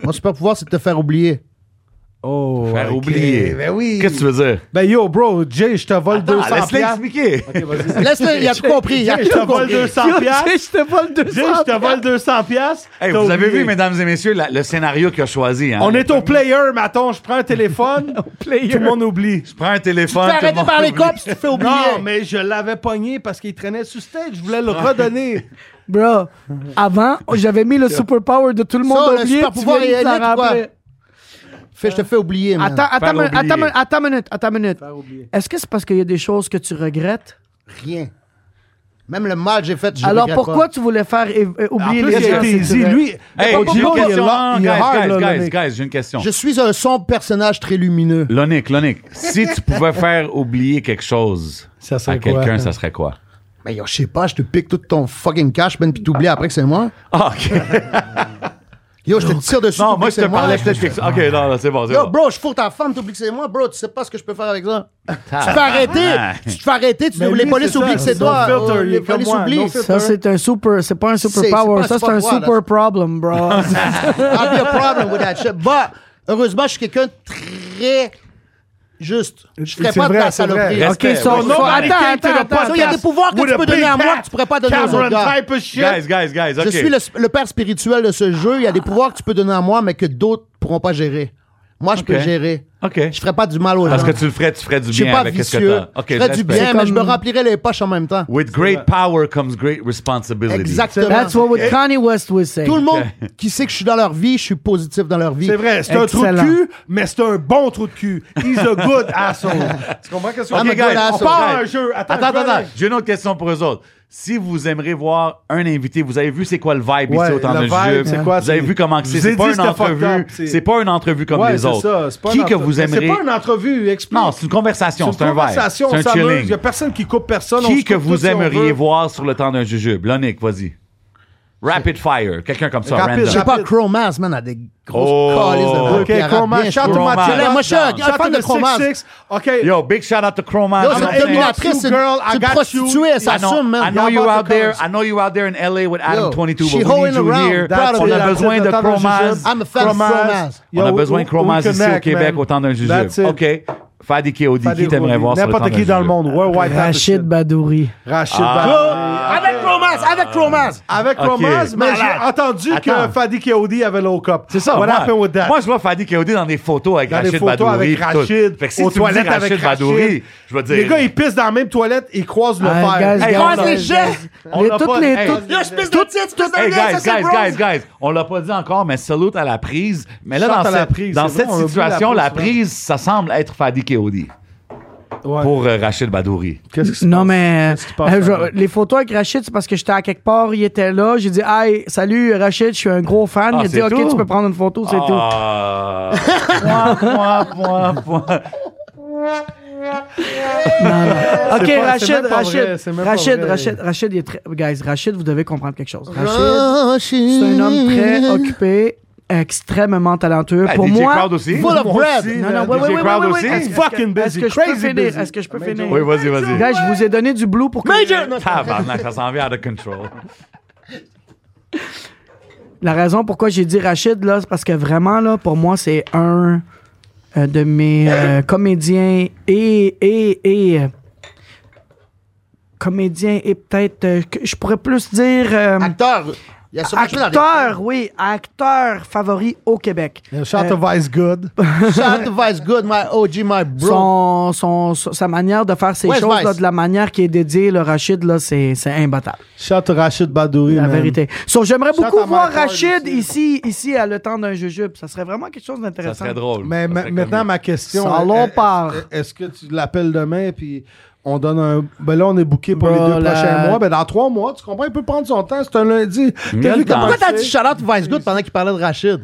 Mon super pouvoir, c'est de te faire oublier.
Oh.
Faire
ok.
oublier.
Ben oui.
Qu'est-ce que tu veux dire?
Ben yo, bro, Jay, je te
Ah,
vole
ben,
Attends,
200
laisse-le
piastres.
expliquer.
Laisse-le, il a tout compris. Il a
Jay, je
tout
te vole
compris.
200
Yo,
piastres.
Jay, je te vole 200
Jay, je te vole 200 piastres.
Hey,
T'as
vous avez
oublié.
vu, mesdames et messieurs, la- le scénario qu'il a choisi. hein.
On est au player, maton. Je prends un téléphone. Tout le monde oublie.
Je prends un téléphone. tout le
Arrêtez
monde
par les
oublie.
cops, tu te fais oublier.
Non, mais je l'avais pogné parce qu'il traînait sous stage. Je voulais le redonner.
Bro, avant, j'avais mis le superpower de tout le
Ça,
monde
le
oublié.
super
tu
pouvoir
viens de
est
me la
élite, quoi.
rappeler.
Fais, je te fais oublier, man.
Attends, attends,
Faire
attends, attends,
oublier.
attends une minute, attends une minute.
oublier.
Est-ce que c'est parce qu'il y a des choses que tu regrettes?
Rien. Même le mal que j'ai fait, je
Alors
regrette
pourquoi
pas.
tu voulais faire é- euh,
En
oublier
plus,
les
il
il
a
gens?
était
été
c'est
easy.
vrai.
Lui,
Hey,
Pas
j'ai une
Gio, il est
question.
lent, il est
Guys,
hard, là,
guys,
le
guys,
mec.
guys, j'ai une question.
Je suis un sombre personnage très lumineux.
Lonic, Lonic, si tu pouvais faire oublier quelque chose
Ça serait
à
quoi?
hein?
quelqu'un, ça serait quoi?
Mais Ben, yo, je sais pas, je te pique tout ton fucking cash, ben, puis t'oublies après que c'est moi.
Ah, OK.
Yo, je te tire dessus.
Non,
t'oublies
moi,
que
je te
c'est
parlais peut-être que- OK, non, non, c'est bon, c'est
Yo,
bon.
bro, je fous ta femme, t'oublies que c'est moi, bro, tu sais pas ce que je peux faire avec ça. tu te fais arrêter, tu te fais arrêter, tu,
Mais lui,
les polices
c'est
oublient
ça,
que c'est
no
toi.
filter,
euh,
il est
les
comme
polices
moi, no
oublient.
filter.
Ça, c'est un super. C'est pas un super
C'est- c'est
power.
pas-
Ça,
c'est
c'est
pas
un
droit, là.
super problem, bro.
I'll be a problem with that shit. But, heureusement, je suis quelqu'un de très juste. Je ferais
C'est
pas de
vrai,
ta
c'est vrai.
saloperie.
Respect.
OK, so,
Well,
so-
nobody
attends,
came to the
attends, attends.
podcast
Il y a des pouvoirs que
with
tu
a
peux donner
big
à moi
hat,
que tu pourrais pas donner aux
Cameron
autres gars.
type of shit.
Guys, guys, guys, OK. Ah.
Je suis le, le père spirituel de ce jeu. Il y a des pouvoirs que tu peux donner à moi, mais que d'autres pourront pas gérer. Moi, je peux
Ok.
gérer.
OK.
Je ferais pas du mal aux
Parce
gens.
que tu le ferais, tu ferais du
je suis
bien
pas
avec ce que
vicieux.
t'as. OK,
je ferais du
respect.
bien,
C'est
mais je me
comme-
remplirais les poches en même temps.
With great power comes great responsibility.
Exactement.
That's what would Kanye West would say.
Tout le monde qui sait que je suis dans leur vie, je suis positif dans leur vie.
C'est vrai, c'est un trou de
Excellent.
cul, mais c'est un bon trou de cul. He's a good asshole. tu comprends qu'est-ce
OK,
I'm a
que
good
guys,
On
asshole.
part un
guys.
jeu. Attends,
Attends,
je vais
attends,
aller.
attends. Ah, J'ai une autre question pour eux autres. Si vous aimeriez voir un invité, vous avez vu c'est quoi le vibe ici
Ouais,
au temps
le
de
vibe,
jeu.
c'est quoi,
Vous avez
c'est-
vu comment que c'est.
Je vous ai
C'est pas
dit,
une
c'était fucked
entrevue.
up, c'est-
C'est pas une entrevue comme
Ouais,
les
c'est
autres.
ça, c'est pas
Qui
une
que
entre-
vous aimeriez.
C'est pas une entrevue, explique.
Non, c'est une
C'est
conversation.
une
C'est un vibe. C'est
conversation,
un
Il n'y
chilling.
a personne qui coupe personne. on se
Qui que
coupe tout
vous
si on
aimeriez
veut.
voir sur le temps d'un jujube? Lonick, vas-y. Rapid fire. Quelqu'un comme ça,
Rapide,
random.
Je sais pas,
Rapide.
Chromas, man, a des grosses
Oh.
calices de
Ok,
qui arrêtent
Chromas,
bien.
shout
to
Chromas.
Mathieu.
Là, Moi, je suis un
Shout
un fan
out
de
to
Chromas.
6-6. OK.
Yo, big shout out to Chroman.
Yo,
I
c'est
know
une
things.
dominatrice, c'est
girl, I
c'est une
got you.
prostituée,
I
elle
know,
s'assume, man.
I know you out there.
comes.
I know you out there in LA with
Yo,
Adam 22, but
she
we
hoeing
need you
around.
here.
That's
On
it,
a
that's
besoin
it,
de
le temps d'un
Chromas.
jujube.
I'm a fan
Chromas.
de Chromas.
On
Yo,
a
we-
besoin
we-
de Chromas
we
ici au
connect,
Québec
man.
au temps d'un jujube.
That's it.
OK. Fadi Kéodi,
Fadi
qui t'aimerais
Roudi,
voir sur le temps d'un
N'importe qui dans le
jujube?
monde. Worldwide
Rachid
Tapestry.
Ah, Badouri.
Rachid bah.
Avec Chromas, avec Chromas.
Avec
Ok.
Romance, mais
Malade.
j'ai entendu
Attends.
que Fadi Keoudi avait low cup.
C'est ça.
What
moi,
happened with that?
moi, je vois Fadi Kéodi dans des photos avec
Dans des
Rachid
photos
Badouri.
avec
puis tout.
Rachid,
Fait que si
aux
tu me dis
toilettes avec
Rachid
Rachid,
Badouri, je vais te dire...
Les gars, ils pissent dans la même toilette, ils croisent le fer.
Ah, guys,
Hey,
guys,
guys,
guys,
les
guys.
On
Les-
l'a
toutes
pas-
les-
Hey.
toutes-
Yo, je pisse de titre, je pisse
Hey
de
guys,
liens, ça, c'est
guys,
bronze.
guys, guys, on l'a pas dit encore, mais salute à la prise. Mais là,
Shout à
dans,
la
cette-
prise,
dans
c'est
cette
vrai, on oublie la
situation, la
prise,
prise, ça semble être Fadi Kéoudi
Ouais.
pour euh, Rachid Badouri.
Qu'est-ce qui se
Non,
passe?
mais
Qu'est-ce qui se passe,
euh, je-
Fadi?
les photos avec Rachid, c'est parce que j'étais à quelque part, il était là. J'ai dit, hey, salut Rachid, je suis un gros fan.
Ah,
il a dit,
c'est
ok,
tout?
tu peux prendre une photo, c'est tout.
Ah. Point, point, point, point.
Ok,
pas- c'est
Rachid,
même pas vrai,
Rachid,
c'est même pas
Rachid,
vrai.
Rachid, Rachid, il est très. Guys, Rachid, vous devez comprendre quelque chose. Rachid,
Rachid.
c'est un homme très occupé, extrêmement talentueux.
Ben,
Pour
DJ
moi.
Crowd aussi.
full of bread.
aussi, hein,
Non,
là,
non, ouais,
DJ
ouais, ouais,
Crowd
ouais,
aussi.
ouais. Est-ce que-
Fucking busy,
Est-ce que je peux
crazy
finir?
busy.
Est-ce que je peux finir?
Oui, vas-y, vas-y.
Guys, je vous ai donné du blue pour que.
Tabarnak, ça s'en vient out of control.
La raison pourquoi j'ai dit Rachid, là, c'est parce que vraiment, là, pour moi, c'est un euh, de mes euh, comédiens et. et, et euh, comédien et peut-être. euh, que je pourrais plus dire. euh,
Acteur. Il y a sûrement joué dans des-
acteur, oui, acteur favori au Québec. Euh,
Shot of Ice Good.
Shout to Vice Good, my OG, my bro.
Son, son- son- sa manière de faire ces
West
choses, là,
Vice.
de la manière qui est dédiée, le Rachid, là, c'est c'est imbattable.
Shot of Rachid Badouri.
La
man.
vérité. So, J'aimerais
Shout
beaucoup
à
voir
Mike Ward
Rachid
aussi.
ici, ici à le temps d'un jujube. Ça serait vraiment quelque chose
Ça
d'intéressant.
serait drôle.
Mais
Ça
ma-
serait
maintenant,
comique.
ma question.
Ça,
est-
l'on
est-
part.
est- Est-ce que tu l'appelles demain, puis on donne un. Ben là, on est booké pour
Bro,
les deux
la-
prochains mois. Ben dans trois mois, tu comprends, il peut prendre son temps. C'est un lundi.
Il y a
T'as
le
vu
temps.
comment
Pourquoi t'as
c'est?
dit shout out to Vice Good pendant qu'il parlait de Rachid?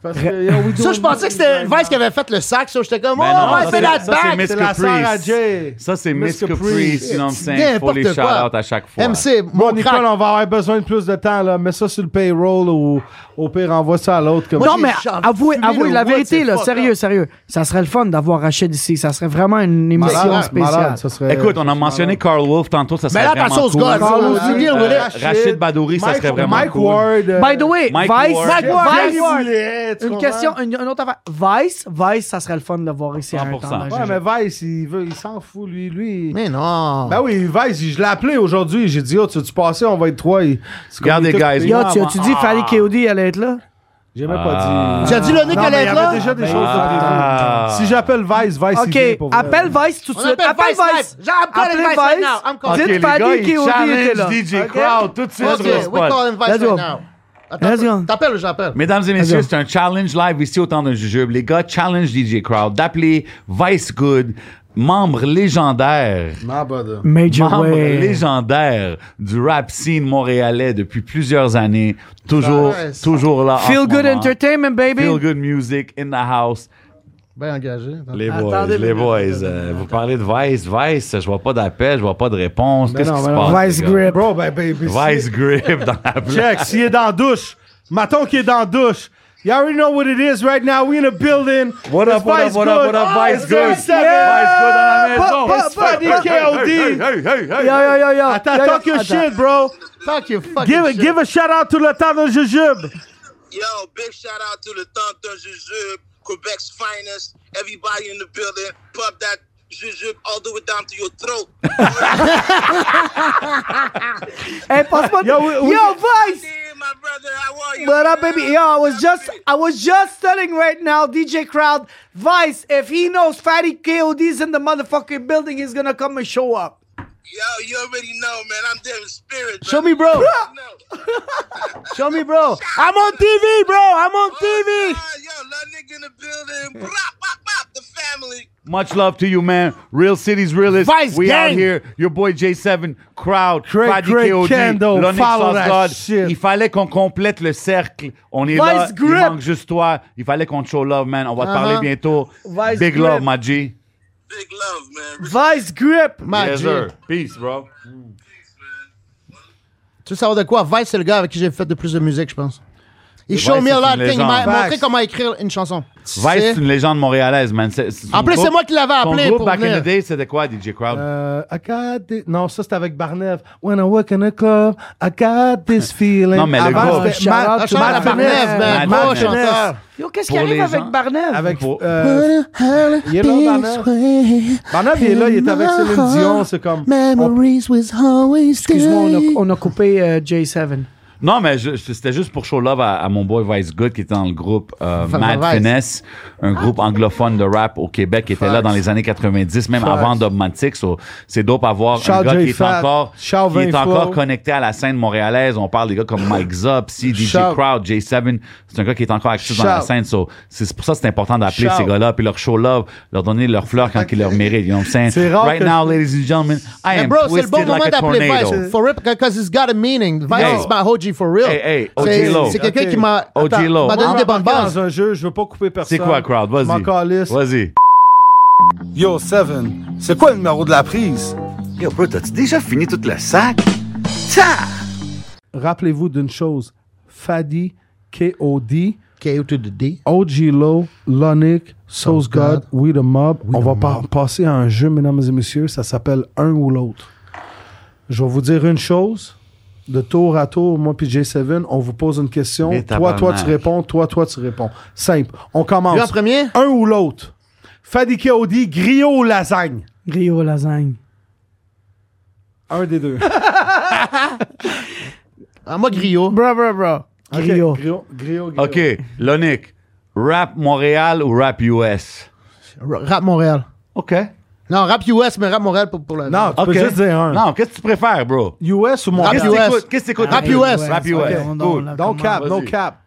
Parce que, yo, we
Ça, je
doing
pensais que c'était
business right
Vice qui avait fait le sac, ça. J'étais comme, oh,
Ben non,
Vice,
ça,
fais
c'est-
la
ça, c'est
back.
Miss
C'est la sœur à Jay.
Ça, c'est
Miss
Miss Caprice, you know what I'm saying? Faut les
N'importe
shout-out
quoi.
à chaque fois.
MC,
Bon,
mon
Nicole,
crack.
on va avoir besoin de plus de temps, là. Mets ça sur le payroll ou au pire, envoie ça à l'autre. Comme
Non,
j'ai
mais
jamais
avouez,
fumé
avouez
le
la
wood,
vérité,
c'est
là.
fucked
Sérieux,
up.
sérieux. Ça serait le fun d'avoir Rachid ici. Ça serait vraiment une émission
malade,
spéciale.
malade, ça serait-
Écoute, on a mentionné Carl Wolf tantôt, ça serait
Mais là, ta
vraiment
sauce
cool.
gosse.
Carl
Carlos,
Lewis,
deal with it.
Rachid Badouri, ça serait vraiment
Mike
cool.
Ward. euh,
By the way,
Mike
Vice,
Ward.
Mike Ward,
Jeff
Vice, Ward.
Goulet, tu
Une
comprends?
question, une, une autre affaire. Vice, Vice, ça serait le fun de le voir ici. à un
100%.
temps d'un
Ouais,
jeu.
mais Vice, il veut, il s'en fout, lui. lui.
Mais non.
Ben oui, Vice, il- je l'ai appelé aujourd'hui. J'ai dit, oh, tu veux-tu passer? On va être trois. Il- c'est comme
Regarde,
il
les
était-
guys.
Yo, tu as-tu dit Fally Keoudi allait être là?
J'ai même pas
Ah.
dit.
Tu as dit le nez
Non,
qu'elle
mais il y
allait être là?
avait déjà des
Ben
choses
Ah.
de prévues. Si j'appelle Vice, Vice, il
Ok,
vient pour vrai.
appelle Vice tout de
On
suite.
appelle
Appelle
Vice
Vice.
live. I'm calling
Appelez
Vice right now. I'm calling-
OK, les
Dites
gars,
Fally
ils
Keoudi était là.
challengent DJ
Ok?
Crowd tout de suite sur le
OK, we
spot.
calling Vice
Let's
right
go.
now.
Let's go.
Attends, t'appelles ou j'appelle?
Mesdames et messieurs, c'est un challenge live ici au temps d'un jujube. Les gars, challenge DJ Crowd d'appeler Vice Good, membre légendaire,
Non, bah, de-
Major
membre
Way.
légendaire du rap scene montréalais depuis plusieurs années, toujours,
Nice.
toujours là. en
Feel
ce
Good
moment.
Entertainment, baby.
Feel Good Music in the house.
Bien Ben engagé.
Les
Attendez
boys,
une
les
minute,
boys.
attendez
euh, vous parlez de Vice, Vice, je vois pas d'appel, je vois pas de réponse. Qu'est-ce
non,
qui se
mais non.
passe?
Vice
les gars?
grip.
Bro, ben, ben, ben, si-
Vice grip dans la blague.
Check, s'il est dans la douche. Maton qui est dans la douche. You already know what it is right now. We in a building.
What
It's
up, what up,
Vice
what up, what up,
Good. Ah,
Vice Good?
Vice Good dans
la
la
maison.
It's Fadi KOD.
Hey, hey, hey, hey, hey.
Yo, yo, yo, yo.
Attends,
Yo, yo,
talk your
attends.
shit, bro.
Fuck you, fucking
Give,
shit.
give a shout out to le temps de jujube.
Yo, big shout out to the Thumpton Jujube, Quebec's finest. Everybody in the building, pump that Jujube all the way down to your throat.
Hey, passe-moi.
Yo,
Yo,
we- we-
Vice.
Hey, my brother, how are you?
What up, baby? Yo, I was just, I was just telling right now, DJ Crowd, Vice, if he knows Fatty KOD's in the motherfucking building, he's gonna come and show up.
Yo, you already know, man. I'm there in spirit.
Show me, bro.
No.
Show me, bro.
I'm on TV, bro. I'm on
Oh,
TV.
God, yo, little nigga in the building. Blah, blah, blah, the family.
Much love to you, man. Real city's realest.
Vice
we out
gang.
here. Your boy J7, Crowd,
Craig,
Fadi
Craig
KOD,
Kendo,
Lonick
follow
Sauce
that
God.
shit.
Il fallait qu'on complète le cercle. On est là.
Vice grip.
Il manque juste toi. Il fallait qu'on te show love, man. On va te parler
Uh-huh.
bientôt.
Vice
Big
grip.
love, my G.
Big love, man.
Vice grip.
Ma
Yes,
G.
sir. Peace, bro.
Tu veux savoir de quoi? Vice, c'est le gars avec qui j'ai fait le plus de musique, je pense. Il
Vice,
show me
c'est
a lot
une
of things. Il m'a
légende.
montré
Vice.
comment écrire une chanson.
Vice, c'est une légende montréalaise, man. C'est- c'est
En
son
plus, c'est
groupe-
moi qui l'avais
Son
appelé
groupe,
pour
back in
venir.
the day, c'était quoi, DJ Crowd?
Euh, I got this- Non, ça c'était avec Barnev. When I work in a club, I got this feeling.
Non, mais le gars-
c'était
Shout
Matt-
out
to
Matt
Matt Barnev, man.
Matt
Gros
Barnev.
chanteur.
Yo, qu'est-ce qui
Pour
arrive
les
avec
gens.
Barnev?
Avec.
Pour-
euh, il est là, Barnev. Barnev, il est là, il est avec Céline Dion. C'est comme.
Memories was always
Excuse-moi, on a,
there.
on a coupé euh, J7.
Non, mais je- c'était juste pour show love à, à mon boy Vice Good qui était dans le groupe euh,
Fuck
Mad
Vice. Ah.
Finesse, un groupe anglophone de rap au Québec qui était là dans les années 90, même avant Dogmatic. So, c'est dope à voir un
Shout
gars
Jay
qui est
Fat,
encore,
shout
qui est
Vinfo.
encore connecté à la scène montréalaise. On parle des gars comme Mike Zop, C, DJ
Shout.
Crowd, J7. C'est un gars qui est encore actif dans la
Shout.
scène. So, c'est pour ça que c'est important d'appeler
Shout.
ces gars-là puis leur show love, leur donner leur fleur quand ils leur méritent. You know what I'm saying?
C'est rare
Right
que-
now, ladies and gentlemen, I
Mais
am
bro, c'est le
twisted
bon moment
like a
d'appeler
tornado.
Vice. For real, because it's got a meaning. Vice
Hey.
is my OG for real.
Hey, hey, OG
C'est-
Low.
C'est quelqu'un
Ok.
qui m'a
OG
Attends,
Low.
m'a
On
donné
va
des bonnes
embarquer
bases.
dans un jeu, je veux pas couper personne.
C'est quoi, Crowd?
Je m'en calisse.
Vas-y. Vas-y.
Yo, Seven, c'est quoi le numéro de la prise?
Yo, bro, t'as-tu déjà fini tout le sac?
Rappelez-vous d'une chose. Fadi, K.O.D.,
KO to the D.
OG Low, Lonic, Sauce God, We The Mob. On va par- passer à un jeu, mesdames et messieurs. Ça s'appelle un ou l'autre. Je vais vous dire une chose. De tour à tour, moi puis J7, on vous pose une question.
Mais
Toi, toi, tu
tabarnak.
réponds. Toi, toi, tu réponds. Simple. On
Lui en
commence.
premier?
Un ou l'autre. Fadi K.O.D., griot ou lasagne?
Rio Lasagne.
Un des deux.
Ah, moi, Griot.
Bro, bro, bro.
Ok,
Griot.
Griot, griot, griot.
OK, Lonick, rap Montréal ou rap US?
R- Rap Montréal.
OK.
Non, rap US, mais rap Montréal pour, pour le.
Non, tu
Ok.
peux juste dire un.
Non, qu'est-ce que tu préfères, bro?
US ou
Rap
Montréal?
Qu'est-ce que
US.
t'écoutes? Qu'est-ce que t'écoutes?
Rap US.
Rap US.
Ok, on- on
Cool.
l'a-
Don't cap,
Vas-y.
no cap.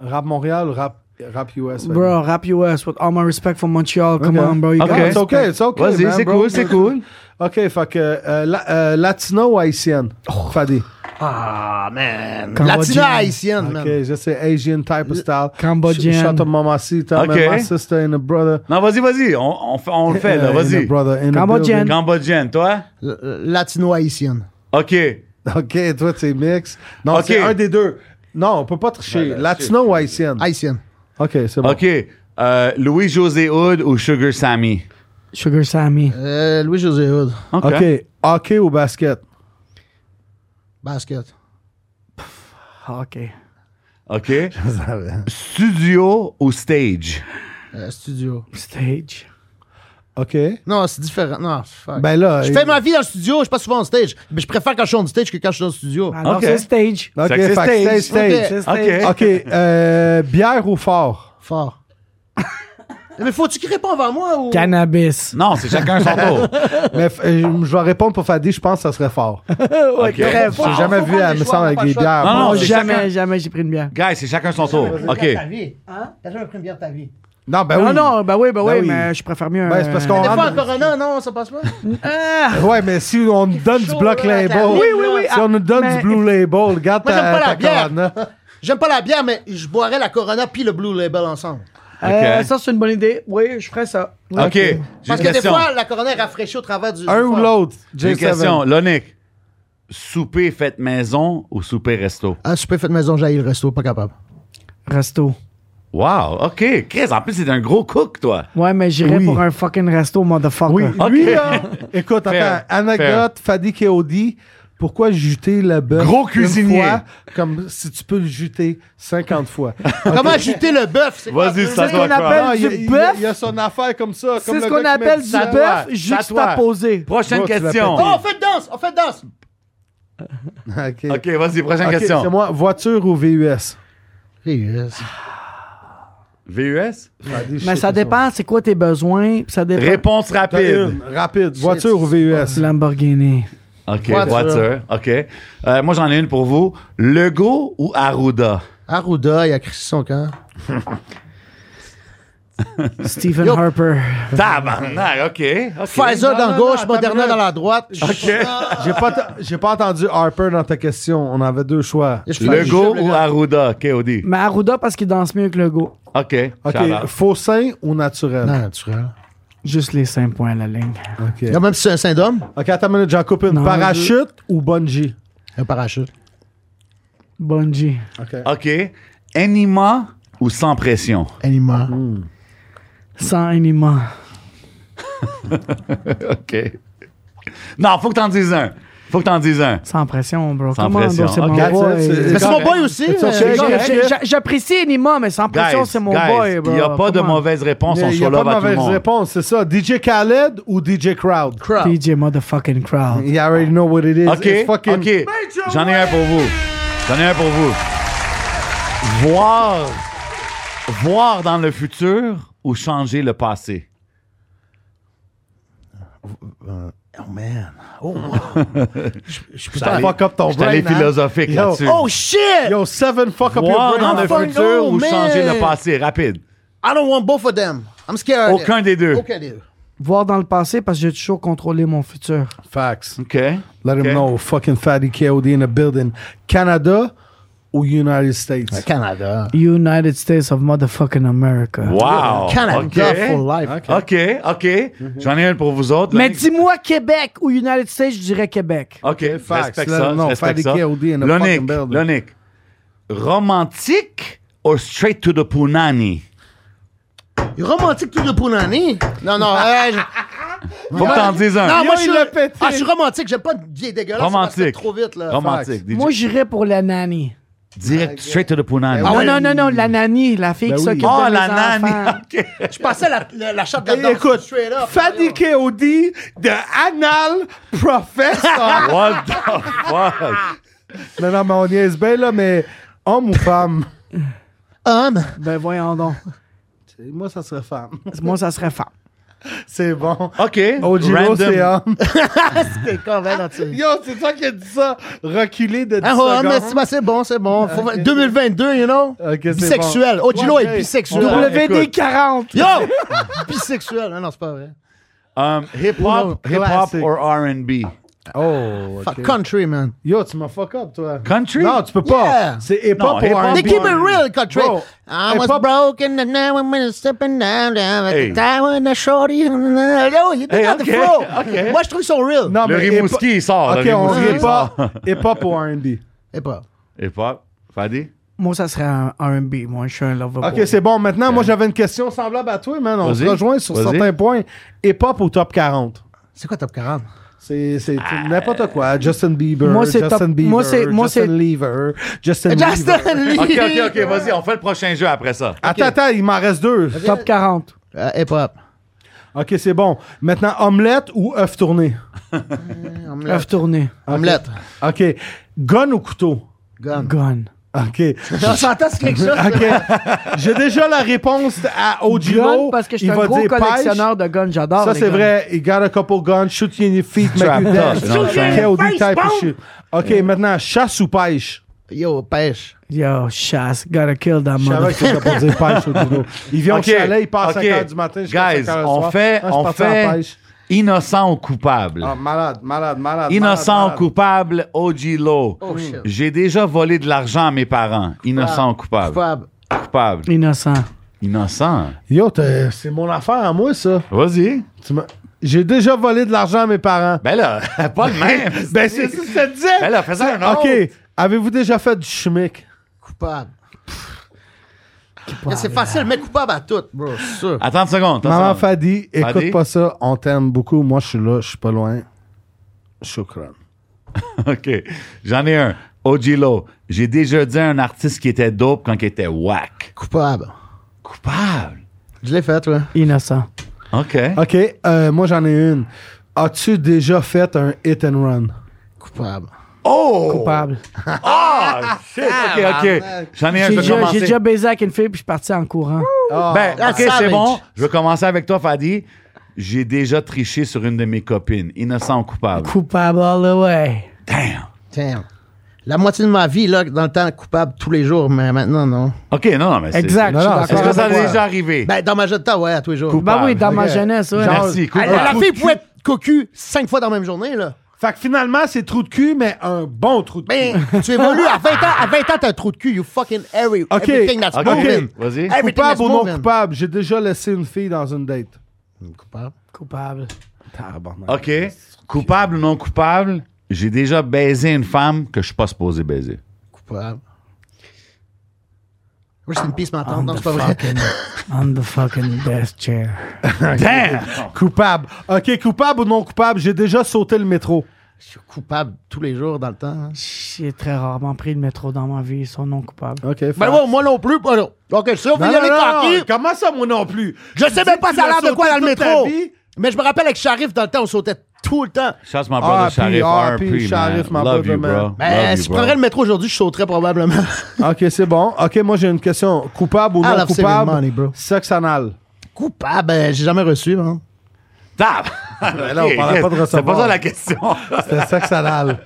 Rap Montréal ou rap, rap US?
Bro, rap US with all my respect for Montreal. Come
Okay.
on, bro. You
Ok.
Okay.
guys.
It's okay, it's okay.
Vas-y,
man,
c'est
bro.
cool, c'est cool.
OK, fait que euh, la- euh, latino ou haïtienne? Fadi.
Ah, man.
Cambodgien.
Latina haïtienne,
OK,
man.
je sais, Asian type of style.
Cambodgienne.
Sh- Shout out mamacita,
Ok.
my sister and a brother.
Non, vas-y, vas-y. On, on fait- on le fait, là.
Uh, and a
Vas-y.
brother in the
Cambodgienne.
Cambodgienne, toi?
L- Latino haïtienne.
OK.
building. OK, toi, c'est mix. Non,
Ok.
c'est un des deux. Non, on peut pas tricher. Latino ou haïtienne?
Haïtienne.
OK, c'est bon.
OK. Euh, Louis-José Hood ou Sugar Sammy?
Sugar Sammy.
Euh, Louis-José Hood.
OK.
OK, hockey ou basket?
Basket.
OK.
OK. Studio ou stage?
Euh, studio.
Stage.
OK.
Non, c'est différent. Non, fuck.
Ben là...
je
il-
fais ma vie dans le studio, je suis pas souvent en stage. Mais je préfère quand je suis en stage que quand je suis dans le studio.
Alors,
Ok.
c'est stage.
OK,
Fait que
fait que
c'est
stage,
stage.
stage.
C'est
OK.
stage.
OK, euh, bière ou fort?
Fort. mais faut-tu qu'il réponde avant moi ou.
Cannabis.
Non, c'est chacun son tour.
Mais f- euh, je vais répondre pour Fadi, je pense que ça serait fort.
OK.
Bref, j'ai jamais
faut
vu,
prendre
elle
des
me
choix,
semble,
on
avec
prend
des
pas le
bières.
choix. Non,
Non,
Oh,
c'est
jamais,
chacun-
jamais j'ai pris une bière.
Guys, c'est chacun son tour. OK.
vie. Hein? T'as jamais pris une bière de ta vie.
ben
non,
oui.
non, ben oui, ben,
Ben
oui,
oui.
mais je préfère mieux.
Ben, c'est parce
euh,
qu'on
Des fois,
rentre...
un Corona, non, ça passe pas.
Ah!
Ouais, mais si on nous donne du
Chaud,
Black
là,
Label,
la vie,
Oui, oui, oui,
si
ah,
on nous donne
mais-
du Blue Label, regarde
Moi, j'aime
ta,
pas la
ta
bière.
colonne.
J'aime pas la bière, mais je boirais la Corona puis le Blue Label ensemble.
Euh,
OK.
Ça, c'est une bonne idée. Oui, je ferais ça. Oui.
OK. J'ai
Parce
une
que des
question.
fois, la coroner rafraîchit au travers du. du foie.
J'ai une question. Lonic, souper fait maison ou souper resto?
Ah, super fait maison, j'ai le resto, pas capable.
Resto.
Wow, OK. Chris, en plus, c'est un gros cook, toi.
Ouais, mais j'irais
Oui.
pour un fucking resto, motherfucker.
Oui,
Ok.
lui, là, écoute, attends,
Fair,
anecdote, Fadi Keodi, pourquoi juter le bœuf
Gros
une
cuisinier.
fois, comme si tu peux le juter 50 fois.
Comment ajouter le bœuf? Ah, c'est quoi?
Vas-y,
C'est
ça
ce qu'on appelle
Ah, il y a-
du
il y a-
bœuf.
Il y a son affaire comme ça.
C'est ce qu'on appelle du
Ça
bœuf
doit,
juxtaposé.
ça doit. Prochaine
Bon, tu l'as
question.
Oh, on fait de danse, on fait de danse.
bœuf.
OK, vas-y, prochaine
C'est
question.
moi, voiture ou VUS?
VUS?
Mais ça dépend, c'est quoi tes besoins. puis Ça dépend.
Réponse
T'as
rapide.
une, rapide. Voiture ou VUS?
Lamborghini.
OK,
Voiture.
voiture. OK. Euh, moi, j'en ai une pour vous. Lego ou Arruda?
Arruda, il a crissé son camp.
Stephen
Yo.
Harper.
Tabarnak, OK. OK.
Pfizer
Non,
dans la
non,
gauche,
non,
Moderna
attends
dans la droite.
OK.
J'ai pas, t- j'ai pas entendu Harper dans ta question. On avait deux choix.
Je fais un
Lego
jeu, le
ou
gars.
Arruda? KOD.
Mais Arruda parce qu'il danse mieux que le go.
OK.
OK,
shout-out.
faux sein ou naturel?
Non, naturel.
Juste les 5 points à la ligne.
OK.
Il y a même si c'est un syndrome,
OK, attends une minute, j'en coupe une.
Non,
Parachute ou bungee?
un parachute.
Bungie.
OK.
OK. Anima ou sans pression?
Anima.
Sans animaux.
OK. Non, faut que t'en dises un. Faut que t'en dises un.
Sans pression, bro.
Sans
Comment,
pression.
bro, c'est mon
Ok,
boy.
c'est- c'est-
Mais c'est mon
correct.
boy aussi.
C'est
euh,
ça,
le
c'est
gars.
correct.
J'ai- j'ai- J'apprécie Nima, mais sans pression,
Guys,
c'est mon
guys,
boy, bro.
Il n'y a pas de
Comment?
mauvaise réponse. On
Mais
se
Il n'y a pas
love
de
à tout le
mauvaise
monde.
réponse, c'est ça. DJ Khaled ou DJ Crowd?
Crowd.
DJ motherfucking crowd.
You already know what it is.
OK.
It's fucking...
OK. J'en ai un pour vous. J'en ai un pour vous. Voir. Voir dans le futur ou changer le passé.
Oh, man.
J'allais-
fuck up ton
j'allais
brain, hein?
philosophique
Yo.
là-dessus.
Oh, shit!
Yo, seven fuck up
Voir
your brain.
dans le
fuck
futur
no,
ou
man.
changer le passé. Rapide.
I don't want both of them. I'm scared.
Aucun des deux.
Aucun des deux.
Voir dans le passé parce que j'ai toujours contrôlé mon futur.
Facts.
OK.
Let him
Okay.
know. Fucking fatty KOD in the building. Canada ou United States?
Canada.
United States of motherfucking America.
Wow.
Canada
Oh, OK.
for life.
OK, OK. J'en ai un pour vous autres.
Mais
Lonick.
dis-moi Québec ou United States, je dirais Québec.
OK,
Facts,
respecte
là,
ça.
non,
respecte
faire
ça.
des KOD in the
Lonick,
fucking building.
Lonick, romantique ou straight to the punani?
Il est romantique tout de Pounani. Non, non. euh, je-
Faut que t'en dises un.
non, moi,
il
je suis,
l'a pété.
ah, je suis romantique. J'aime pas une vieille dégueulasse.
Romantique.
ça passe trop vite, là.
romantique. DJ.
Moi, j'irais pour la nanny.
direct straight to the punani.
Non, non, non, non, la nanny, la fille
Ben
qui
Ah oui.
s'occupe
Oh,
de
la
mes
nanny.
enfants.
OK.
Je passais la, la, la chatte de la
Hey,
danse
écoute,
straight up.
Fadi KOD de Anal Professor.
What the fuck?
non, non, mais on niaise bien, là, mais homme ou femme?
Homme.
Ben voyons donc.
Moi, ça serait femme.
Moi, ça serait femme.
C'est bon.
OK.
Ojiro, c'est
Random.
homme.
T'es con, ben, non, tu-
Yo, c'est toi qui as dit ça. Reculer de 10
Ah, homme,
secondes.
c'est- bah, c'est bon, c'est bon. Faut- 2022, you know?
Ok, c'est
bisexuel.
bon.
Ojilo
Ouais,
est
ok.
bisexuel.
Euh,
On va-
WD40.
Yo! bisexuel. Non, non, c'est pas vrai.
Um, Hip-hop
Oh,
hip-hop
classique.
or R&B?
Oh,
Fuck,
ok.
country, man.
Yo, tu m'as fuck up, toi.
Country?
Non, tu peux pas.
Yeah.
C'est hip-hop
Non,
ou
hip-hop.
R&B.
They keep it real, country.
Bro,
I
hey,
was
pop-
broken and now I'm stepping down, down at
Hey.
the tower and a shorty. Yo, you did
Hey,
not
okay,
the flow.
okay.
Moi, je trouve qu'ils sont real.
Non,
Le
Ah, mais
Rimouski,
hip-hop-
il sort.
Ok,
le
on
Rimouski,
rit
il sort.
pas. Hip-hop ou R&B.
Et pas.
Hip-hop. Fadi?
Moi, ça serait un R&B. Moi, je suis un lover
Ok,
boy.
c'est bon. Maintenant, moi, j'avais une question semblable à toi, man. On se
Vas-y.
rejoint sur
Vas-y.
certains points. Hip-hop ou top 40?
C'est quoi top 40?
C'est c'est
Ah.
n'importe quoi. Justin Bieber,
Moi, c'est
Justin
top-
Bieber,
moi, c'est- moi,
Justin
c'est-
Lever, Justin
Justin
Bieber.
Lee!
OK, OK, OK. Vas-y, on fait le prochain jeu après ça.
Attends, attends, il m'en reste deux.
Top 40.
Euh, hip-hop.
Ok, c'est bon. Maintenant, omelette ou œuf tourné?
Œuf tourné.
Omelette.
Ok. Gun ou couteau?
Gun.
Gun.
Ok.
On s'entend sur quelque chose.
OK. J'ai déjà la réponse à
Gun,
Ojimo.
parce que je suis
Il
un
va
gros
dire pêche.
collectionneur de guns. J'adore
Ça,
les
c'est
guns.
vrai. You got a couple guns. Shoot you in your feet, make
Strap
you dance.
tough, you know what I'm saying?
KOD type of shit. OK, maintenant, chasse ou pêche?
Yo, pêche.
Yo, chasse. Gotta kill that
Je savais que
motherfucker.
c'était pour dire pêche, Ojimo. Il vient
Ok,
au chalet, il passe
ok.
à 5 h du matin jusqu'à
Guys,
5 heures du
on
soir.
fait,
Ah, je
on
partais en
fait
pêche.
innocent ou coupable.
Ah, malade, malade, malade.
innocent
malade,
ou coupable, OG Low.
Oh, shit.
Ah
J'ai déjà volé de l'argent à mes parents. Innocent ou coupable.
Fab.
Coupable.
Innocent.
Innocent.
Yo, t'es- c'est mon affaire à moi, ça.
Vas-y.
Tu m'as- J'ai déjà volé de l'argent à mes parents.
Ben là, pas le même.
ben c'est ça que je te disais.
Ben là, fais ça un autre.
OK. Avez-vous déjà fait du chimique?
Coupable. Mais C'est facile, mais coupable à tout, bro. c'est sûr.
Attends une seconde. attends une
Maman
seconde.
Fadi, écoute
Fadi?
pas ça. On t'aime beaucoup. Moi, je suis là. Je suis pas loin. Choukran.
OK. J'en ai un. Ogilo. J'ai déjà dit à un artiste qui était dope quand il était whack.
Coupable.
Coupable.
Je l'ai fait, ouais.
Innocent.
OK.
OK. euh, moi, j'en ai une. As-tu déjà fait un hit and run?
Coupable.
Oh!
Coupable.
Ah, shit. OK, OK. J'en ai un. Je vais
J'ai déjà, j'ai
commencer.
déjà baisé avec une fille puis je suis parti en courant.
Ben,
Ah,
OK, c'est
savage.
bon. Je vais commencer avec toi, Fadi. J'ai déjà triché sur une de mes copines. Innocent ou coupable?
Coupable all the way.
Damn.
Damn. La moitié de ma vie, là, dans le temps, coupable tous les jours, mais maintenant, non.
OK, non, non, mais c'est...
Exact.
non,
je suis
non,
d'accord
Est-ce que
avec
ça
toi.
t'est déjà arrivé?
Ben, dans ma jeune temps, ouais, à tous les jours.
Coupable.
Ben oui, dans ma
Ok.
jeunesse, ouais.
Merci.
Elle-
coupable.
la fille pouvait être cocu cinq fois dans la même journée, là.
Fait que finalement, c'est trou de cul, mais un bon trou de cul.
Ben, tu évolues. À 20 ans, à 20 ans, t'as un trou de cul. You fucking every,
Ok.
everything that's
Ok.
moving.
Vas-y.
Everything that's
Coupable ou non
moving.
coupable, j'ai déjà laissé une fille dans une date. Ah,
Coupable.
Coupable.
OK. Coupable ou non coupable? J'ai déjà baisé une femme que je suis pas supposé baiser.
Coupable. Rest in peace, ma tante. Non, c'est pas vrai.
On the fucking death chair.
Damn!
Ah.
Coupable. OK, coupable ou non coupable, j'ai déjà sauté le métro.
Je suis coupable tous les jours dans le temps. hein.
J'ai très rarement pris le métro dans ma vie. Ils sont non coupables.
OK,
Ben, ouais, moi non plus. pas non. Ok, si on veut y aller tranquille,
Comment ça, moi non plus?
je sais même pas
tu
ça a
l'as
l'air de quoi dans
sauté
le
toute ta
métro.
vie?
Mais je me rappelle avec Sharif, dans le temps, on sautait tout le temps.
Shout out to
Ah,
my brother
puis,
Sharif.
ah,
R.I.P.,
puis, Sharif, my
man. Love
brother,
you, bro.
man.
Ben,
Love
si
you,
je
bro.
prendrais le métro aujourd'hui, je sauterais probablement.
OK, c'est bon. OK, moi, j'ai une question. Coupable ou
I
non
love saving
coupable?
money, bro.
Sexe anal.
Coupable, ben, j'ai jamais reçu. Hein.
Tab!
là, on
Ok,
parlait pas de
C'est pas
recevoir.
ça la question.
C'était sexe anal.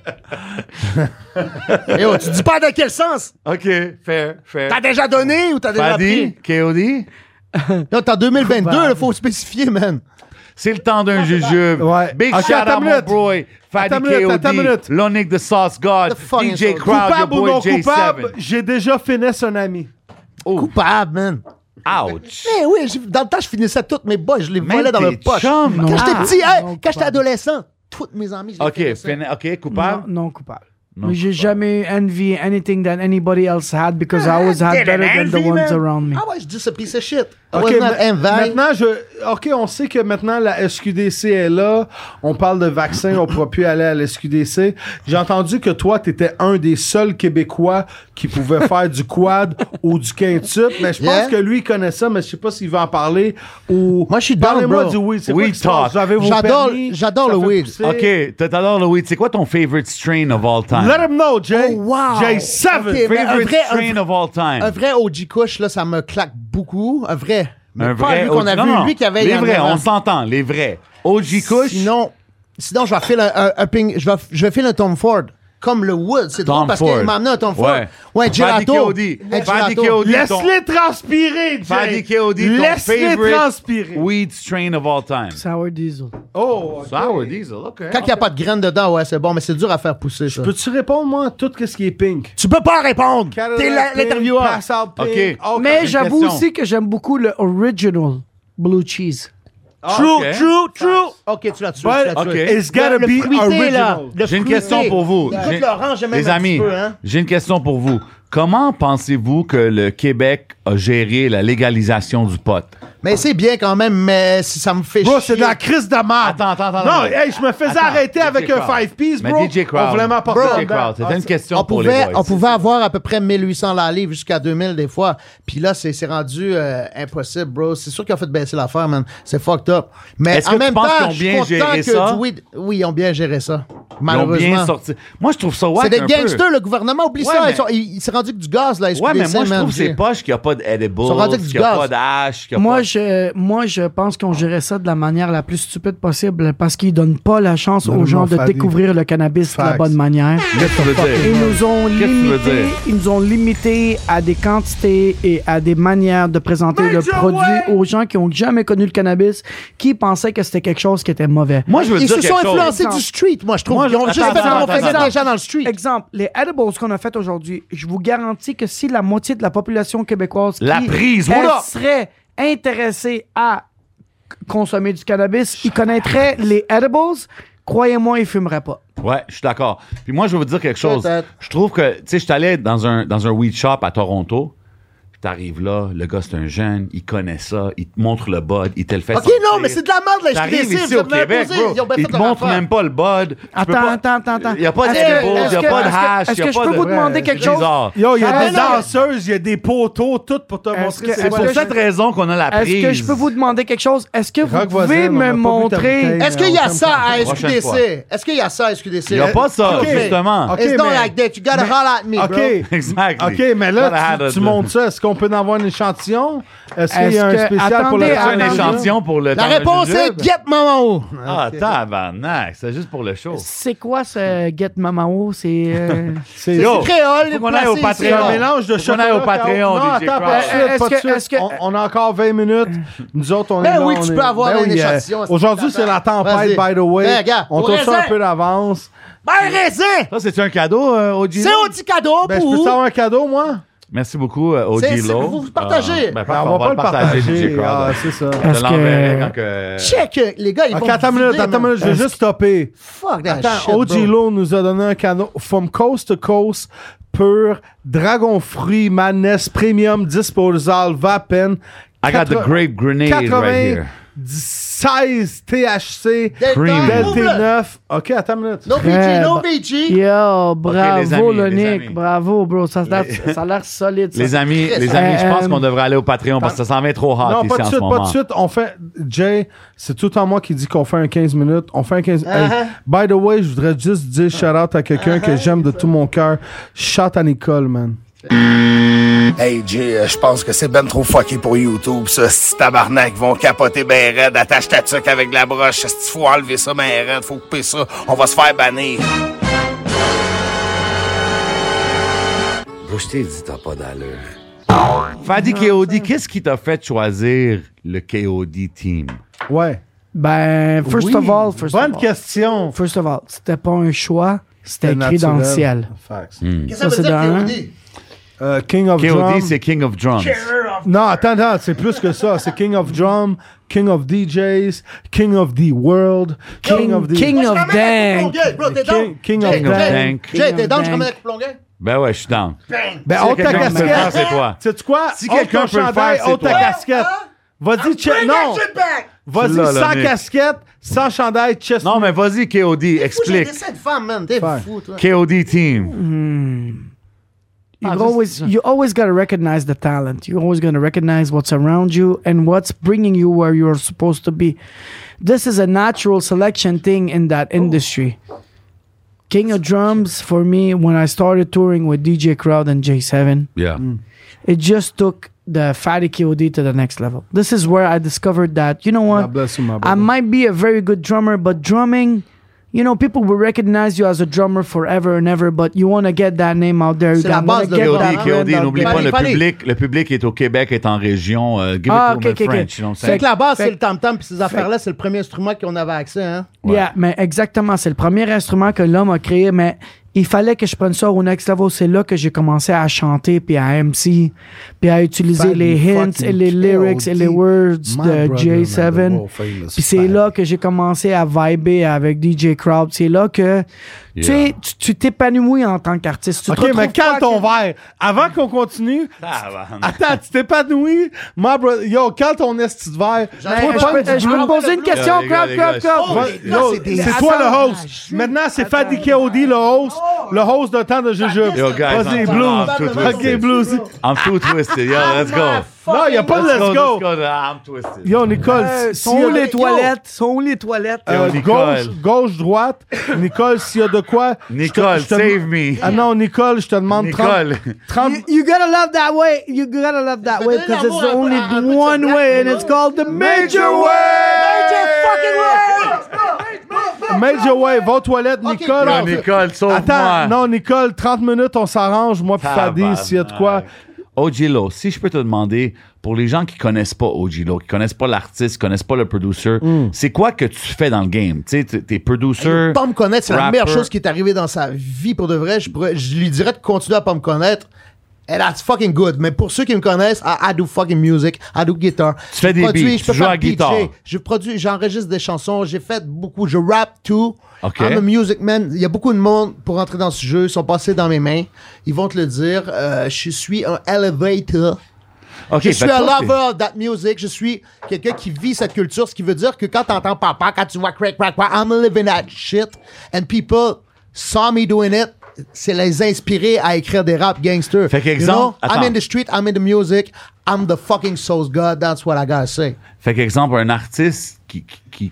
Eh oh, tu dis pas dans quel sens?
OK, fair, fair.
T'as déjà donné ou t'as déjà
Fadi, K.O.D.,
pris? Non, t'es en 2022, il faut spécifier, man.
c'est le temps
Ah,
d'un jujube.
Ouais.
Big
Ok,
shout
attends
out,
une
mon
minute.
boy. Fadi
Attends une minute, attends une
K.O.D.,
minute.
Lonic the Sauce God,
The fucking
DJ
sauce.
Crowd,
coupable ou non
your boy
coupable,
J7.
j'ai déjà finesse un ami.
Coupable, man.
Ouch!
Eh oui, j'ai- dans le temps, je finissais toutes mes boys, je les
Même
volais dans
tes
le poche.
chums, non.
quand j'étais
Ah.
petit, hey,
Non,
quand j'étais
coupable.
adolescent, toutes mes amis, je les
OK,
finissais.
fin- OK,
Non,
coupable?
non coupable.
Non
Mais j'ai
coupable.
jamais envy anything that anybody else had because I always had better than the ones around me.
Ah ouais, je dis ce piece of shit. I
Ok,
was not
ma-
envy.
maintenant, je, OK, on sait que maintenant la SQDC est là. On parle de vaccins, on pourra plus aller à la SQDC. J'ai entendu que toi, tu étais un des seuls Québécois qui pouvait faire du quad ou du quintuple, mais je pense
Yeah.
que lui il connaît ça, mais je sais pas s'il va en parler ou.
Moi, je suis down,
Parlez-moi
bro.
du weed. C'est
Weed
quoi qui se passe?
talk.
Vous avez vos
J'adore-
permis,
j'adore
ça
le
fait
weed.
pousser.
OK, t'adores le weed. C'est quoi ton favorite strain of all time?
Let him know, Jay.
Oh, wow.
Jay 7.
Ok, mais- un
Favorite
vrai- un
strain
vrai-
of all time.
Un vrai OG Kush, là, ça me claque beaucoup. Un vrai. Mais
Un
pas
vrai
lui qu'on
OG.
a
Non,
vu,
non,
lui qui avait... il y
Les
en
vrais,
avait un.
on s'entend, les vrais. OG Kush,
Sinon, sinon je vais filer un, un- un ping, je vais, je vais filer un Tom Ford. Comme le Wood, c'est
Tom
drôle parce
Ford.
qu'il m'a amené un Tom Ford.
Ouais.
Ouais, un
Fadi
gelato.
Kodi.
Un
Fadi
gelato.
Kodi.
Laisse-les transpirer, Jay.
Fadi K.O.D., ton
Laisse-les
favorite
transpirer.
weed strain of all time.
Sour diesel.
Oh, ok.
Sour Diesel, OK.
Quand il n'y a pas de graines dedans, ouais, c'est bon, mais c'est dur à faire pousser, ça.
Peux-tu répondre, moi, à tout ce qui est pink?
Tu peux pas répondre! T'es la- l'intervieweur!
Ok.
Mais j'avoue
question.
aussi que j'aime beaucoup le original blue cheese.
True,
Ah, ok.
true, true.
Ok, tu l'as tué,
But-
tu l'as tué.
ok.
It's gotta
Le
be
fruité, là.
original.
Le
J'ai une
fruité.
question pour vous.
Écoute,
J'ai-
Laurent, j'aime même
Les
un
amis,
petit peu, hein.
j'ai une question pour vous. Comment pensez-vous que le Québec a géré la légalisation du pot?
Mais c'est bien quand même, mais si ça me fait
Bro,
chier.
c'est de la crise de merde.
Attends, attends, attends.
Ah. Non, hey, je me faisais
Attends,
arrêter
DJ
avec un
Crowd.
5-piece, bro.
Mais DJ Crowd. Ah,
On voulait m'apporter
DJ
un bain.
Crowd, c'était une question
on
pour les
pouvait,
boys.
on pouvait avoir à peu près 1800 la livre jusqu'à 2000 des fois. Puis là, c'est c'est rendu euh, impossible, bro. C'est sûr qu'ils ont fait baisser l'affaire, man. C'est fucked up. Mais
Est-ce
en
que tu
même
penses qu'ils
temps,
ont
je
bien
suis content
géré
que
ça?
du weed- Oui, ils ont bien géré ça.
Ils ont bien
Malheureusement.
sorti. Moi, je trouve ça
C'est
wack
des
un peu.
gangsters, le gouvernement. Oublie
Ouais,
ça.
mais-
Ils sont- ils- ils s'est rendu que du gaz, là.
Ouais, mais
SQDC,
moi, je
man.
trouve que c'est
J'ai-
poche qu'il n'y a pas d'edibles,
Ils sont rendus avec du
qu'il n'y a
gaz.
pas d'hash, qu'il n'y a
Moi
pas...
je, moi, je pense qu'on gérait ça de la manière la plus stupide possible parce qu'ils donnent pas la chance aux gens de
Fadi.
découvrir le cannabis de la
Facts.
bonne manière.
Qu'est-ce que tu veux dire?
Ils nous ont
Qu'est-ce que tu veux
limité,
dire?
ils nous ont limité à des quantités et à des manières de présenter le produit aux gens qui ont jamais connu le cannabis, qui pensaient que c'était quelque chose qui était mauvais.
Moi, je veux
Ils
dire
se
quelque
sont
chose.
influencés du street, moi, je trouve.
Moi,
Ils ont juste fait ça, on faisait des gens dans le street.
Exemple, les edibles qu'on a fait aujourd'hui, je vous garantis que si la moitié de la population québécoise
La
qui,
prise,
elle,
voilà.
serait intéressée à consommer du cannabis, ils connaîtraient les edibles, croyez-moi, ils fumeraient pas.
Ouais, je suis d'accord. Puis moi, je veux vous dire quelque chose. Je trouve que, tu sais, je suis allé dans un, dans un weed shop à Toronto. Puis T'arrives là, le gars, c'est un jeune, il connaît ça, il te montre le bud, il te le fait
Ok,
sentir.
non, mais c'est de la merde, là, je
T'arrives
suis déçu,
ici
vous
au
me l'avez
Québec,
posé,
bro.
ils ont bien fait
Ils te
leur
montrent
affaire.
même pas le bud.
Attends, attends, attends, attends.
Il n'y a pas de
Est-ce que-
edibles, il
est-ce
n'y
que-
a pas de
est-ce que-
hash.
Est-ce
y a
que je
pas
peux
de-
vous demander quelque chose?
Bizarre.
Yo, il y a
Ah,
des
non.
danseuses, il y a des poteaux, tout pour te
Est-ce
montrer.
que-
c'est
est-ce
quoi.
que
Pour
je-
cette raison qu'on a la
Est-ce
prise.
que je peux vous demander quelque chose? Est-ce que vous
Rock
pouvez
voisine, on a pas bu
me
ta
montrer...
bouteille.
Est-ce qu'il y a
Prochaine
ça à
fois.
SQDC? Est-ce qu'il y a ça à SQDC?
Il n'y a pas ça,
Ok.
justement.
Ok,
It's not
mais-
like that. You gotta
mais-
holler at me,
OK.
bro.
Exactly.
OK, mais
Gotta
là,
have
tu,
a-
tu montes ça. Est-ce qu'on peut en avoir un échantillon? Est-ce qu'il y a un
Est-ce que-
spécial pour
attendez,
le
C'est un
attendez.
échantillon pour le
La
temps de
réponse est
jujube?
Get Maman haut.
Ah, tabarnak, c'est juste pour le show.
C'est quoi ce Get Mamao? C'est... euh,
C'est
Yo,
Créole,
faut qu'on aille au
placé
C'est
ici,
un
Patreon.
là.
mélange de
Ah. Faut qu'on aille
chocolat.
au Patreon,
Non,
DJ
attends,
Crowd.
pas de
Euh, est-ce
suite, pas de
que-
suite.
est-ce que-
On, on a encore 20 minutes. Nous autres, on
Ben
est là,
oui,
on
tu
est-
peux avoir
Ben
un
oui,
échantillon,
euh,
c'est
Aujourd'hui,
important.
c'est la tempête,
Vas-y.
by the way.
Ben, gars,
on
au
tourne ça
raisin.
un peu d'avance.
Ben, raisin!
Ça, c'est un cadeau, euh, OG
C'est
Low?
un petit cadeau
Ben, je
pour
peux
vous.
savoir un cadeau, moi?
Merci beaucoup, euh, OG
C'est- c'est-
Low.
vous- vous partagez.
ben,
Ben,
parfait,
on va pas le partager.
DJ Crowd.
Ah, c'est ça.
Je te
Est-ce que-
l'enverrai quand que...
Check, euh, les gars, ils
OK,
vont
attends
vous
une minute,
vider,
attends une
man.
minute, je vais juste stopper.
Fuck that Ah, shit,
Attends, OG
bro.
Low nous a donné un cadeau From Coast to Coast, pur, dragon fruit, madness, premium, disposal, vapen.
I got the grape grenade right here.
16 THC,
Delta,
Cream.
ouvre-le.
LT9. OK, attends une minute.
No
Très
VG, no
bon.
VG.
Yo, bravo,
les amis,
le
les
Nick.
amis.
Bravo, bro. Ça, ça- ça a l'air solide. ça.
Les amis, les amis, je pense qu'on devrait aller au Patreon parce que ça s'en vient trop hot
Non,
Ah, ici
pas de
en ce
suite, pas
moment.
de suite. On fait. Jay, c'est tout en moi qui dit qu'on fait un 15 minutes. On fait un 15. Hey,
Uh-huh.
by the way, je voudrais juste dire shout out à quelqu'un que j'aime de tout mon cœur. Shout à Nicole, man.
Hey Jay, euh, je pense que c'est ben trop fucké pour YouTube, ça. Ces tabarnak vont capoter ben raide. Attache ta tuque avec de la broche. Il faut enlever ça ben raide. Faut couper ça. On va se faire bannir.
Bro, je t'ai dit, t'as pas d'allure.
Fadi KOD, qu'est-ce qui t'a fait choisir le KOD team?
Ouais.
Ben, first
Oui.
of all, first
Bonne
of all.
question.
First of all, c'était pas un choix, c'était écrit dans le
naturel.
ciel.
Facts.
Hmm.
Qu'est-ce
Ça,
que ça veut
c'est
dire,
de un.
KOD?
Euh, King of
KOD,
Drum.
c'est King of Drums.
Non, attends, attends, c'est plus que ça. C'est King of Drum, King of DJs, King of the World, King of the.
King
Je
of
ramène la
Dang.
coupe longueuil, bro, t'es
King-
down.
King
Jay,
of
Jay,
Dang.
Jay,
King
t'es
of
down, je
Dang.
ramène la coupe longueuil?
Ben ouais, je suis down.
Ben,
Si
ôte ta
quelqu'un peut le faire,
casquette.
c'est toi.
Sais-tu quoi?
Si
Ôte
quelqu'un
ton
peut le faire,
chandail,
c'est
ôte ta
toi.
casquette. Vas-y, che-
Ah, Bring that
non.
shit back.
Vas-y,
Là, là,
sans
Nick.
casquette, sans chandail, chest.
Non, mais vas-y, KOD,
Faut que j'ai
explique.
des sept femmes, man. T'es
Ouais.
fou, toi.
KOD team.
You always, you always gotta recognize the talent. You're always gonna recognize what's around you and what's bringing you where you're supposed to be. This is a natural selection thing in that industry. King of Drums for me when I started touring with DJ Crowd and J7.
Yeah.
it just took the fatty KOD to the next level. This is where I discovered that, you know what?
God bless you, my
I
brother.
might be a very good drummer, but drumming, you know, people will recognize you as a drummer forever and ever, but you want to get that name out there. You
C'est la
want to
base de
get
KOD,
that
KOD,
brand
KOD,
out
n'oublie
there.
pas le
Fallait,
public. Le public est au Québec, est en région. euh, give
Ah,
it
ok,
to
ok,
them
ok.
French, you know what I'm
Fait
saying?
que la base,
fait-
c'est le tam-tam, puis ces affaires-là, c'est le premier instrument qu'on avait accès, hein.
Yeah, mais exactement. C'est le premier instrument que l'homme a créé, mais il fallait que je prenne ça au next level. C'est là que j'ai commencé à chanter, puis à MC, puis à utiliser les hints et les lyrics et les words de J7. Puis c'est là que j'ai commencé à vibrer avec DJ Crowd. C'est là que tu sais, tu- tu t'épanouis en tant qu'artiste. Tu te
Ok, mais
retrouves pas
calme ton
que-
verre. Avant qu'on continue,
Tabarnak.
attends, tu t'épanouis. My brother, yo, calme ton esti de verre. Toi,
Ben, je
pas-
peux- Je peux me poser une question,
Les gars,
Crowd,
les gars,
Crowd,
les
Crowd.
gars,
Ouais,
là,
yo,
c'est des-
Oh, c'est toi
Attends,
le host. Maintenant, c'est Fadi Kéoudi, le host.
Oh.
Le host de temps de jeu
Yo, guys,
Vas-y,
I'm-
Blues.
I'm too
Ok,
twisted.
Blues.
Ah, I'm too twisted. Yo, let's go.
Non, il a pas de let's go.
Ah, I'm twisted.
Yo, Nicole,
Euh,
si-
Sont
si-
où les toilettes? Sont où les toilettes?
Euh,
Yo, Nicole.
gauche, gauche, droite. Nicole, s'il y a de quoi. je te-
Nicole,
je te-
save me.
Ah non, Nicole, je te demande 30.
Nicole.
30
You, you gotta love that way. You gotta love that way because it's
l'amour
only
à- à- à-
one
à-
way, and it's called the major way. Major fucking way.
Major Way, va aux toilettes,
Ok,
Nicole.
Yo, Nicole, sauve-moi. Ah,
Attends, non, Nicole, 30 minutes, on s'arrange, moi puis Fadi,
Tabarnak.
s'il y a de quoi.
Ojilo, bah, si je peux te demander, pour les gens qui connaissent pas Ojilo, qui connaissent pas l'artiste, qui connaissent pas le producer, c'est quoi que tu fais dans le game? Tu sais, t'es- t'es producer.
Pas me connaître, c'est la
rapper.
meilleure chose qui est arrivée dans sa vie pour de vrai. Je, pourrais- je lui dirais de continuer à pas me connaître. And that's fucking good. Mais pour ceux qui me connaissent, I, I do fucking music, I do guitar.
Tu fais des beats, tu joues à guitare.
Je produis, j'enregistre des chansons, j'ai fait beaucoup, je rap too.
Ok.
I'm a music man. Il y a beaucoup de monde pour entrer dans ce jeu, ils sont passés dans mes mains. Ils vont te le dire. Euh, je suis un elevator.
Ok,
je suis
ben
un
toi, t'es-
lover of that music. Je suis quelqu'un qui vit cette culture, ce qui veut dire que quand t'entends papa, quand tu vois crack, crack, crack, I'm living that shit, and people saw me doing it, c'est les inspirer à écrire des rap gangsters.
Fait
you know?
qu'exemple,
I'm
attends.
in the street, I'm in the music, I'm the fucking soul's god, that's what I gotta say.
Fait qu'exemple, un artiste qui, qui, qui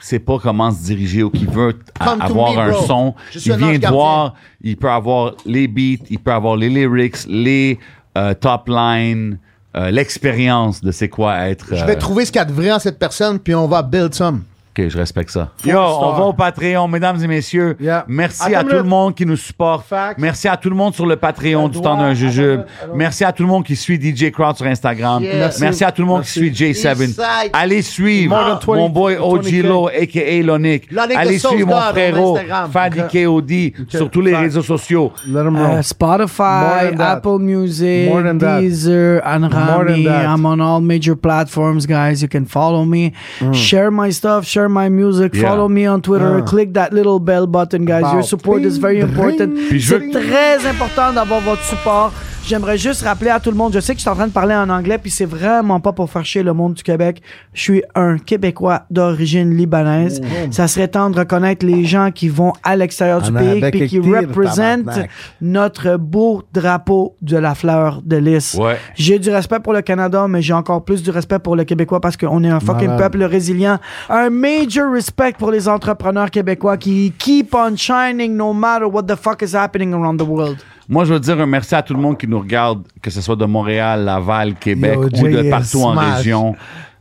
sait pas comment se diriger ou qui veut a-
Come to
avoir
me,
un
bro.
son,
Je suis
il
un
vient
ange
te
gardien.
voir, il peut avoir les beats, il peut avoir les lyrics, les euh, top lines, euh, l'expérience de c'est quoi être.
Je
euh,
vais trouver ce qu'il y a de vrai en cette personne, puis on va build some.
Ok, je respecte ça. Yo, on va au Patreon, mesdames et messieurs. Merci
Attends
à
une
tout le
minute.
monde qui nous supporte. Merci à tout le monde sur le Patreon du temps d'un jujube. Merci à tout le monde qui suit DJ Crowd sur Instagram.
Yeah. Merci.
Merci à tout le monde qui suit J7.
Eastside.
Allez suivre
More than 20,
mon boy
20K.
Ogilo, a.k.a. Lonic.
Lonic
Allez
the Soul
suivre mon
God on
frérot,
Instagram.
Fadi
Ok.
K.O.D. sur tous les réseaux sociaux. Euh,
Uh,
More
Spotify,
than that.
Apple Music,
More than that.
Deezer, and
More than
Rami.
that.
I'm on all major platforms, guys. You can follow me.
Mm.
Share my stuff, share my music,
Yeah.
follow me on
Uh.
Twitter. Click that little bell button, guys. Your
Bow.
support is very important.
Puis je veux-
C'est très important d'avoir votre support. J'aimerais juste rappeler à tout le monde, je sais que je suis en train de parler en anglais, puis c'est vraiment pas pour faire chier le monde du Québec. Je suis un Québécois d'origine libanaise. Ça serait temps de reconnaître les gens qui vont à l'extérieur du
En
pays,
Arabic
puis qui
Ektir,
représentent
tabarnak.
notre beau drapeau de la fleur de lys.
Ouais.
J'ai du respect pour le Canada, mais j'ai encore plus du respect pour le Québécois parce qu'on est un fucking
Malade.
peuple résilient. Un major respect pour les entrepreneurs québécois qui keep on shining no matter what the fuck is happening around the world.
Moi, je veux dire un merci à tout le monde qui nous regarde, que ce soit de Montréal, Laval, Québec
Yo,
ou de
JS,
partout en
smash.
région.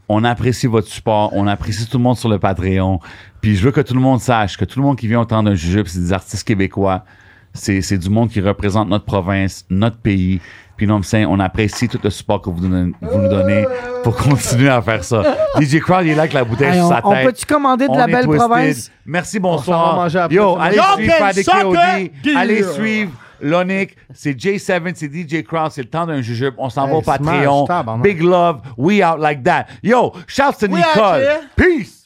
On apprécie votre support, on apprécie tout le monde sur le Patreon. Puis je veux que tout le monde sache que tout le monde qui vient entendre un jujube, c'est des artistes québécois. C'est, c'est du monde qui représente notre province, notre pays. Puis non, c'est- on apprécie tout le support que vous, donnez- vous nous donnez pour continuer à faire ça. DJ Crowd, il est là avec la bouteille
Hey,
sur
on-
sa tête.
on peut-tu commander de la
est
belle
twisted.
province?
Merci,
On s'en va
bonsoir.
manger après
Yo,
ça.
allez
Yo,
suivre
quel
Paddy
soccer!
K.O.D. Allez
Yeah.
suivre Lonic, c'est J7, c'est DJ Crowd, c'est le temps d'un jujube. On s'en va au
smash,
Patreon.
tabarnak.
Big love, we out like that. Yo, shouts to
out
Nicole.
here.
Peace!